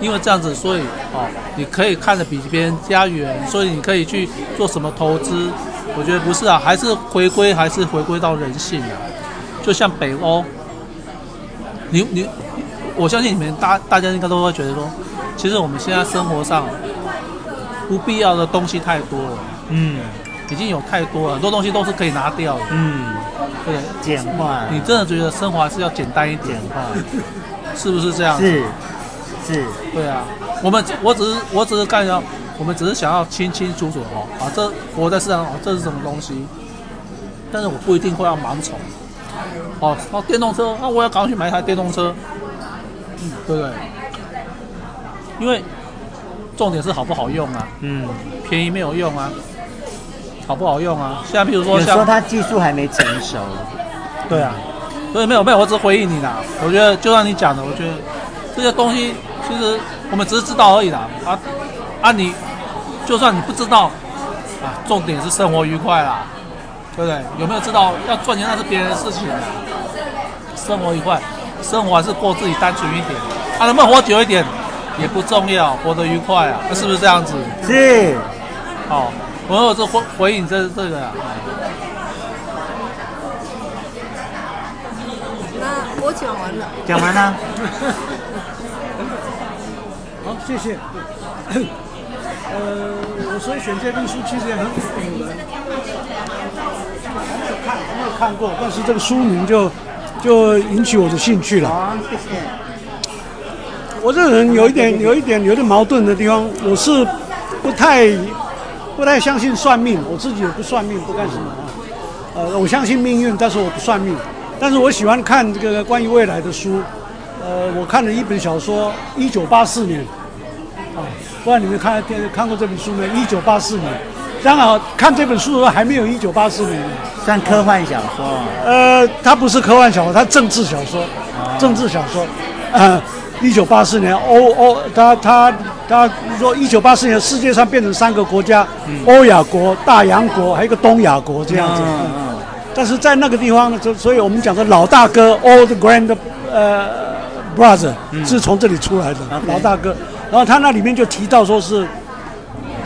因为这样子，所以哦，你可以看得比别人家远，所以你可以去做什么投资？我觉得不是啊，还是回归，还是回归到人性啊。就像北欧，你你，我相信你们大大家应该都会觉得说，其实我们现在生活上不必要的东西太多了，
嗯
已经有太多了，很多东西都是可以拿掉的，
嗯，
对不对？
[laughs] 简化，
你真的觉得生活还是要简单一点
[laughs]
吧？是不是这样？
是是，
对啊，我们我只是我只是干要，我们只是想要清清楚楚哦，啊，这活在世上哦，这是什么东西？但是我不一定会要盲从。哦，那、电动车，那、我要赶快去买一台电动车，嗯，对不对？因为重点是好不好用啊，
嗯，
便宜没有用啊，好不好用啊？现在比如说
有时
像
候他技术还没成熟，
对啊，所以没有没有，我只是回应你啦。我觉得就像你讲的，我觉得这些东西其实我们只是知道而已啦。啊啊你，就算你不知道啊，重点是生活愉快啦，对不对？有没有知道要赚钱那是别人的事情啦。啊生活愉快，生活还是过自己单纯一点。啊，能不能活久一点也不重要，活得愉快啊，是不是这样子？
是
好，我有这回回应这这个啊，
那我讲完了。
讲完了，
好，谢谢。呃，我所以选这本书其实也很鼓励我们，很少看，没有看过，但是这个书名就就引起我的兴趣了。
好，谢谢。
我这人有一点、有一点、有点矛盾的地方，我是不太、不太相信算命，我自己也不算命，不干什么啊。呃，我相信命运，但是我不算命。但是我喜欢看这个关于未来的书。呃，我看了一本小说，一九八四年，啊，不知道你们看看过这本书没？一九八四年，刚好看这本书的时候还没有一九八四年。
算科幻小说，
呃，它不是科幻小说，它政治小说，
哦
政治小说。呃，一九八四年，欧欧，他他他说一九八四年世界上变成三个国家，欧亚国、大洋国，还有一个东亚国这样子。
嗯
嗯但是在那个地方呢，就所以我们讲的老大哥 old grand 呃 brother、是从这里出来的
嗯 OK
老大哥。然后他那里面就提到说是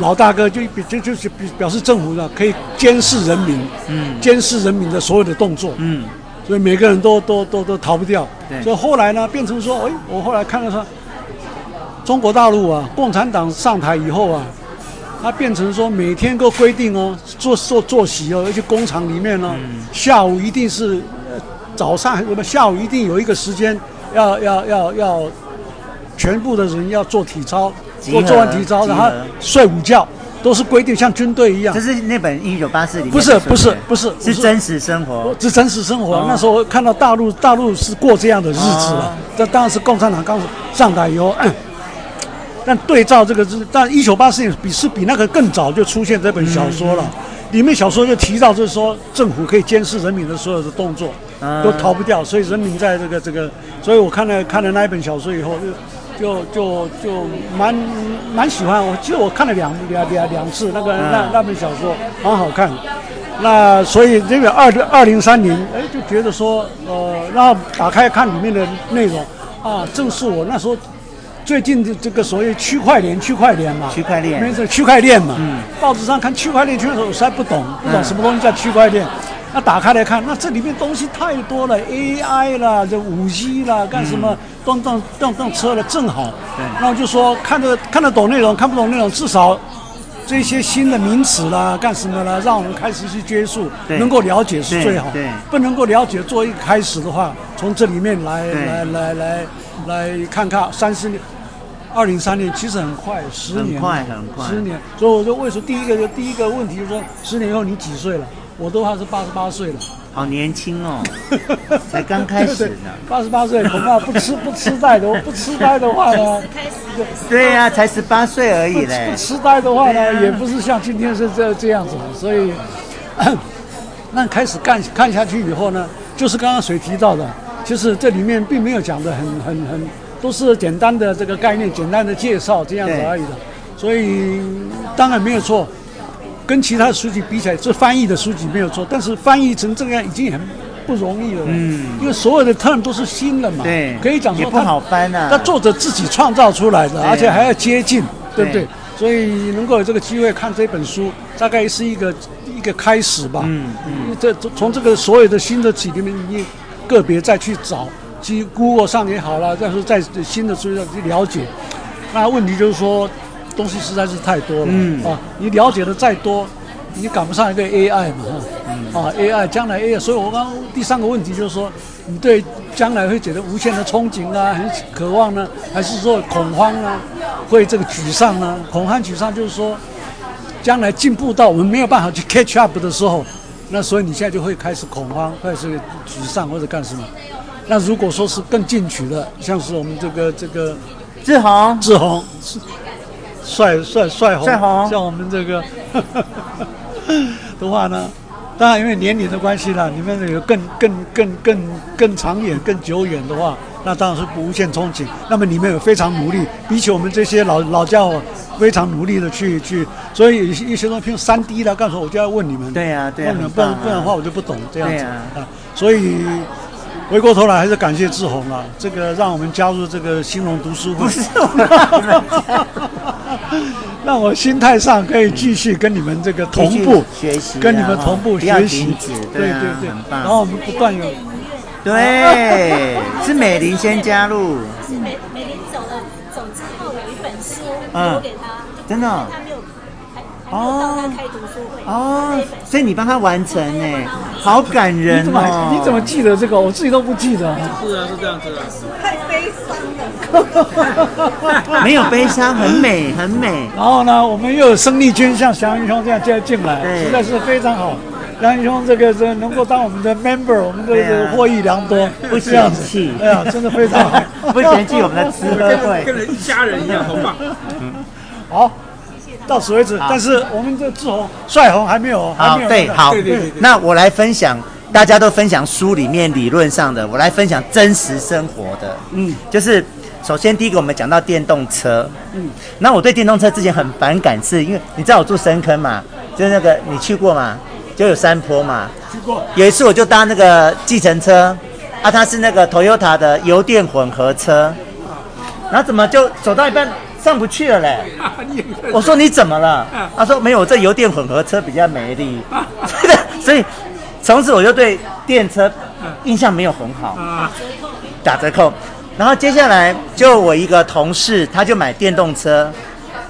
老大哥就比就就是比表示政府呢可以监视人民，嗯，监视人民的所有的动作，嗯，所以每个人都都都都逃不掉。
对
所以后来呢，变成说，哎，我后来看了说，中国大陆啊，共产党上台以后啊，它变成说每天都规定哦，做做作息哦，要去工厂里面哦，
嗯
下午一定是、呃、早上什么下午一定有一个时间要要要要全部的人要做体操，
集
做做完
合
体操，
集
然后
合
睡午觉，都是规定像军队一样
这，是那本《一九八四》里面
不是
的书
不是
对
不是
是
不是
真实生活。
这真实生活。
哦
那时候看到大陆大陆是过这样的日子
哦
了，这、当然是共产党刚上台以后。哎但对照这个是，但一九八四年比是比那个更早就出现这本小说了。里面小说就提到，就是说政府可以监视人民的所有的动作，
嗯
都逃不掉，所以人民在这个这个，所以我看了看了那一本小说以后，就就就就蛮蛮喜欢。我记得我看了两两两两次那个、那那本小说，蛮好看。那所以这个二二零三零，哎，就觉得说，呃，然后打开看里面的内容，啊，正是我那时候最近的这个所谓区块链，区块链嘛，
区块链嗯
没错，区块链嘛。报纸上看区块链，区块链我实在不懂，不懂什么东西叫区块链。那打开来看，那这里面东西太多了，AI 啦，这五 G 啦，干什
嗯
么动动动动车了，正好。那我就说看得看得懂内容，看不懂内容，至少这些新的名词啦，干什么啦，让我们开始去接触，
对
能够了解是最好
对对。
不能够了解，做一个开始的话，从这里面来
对
来来来来看看三十年。二零三年其实很快，十
很
年
快很快
十年。所以我说，为什么第一个就第一个问题就是说，十年后你几岁了？我都还是八十八岁了，
好年轻哦，才刚开
[laughs]
始呢。
八十八岁恐怕不痴不痴呆的，不痴呆的话呢，
对呀、才十八岁而已嘞啊
不 [laughs] 痴呆的话呢，也不是像今天是这这样子，所以，那开始干看下去以后呢，就是刚刚谁提到的，就是这里面并没有讲的很很很，都是简单的这个概念，简单的介绍这样子
对
而已的，所以当然没有错。跟其他的书籍比起来，这翻译的书籍没有错，但是翻译成这样已经很不容易了。嗯，因为所有的 term 都是新的嘛，
对
可以讲说
也不
它
好翻啊
它作者自己创造出来的，
对
而且还要接近，对不对？
对
所以能够有这个机会看这本书，大概是一个一个开始吧。嗯嗯，这从这个所有的新的起里面，你个别再去找，去 Google 上也好了，但是在新的书上去了解。那问题就是说，东西实在是太多了。嗯啊，你了解的再多，你赶不上一个 AI 嘛哈。啊，AI 将来 AI，所以我刚刚第三个问题就是说，你对将来会觉得无限的憧憬啊，很渴望呢，还是说恐慌啊，会这个沮丧呢？恐慌沮丧就是说，将来进步到我们没有办法去 catch up 的时候，那所以你现在就会开始恐慌，或者是沮丧或者干什么。那如果说是更进取的，像是我们这个这个
志宏，
志宏，帅帅帅宏，
帅宏
像我们这个 [laughs] 的话呢，当然因为年龄的关系啦，你们有更更更更更长远、更久远的话，那当然是无限憧憬。那么你们有非常努力，比起我们这些老老家伙，非常努力的去去，所以有些有些东西，譬如三 D 啦，干什么，我就要问你们。
对呀对呀
问你
很
们，不
棒啊
然不然的话我就不懂这样
对
子
呀
啊。所以回过头来，还是感谢志宏啊，这个让我们加入这个兴隆读书会。
不是我们你们家
[laughs] 让我心态上可以继续跟你们这个同
继续
步
学习啊
跟你们同步
不要
学习
停止，
对
对啊
对
很，棒
然后我们不断有
对，哎是美玲先加入，
是美美玲走了走之后有一本书
嗯
留给他，就
真的哦
因为他没有还还没有到他开读书会
哦
这一本，书
所以你帮他完成呢，好感
你
人
怎么
哦！
你怎么记得这个？我自己都不记得。
是啊，是这样子的。
太悲伤了。
没有悲伤？很美，很
[laughs]
美。
然后呢，我们又有生力军像祥云兄这样这样进来，
对
实在是非常好。祥云兄这个这能够当我们的 member，我们的
对啊
这个获益良多，
不
这样子
嫌弃
哎呀，真的非常好，
[laughs] 不嫌弃我们的吃喝
跟
会，
人一家人一样，好棒。
[laughs] 好，到此为止。但是我们这志宏、帅宏还没有，还
好
没有
对
那个
好
对对对。对
那我来分享，大家都分享书里面理论上的，我来分享真实生活的。嗯，就是首先第一个我们讲到电动车，嗯，那我对电动车之前很反感是，因为你知道我住深坑嘛，就是那个你去过吗？就有山坡嘛，
去过，
有一次我就搭那个计程车，啊，它是那个 Toyota 的油电混合车，然后怎么就走到一半上不去了嘞？
你 [laughs]
我说你怎么了？
嗯
他说没有，我这油电混合车比较美
[laughs]
丽。 [laughs] 真的，所以从此我就对电车印象没有很好，
嗯啊，
打折扣。然后接下来就我一个同事，他就买电动车，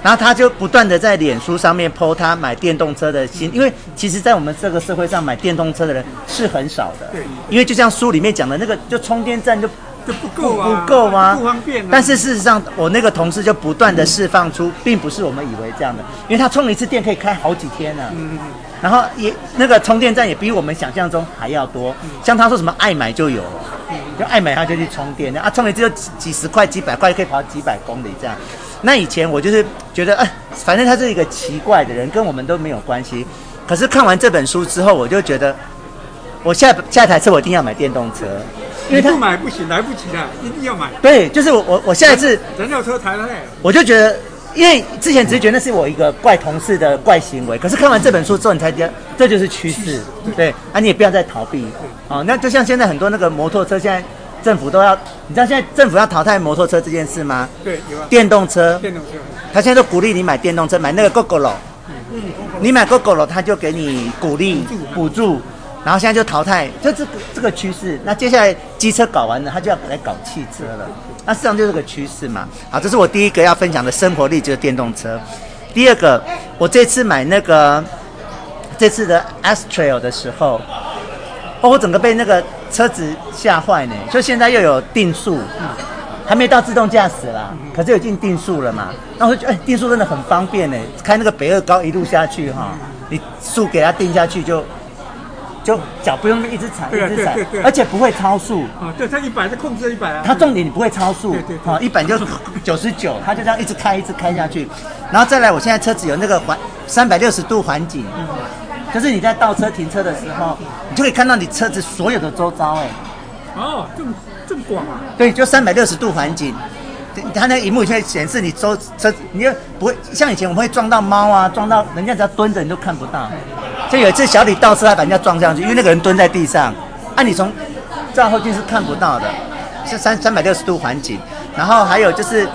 然后他就不断的在脸书上面 PO 他买电动车的心，
嗯
因为其实，在我们这个社会上买电动车的人是很少的，
对
因为就像书里面讲的那个，就充电站就
这不够啊，
不够吗？
不方便啊。
但是事实上，我那个同事就不断的释放出，并不是我们以为这样的，因为他充一次电可以开好几天呢、嗯然后也那个充电站也比我们想象中还要多，
嗯
像他说什么爱买就有了，就爱买他就去充电，啊，充一次就几几十块、几百块可以跑几百公里这样。那以前我就是觉得，哎、反正他是一个奇怪的人，跟我们都没有关系。可是看完这本书之后，我就觉得，我下下台车我一定要买电动车，因
你
为他
不买不行，来不及了，一定要买。
对，就是我我我下一次。
燃料车台嘞，
我就觉得，因为之前只是觉得那是我一个怪同事的怪行为，可是看完这本书
嗯
之后，你才觉得这就是趋势，对啊，你也不要再逃避，哦，那就像现在很多那个摩托车，现在政府都要，你知道现在政府要淘汰摩托车这件事吗？
对，有啊，
电动车，
电动车。
他现在都鼓励你买电动车，买那个 GoGo 你买 GoGo 他就给你鼓励补助，然后现在就淘汰，就这个这个趋势。那接下来机车搞完了，他就要来搞汽车了。那市场就是个趋势嘛。好，这是我第一个要分享的生活力，就是电动车。第二个，我这次买那个这次的 Astrail 的时候，哦，我整个被那个车子吓坏呢。就现在又有定速，还没到自动驾驶啦，可是已经定速了嘛。那我就觉得，哎、定速真的很方便呢，开那个北二高一路下去哈，你速给它定下去就。就脚不用那么一直踩，一
对啊
直踩
对对，对
而且不会超速。
啊，对，它一百是控制一百啊。
它重点你不会超速
对对，对
啊，一本就九十九，它就这样一直开一直开下去，然后再来，我现在车子有那个环三百六十度环景，
嗯
就是你在倒车停车的时候，你就可以看到你车子所有的周遭，哎，
哦，这么这么广啊，
对，就三百六十度环景，对它那个荧幕就会显示你周车，你就不会像以前我们会撞到猫啊，撞到人家只要蹲着你都看不到。就有一次小李倒车，他把人家撞上去，因为那个人蹲在地上，啊，你从照后镜是看不到的，是三三百六十度环景。然后还有就是，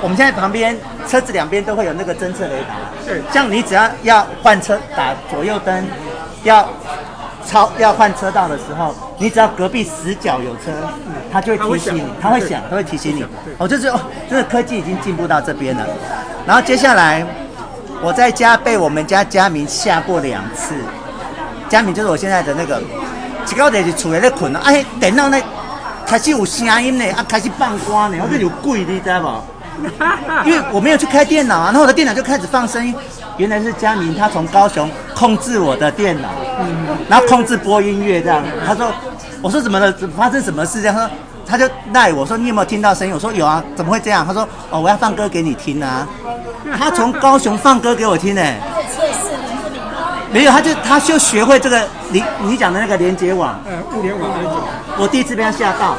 我们现在旁边车子两边都会有那个侦测雷达，
对
像你只要要换车打左右灯，要超要换车道的时候，你只要隔壁死角有车，它就会提醒你，
它
它会
会
响
响，
它会提醒你
对。
哦，就是哦，真的科技已经进步到这边了。然后接下来，我在家被我们家佳明吓过两次。佳明就是我现在的那个，一到就是厝内咧困啊，哎，电脑咧开始有声音呢，啊，开始放歌呢，我这有鬼，你知道不？因为我没有去开电脑啊，然后我的电脑就开始放声音，原来是佳明他从高雄控制我的电脑，然后控制播音乐这样。他说，我说怎么了？怎么发生什么事？这样他说，他就赖我说你有没有听到声音？我说有啊，怎么会这样？他说哦，我要放歌给你听啊。他从高雄放歌给我听呢、
测试能不能
没有，他就他就学会这个你你讲的那个连接网，
呃，物联网那种，
我第一次被他吓到。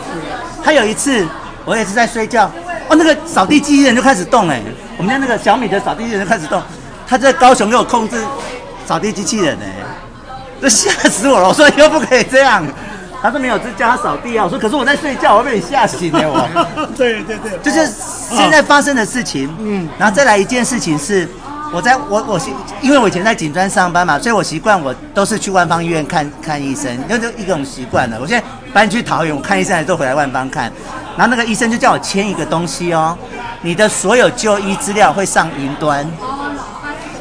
他有一次，我也是在睡觉，哦，那个扫地机器人就开始动哎、我们家那个小米的扫地机器人就开始动，他在高雄给我控制扫地机器人哎、这吓死我了！我说以后不可以这样。他说没有，就叫他扫地啊。我说可是我在睡觉，我被你吓醒了我。
对对对，
这就是现在发生的事情。嗯，然后再来一件事情是，我在我我习，因为我以前在警专上班嘛，所以我习惯我都是去万方医院看看医生，因为就一种习惯了。我现在搬去桃园，我看医生还是都回来万邦看。然后那个医生就叫我签一个东西哦，你的所有就医资料会上云端。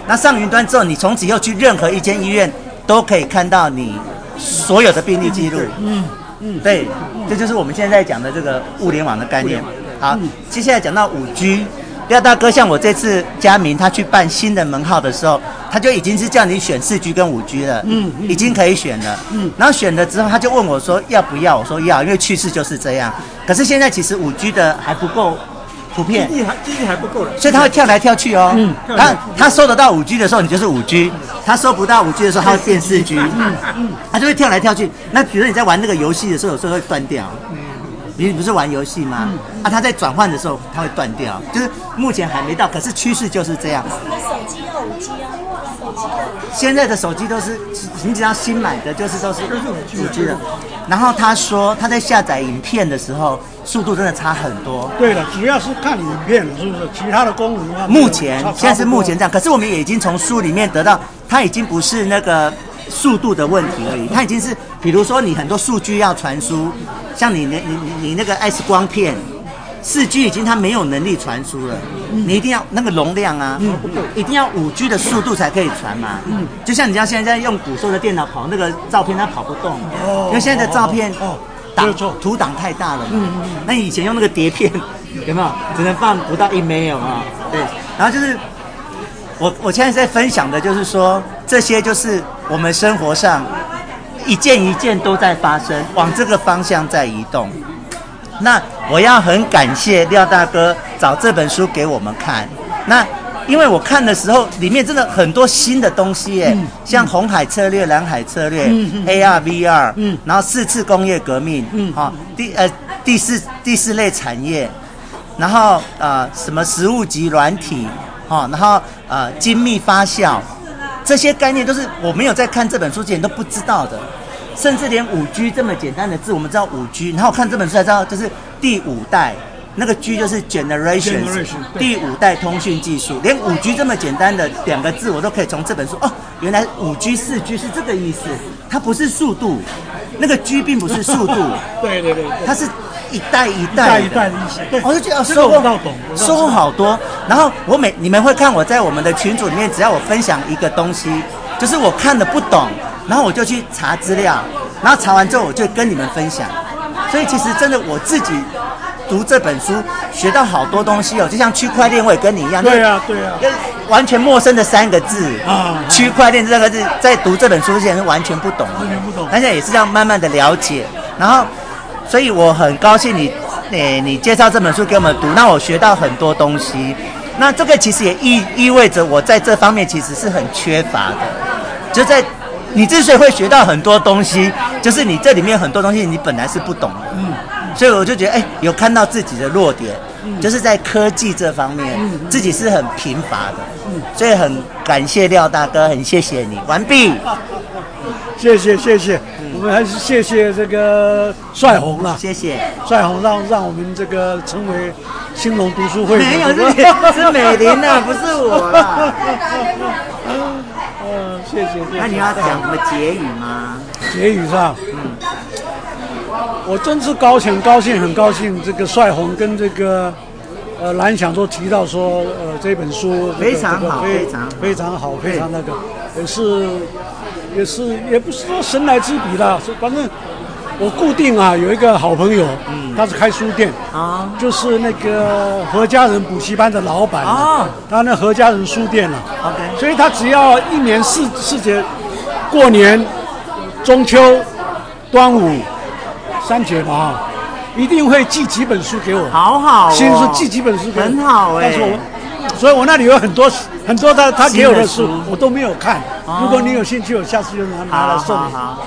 那上云端之后，你从此以后去任何一间医院都可以看到你所有的病历记录。嗯嗯，对，这就是我们现在讲的这个物联网的概念。好，接下来讲到五 G。廖大哥，像我这次佳明他去办新的门号的时候，他就已经是叫你选四 G 跟五 G 了，嗯，已经可以选了，嗯，然后选了之后，他就问我说要不要，我说要，因为趋势就是这样。可是现在其实五 G 的还不够普遍，
地还地还不够了，
所以他会跳来跳去哦。嗯，他他收得到五 G 的时候，你就是五 G；他收不到五 G 的时候，他会变四 G。嗯嗯，他就会跳来跳去。那比如你在玩那个游戏的时候，有时候会断掉。你不是玩游戏吗？啊，它在转换的时候，它会断掉，就是目前还没到，可是趋势就是这样。
那手机要五 G 啊，手机要五 G
现在的手机都是，你只要新买的，就是都是五 G 的。然后他说他在下载影片的时候，速度真的差很多。
对的，主要是看影片了，是不是？其他的功能啊，
目前
差差不多
现在是目前这样，可是我们也已经从书里面得到，它已经不是那个速度的问题而已，它已经是比如说你很多数据要传输，像你那你你你那个 X 光片。四 G 已经它没有能力传输了，你一定要那个容量啊，一定要五 G 的速度才可以传嘛。就像你知道现在用古兽的电脑跑那个照片，它跑不动，因为现在的照片档图档太大了嘛。那你以前用那个碟片有没有只能放不到一 m 有啊？对，然后就是我我现在在分享的就是说，这些就是我们生活上一件一件都在发生，往这个方向在移动。那我要很感谢廖大哥找这本书给我们看。那因为我看的时候，里面真的很多新的东西耶，像红海策略、蓝海策略、AR、VR，嗯，然后四次工业革命，嗯，好、第呃第四第四类产业，然后呃什么食物级软体，哦，然后呃精密发酵，这些概念都是我没有在看这本书之前都不知道的，甚至连五 G 这么简单的字，我们知道五 G，然后我看这本书才知道，就是第五代。那个 G 就是 generation，第五代通讯技术，连五 G 这么简单的两个字，我都可以从这本书哦，原来五 G、四 G 是这个意思，它不是速度，那个 G 并不是速度，
对对对对。
它是一代一代一代的意思。对，我就觉得哦收获收获好多。然后我每你们会看我在我们的群组里面，只要我分享一个东西，就是我看的不懂，然后我就去查资料，然后查完之后我就跟你们分享。所以其实真的我自己读这本书学到好多东西哦，就像区块链我也跟你一样。
对啊对啊
就是完全陌生的三个字啊，区块链这三个字，在读这本书之前是完全不懂的，完全不懂，但是也是这样慢慢的了解，然后，所以我很高兴你，诶、你介绍这本书给我们读，让我学到很多东西。那这个其实也意意味着我在这方面其实是很缺乏的，就在你之所以会学到很多东西，就是你这里面很多东西你本来是不懂的，嗯，所以我就觉得哎、有看到自己的弱点，就是在科技这方面，自己是很贫乏的，所以很感谢廖大哥，很谢谢你，完毕。
谢谢谢谢，
嗯
我们还是谢谢这个帅红啦，
谢谢。
帅红让让我们这个成为兴隆读书会的
没有，
这个
是是美玲
[laughs]
啊，不是我啦。
嗯，谢谢谢谢。
那你要讲什么结语吗？
结语上，嗯，我真是高兴，高兴，很高兴。这个帅红跟这个呃蓝翔都提到说，呃，这本书、这个
非常好
这个
非常好
非常好，
对
非常那个，也是也是也不是说神来之笔啦，是反正我固定啊有一个好朋友，嗯，他是开书店
啊，
就是那个何家人补习班的老板
啊
啊，他那何家人书店啊
OK
所以他只要一年四四节，过年、中秋、端午三节吧哈，一定会寄几本书给我。
好好、哦，
其实是寄几本书给我，
很好哎、
但是我，所以我那里有很多很多他他给我的
新的
书
书，
我都没有看。如果你有兴趣，我下次就拿拿来
好
送
好
你。
好，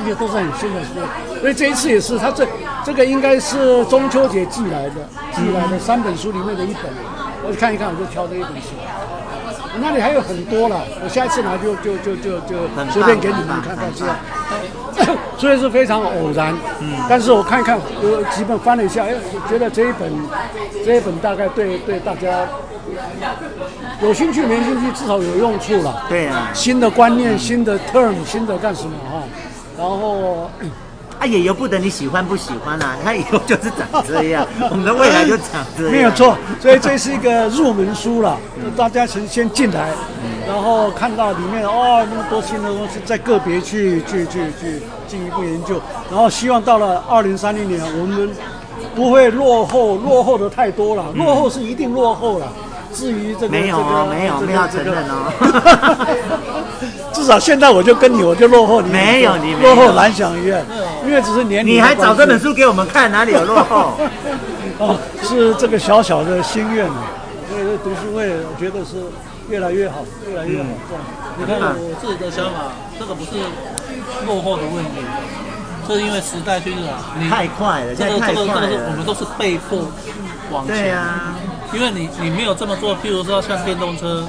而且都是很新的书，所以这一次也是，他这这个应该是中秋节寄来的，寄来的三本书里面的一本，我看一看，我就挑这一本书。我那里还有很多了，我下一次拿就就就就
很棒
就随便给你们看
很
看
棒
这样。所以是非常偶然，嗯，但是我看一看有几本翻了一下，哎，我觉得这一本这一本大概对对大家有兴趣没兴趣至少有用处了。
对啊，
新的观念、新的 term、新的干什么哈？然后嗯
啊，也由不得你喜欢不喜欢啊，它以后就是长这样，我们的未来就长这样。
没有错，所以这是一个入门书了，大家先先进来，然后看到里面哦那么多新的东西，在个别去去去去进一步研究，然后希望到了二零三零年，我们不会落后，落后的太多了，落后是一定落后了。至于
嗯
这个
没有
这个
哦没有
这个
没有
这
承
个
认哦
[laughs] 至少现在我就跟你，我就落后你很多，
没有你没有
落后蓝翔医院，因为只是年龄
你
的
还
关
找
系
这本书给我们看，哪里有落后？
哦，是这个小小的心愿啊。所以这读书会，我觉得是越来越好，越来越好。
嗯
这样，
你看我自己的想法，这个不是落后的问题，这是因为时代趋势啊，你
太快了，
这
现
个这
在太
个这
快
个是我
了。
们都是被迫往前。
对啊，
因为你你没有这么做，譬如说像电动车，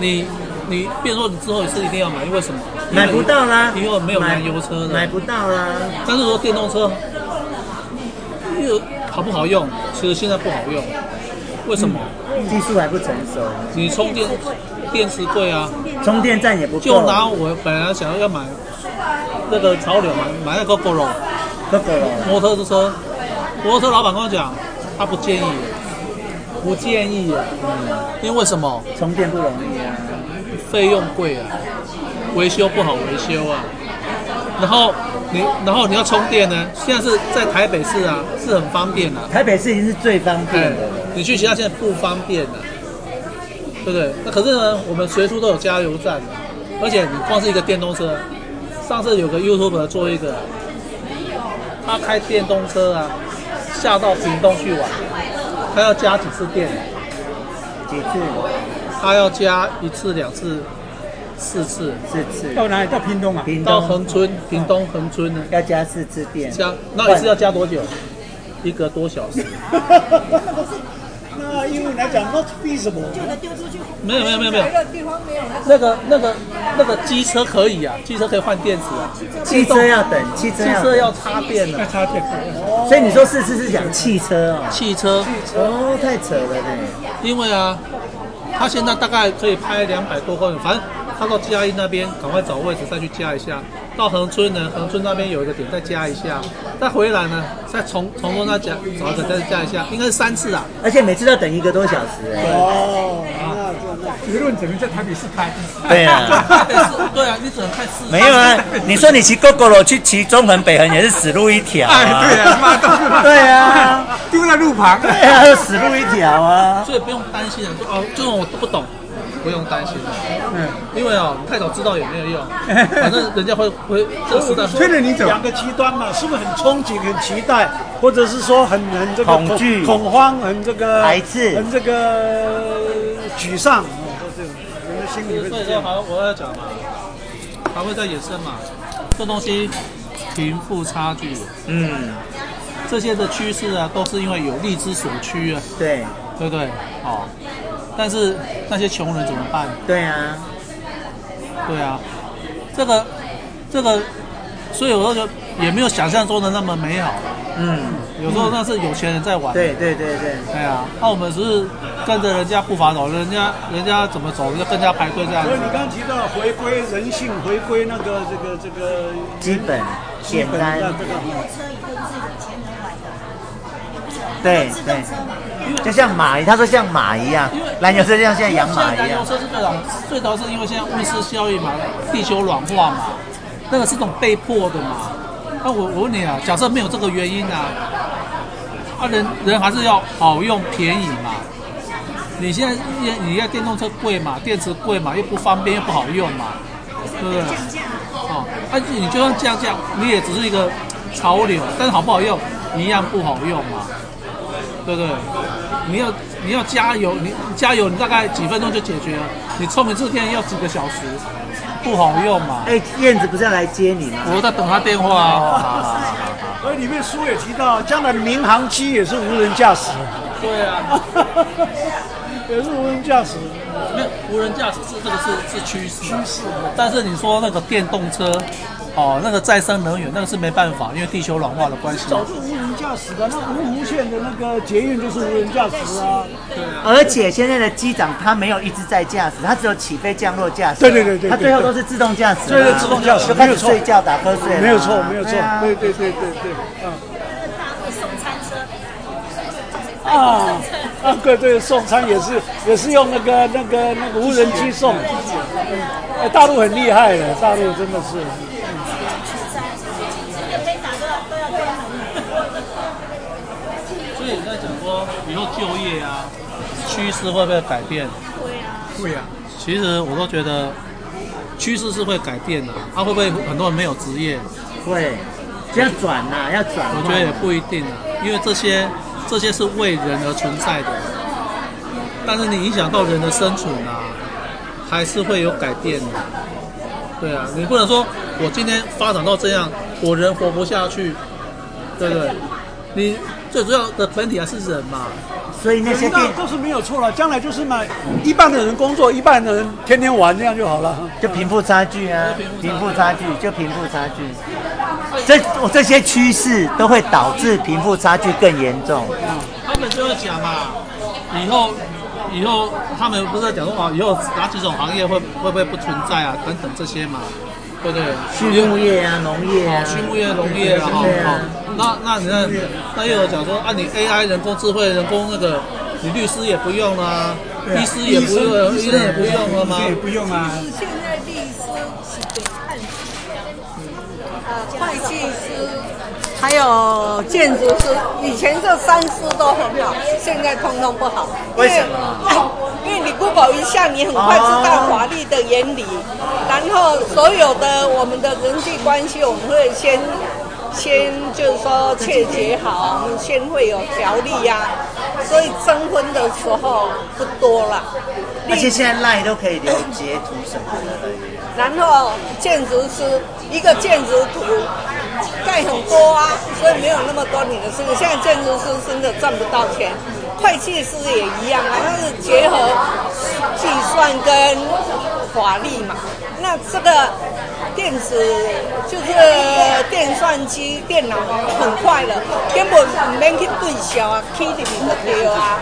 你你变说你之后也是一定要买，为什么？
买不到啦，
因为没有
买
燃油车
买
了。
不到啦。
但是说电动车又好不好用？其实现在不好用，为什么？
技术还不成熟，
你充电电池贵啊，
充电站也不够。
就拿我本来想要买那个潮流买买那个 GoGo
这个了，
摩托车，摩托车老板跟我讲，他不建议，不建议啊，因为为什么？
充电不容易啊。
费用贵啊，维修不好维修啊，然后你然后你要充电呢，现在是在台北市啊，是很方便啊，
台北市已经是最方便
哎
的了。，
你去其他县不方便的、对不对？那可是呢，我们随处都有加油站的，而且你光是一个电动车，上次有个 YouTube 做一个，他开电动车啊，下到屏东去玩，他要加几次电，
几次？
他要加一次、两次、四次，
四次。
到哪里？到屏东啊？
屏
到
东
恒春，屏东恒春呢，
要加四次电，
加那一次要加多久？一个多小时。
那英文来讲，not feasible。
没有没有没有没有，
地方没有那
那个那个那个机车可以啊，机车可以换电池啊，
汽车要等，汽车
汽
要
车
等。
要插电啊的、
要插电。
所以你说四次是讲汽车哦，
汽车，
哦，太扯了嘞。
因为啊，他现在大概可以拍两百多公里，反正他到嘉义那边赶快找位置再去加一下，到恒春呢，恒春那边有一个点再加一下，再回来呢，再从从中再加找一个再加一下，应该是三次啊，
而且每次都要等一个多小时哎。
哦，那就那
结论只能在台北市拍。
对啊
但是 [laughs] 对啊，你只能看四次，
没有啊，你说你骑 GoGo 去骑中横北横也是死路一条
哎，
啊。
对啊，妈的，
对啊，
丢在路旁。
对啊，死路一条啊。
所以不用担心啊，说哦，这种我都不懂，不用担心的，
嗯
因为哦，太早知道也没有
[laughs]
用，反正人家会会这个时代
推着你走，
两个极端嘛，是不是很憧憬、很期待，或者是说很很这个
恐惧
恐慌、很这个
排斥
很这个沮丧，哦都这种人的心里会
所
是
以
这
说，
样。
好，我要讲嘛，还会再衍生嘛，这东西贫富差距
嗯，
这些的趋势啊，都是因为有利之所趋啊，
对
对不对？哦，但是那些穷人怎么办？
对啊，
对啊，这个这个，所以我就觉得也没有想象中的那么美好，
嗯，
有时候那是有钱人在玩。
对对对对，
哎呀，那我们只是跟着人家步伐走，人家人家怎么走，就跟人家排队这样
所以你
子。
刚刚提到回归人性，回归那个这个这个
基本
基
简
本
单，
的这个哈。
车也都是以前人玩的，
对
自动
对，
车嘛。
就像马，他说像马一样，篮球车就像现在养
现
马
在
一
燃油
样，
车是最早，最早是因为现在温室效应嘛，地球软化嘛，那个是种被迫的嘛。那我我问你啊，假设没有这个原因啊，啊人人还是要好用便宜嘛。你现在你要电动车贵嘛，电池贵嘛，又不方便又不好用嘛，对不对？哦，但是你就算降价，你也只是一个潮流，但是好不好用一样不好用嘛，对不对？你要你要加油，你你加油，你大概几分钟就解决了。你充一次电要几个小时，不好用嘛。
哎，燕子不是要来接你吗？
我在等他电话啊。
而里面书也提到，将来的民航机也是无人驾驶，
对啊，
[laughs] 也是无人驾驶。
啊没有无人驾驶是这个是是趋势，趋势。但是你说那个电动车，哦，那个再生能源那个是没办法，因为地球软化的关系。
早就无人驾驶的，那无无线的那个捷运就是无人驾驶啊。
而且现在的机长他没有一直在驾驶，他只有起飞、降落驾驶。啊
对对对对对
他最后都是自动驾驶啦。啊
对对自动驾驶嗯
就开始
没有错
睡觉、打瞌睡啦。
没有错，没有错
对啊，
对对对对对，嗯
那个大会送餐车，
啊啊，对对，送餐也是也是用那个那个那个无人机送，哎大陆很厉害的，大陆真的是。
这个飞打都要都要都要很美。
所以你在讲说以后就业啊，趋势会不会改变？
会啊，
其实我都觉得趋势是会改变的，啊，会不会很多人没有职业？
会，就要转呐，要转。
我觉得也不一定啊，因为这些这些是为人而存在的，但是你影响到人的生存啊，还是会有改变的。对啊，你不能说我今天发展到这样，我人活不下去，对不对？你最主要的本体还是人嘛。
所以那些
那
电
倒是没有错了，将来就是嘛，一半的人工作，一半的人天天玩，这样就好了。
就贫富差距啊，贫富差距就贫富差距，这我这些趋势都会导致贫富差距更严重。
他们就会讲嘛，以后以后他们不是在讲说啊，以后哪几种行业会会不会不存在啊，等等这些嘛，对不对？
畜牧业啊，农业啊，
畜牧业、农业啊，好
对
好
啊，
那那你看，那又有讲说啊，你 AI 人工智慧、人工那个，你律师也不用啦、
对啊
医师也不用了，医生也不用了吗？
也不用啊，
是现在律师是给判决的，呃，会计师，还有建筑师，以前这三师都很好，现在通通不好。
为什么
[laughs] 因为？因为你 Google 一下，你很快知道法律的原理，然后所有的我们的人际关系，我们会先先就是说切结好，我们先会有条例呀、所以征婚的时候不多了。
而且现在赖都可以留截图什么的了。
然后建筑师一个建筑图盖很多啊，所以没有那么多你的事情。现在建筑师真的赚不到钱，会计师也一样啊，它是结合计算跟法律嘛。那这个电子就是电算机、电脑很快了，根本唔免去对销啊，去里面就对啊。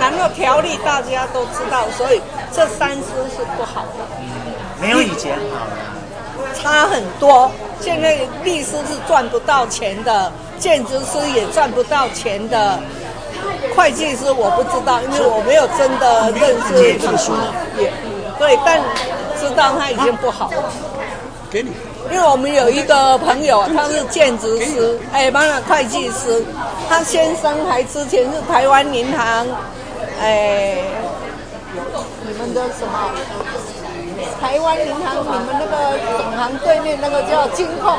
然后条例大家都知道，所以这三思是不好的。
没有以前好了。
差很多。现在律师是赚不到钱的，建筑师也赚不到钱的，会计师我不知道，因为我没有真的认识他们也对，但知道他已经不好了。
给你，
因为我们有一个朋友，他是建筑师，哎，帮了会计师，他先生还之前是台湾银行，哎，你们的什么？台湾银行，你们那个总行对面那个叫金控，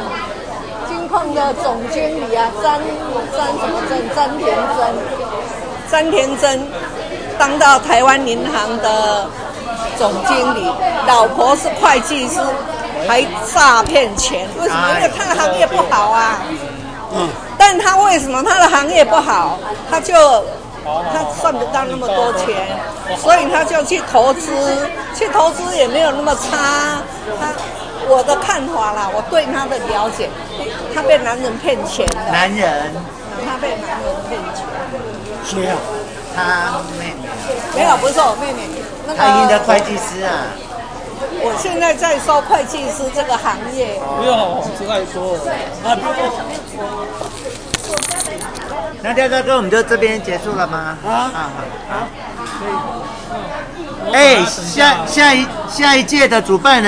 金控的总经理啊，詹詹什么珍，詹田珍，詹田珍当到台湾银行的总经理，老婆是会计师，还诈骗钱，为什么？因为他的行业不好啊。但他为什么他的行业不好？他就他赚不到那么多钱，所以他就去投资，去投资也没有那么差。他我的看法啦，我对他的了解，他被男人骗钱的，
男人
他被男人骗钱。
谁啊？
他妹妹，
没有，不是我妹妹，那
他赢的
个
会计师啊，
我现在在说会计师这个行业，
不用，我只爱说，
那廖大哥我们就这边结束了吗？
啊
啊好。
我
哎，
等一下
下下一下一届的主办人。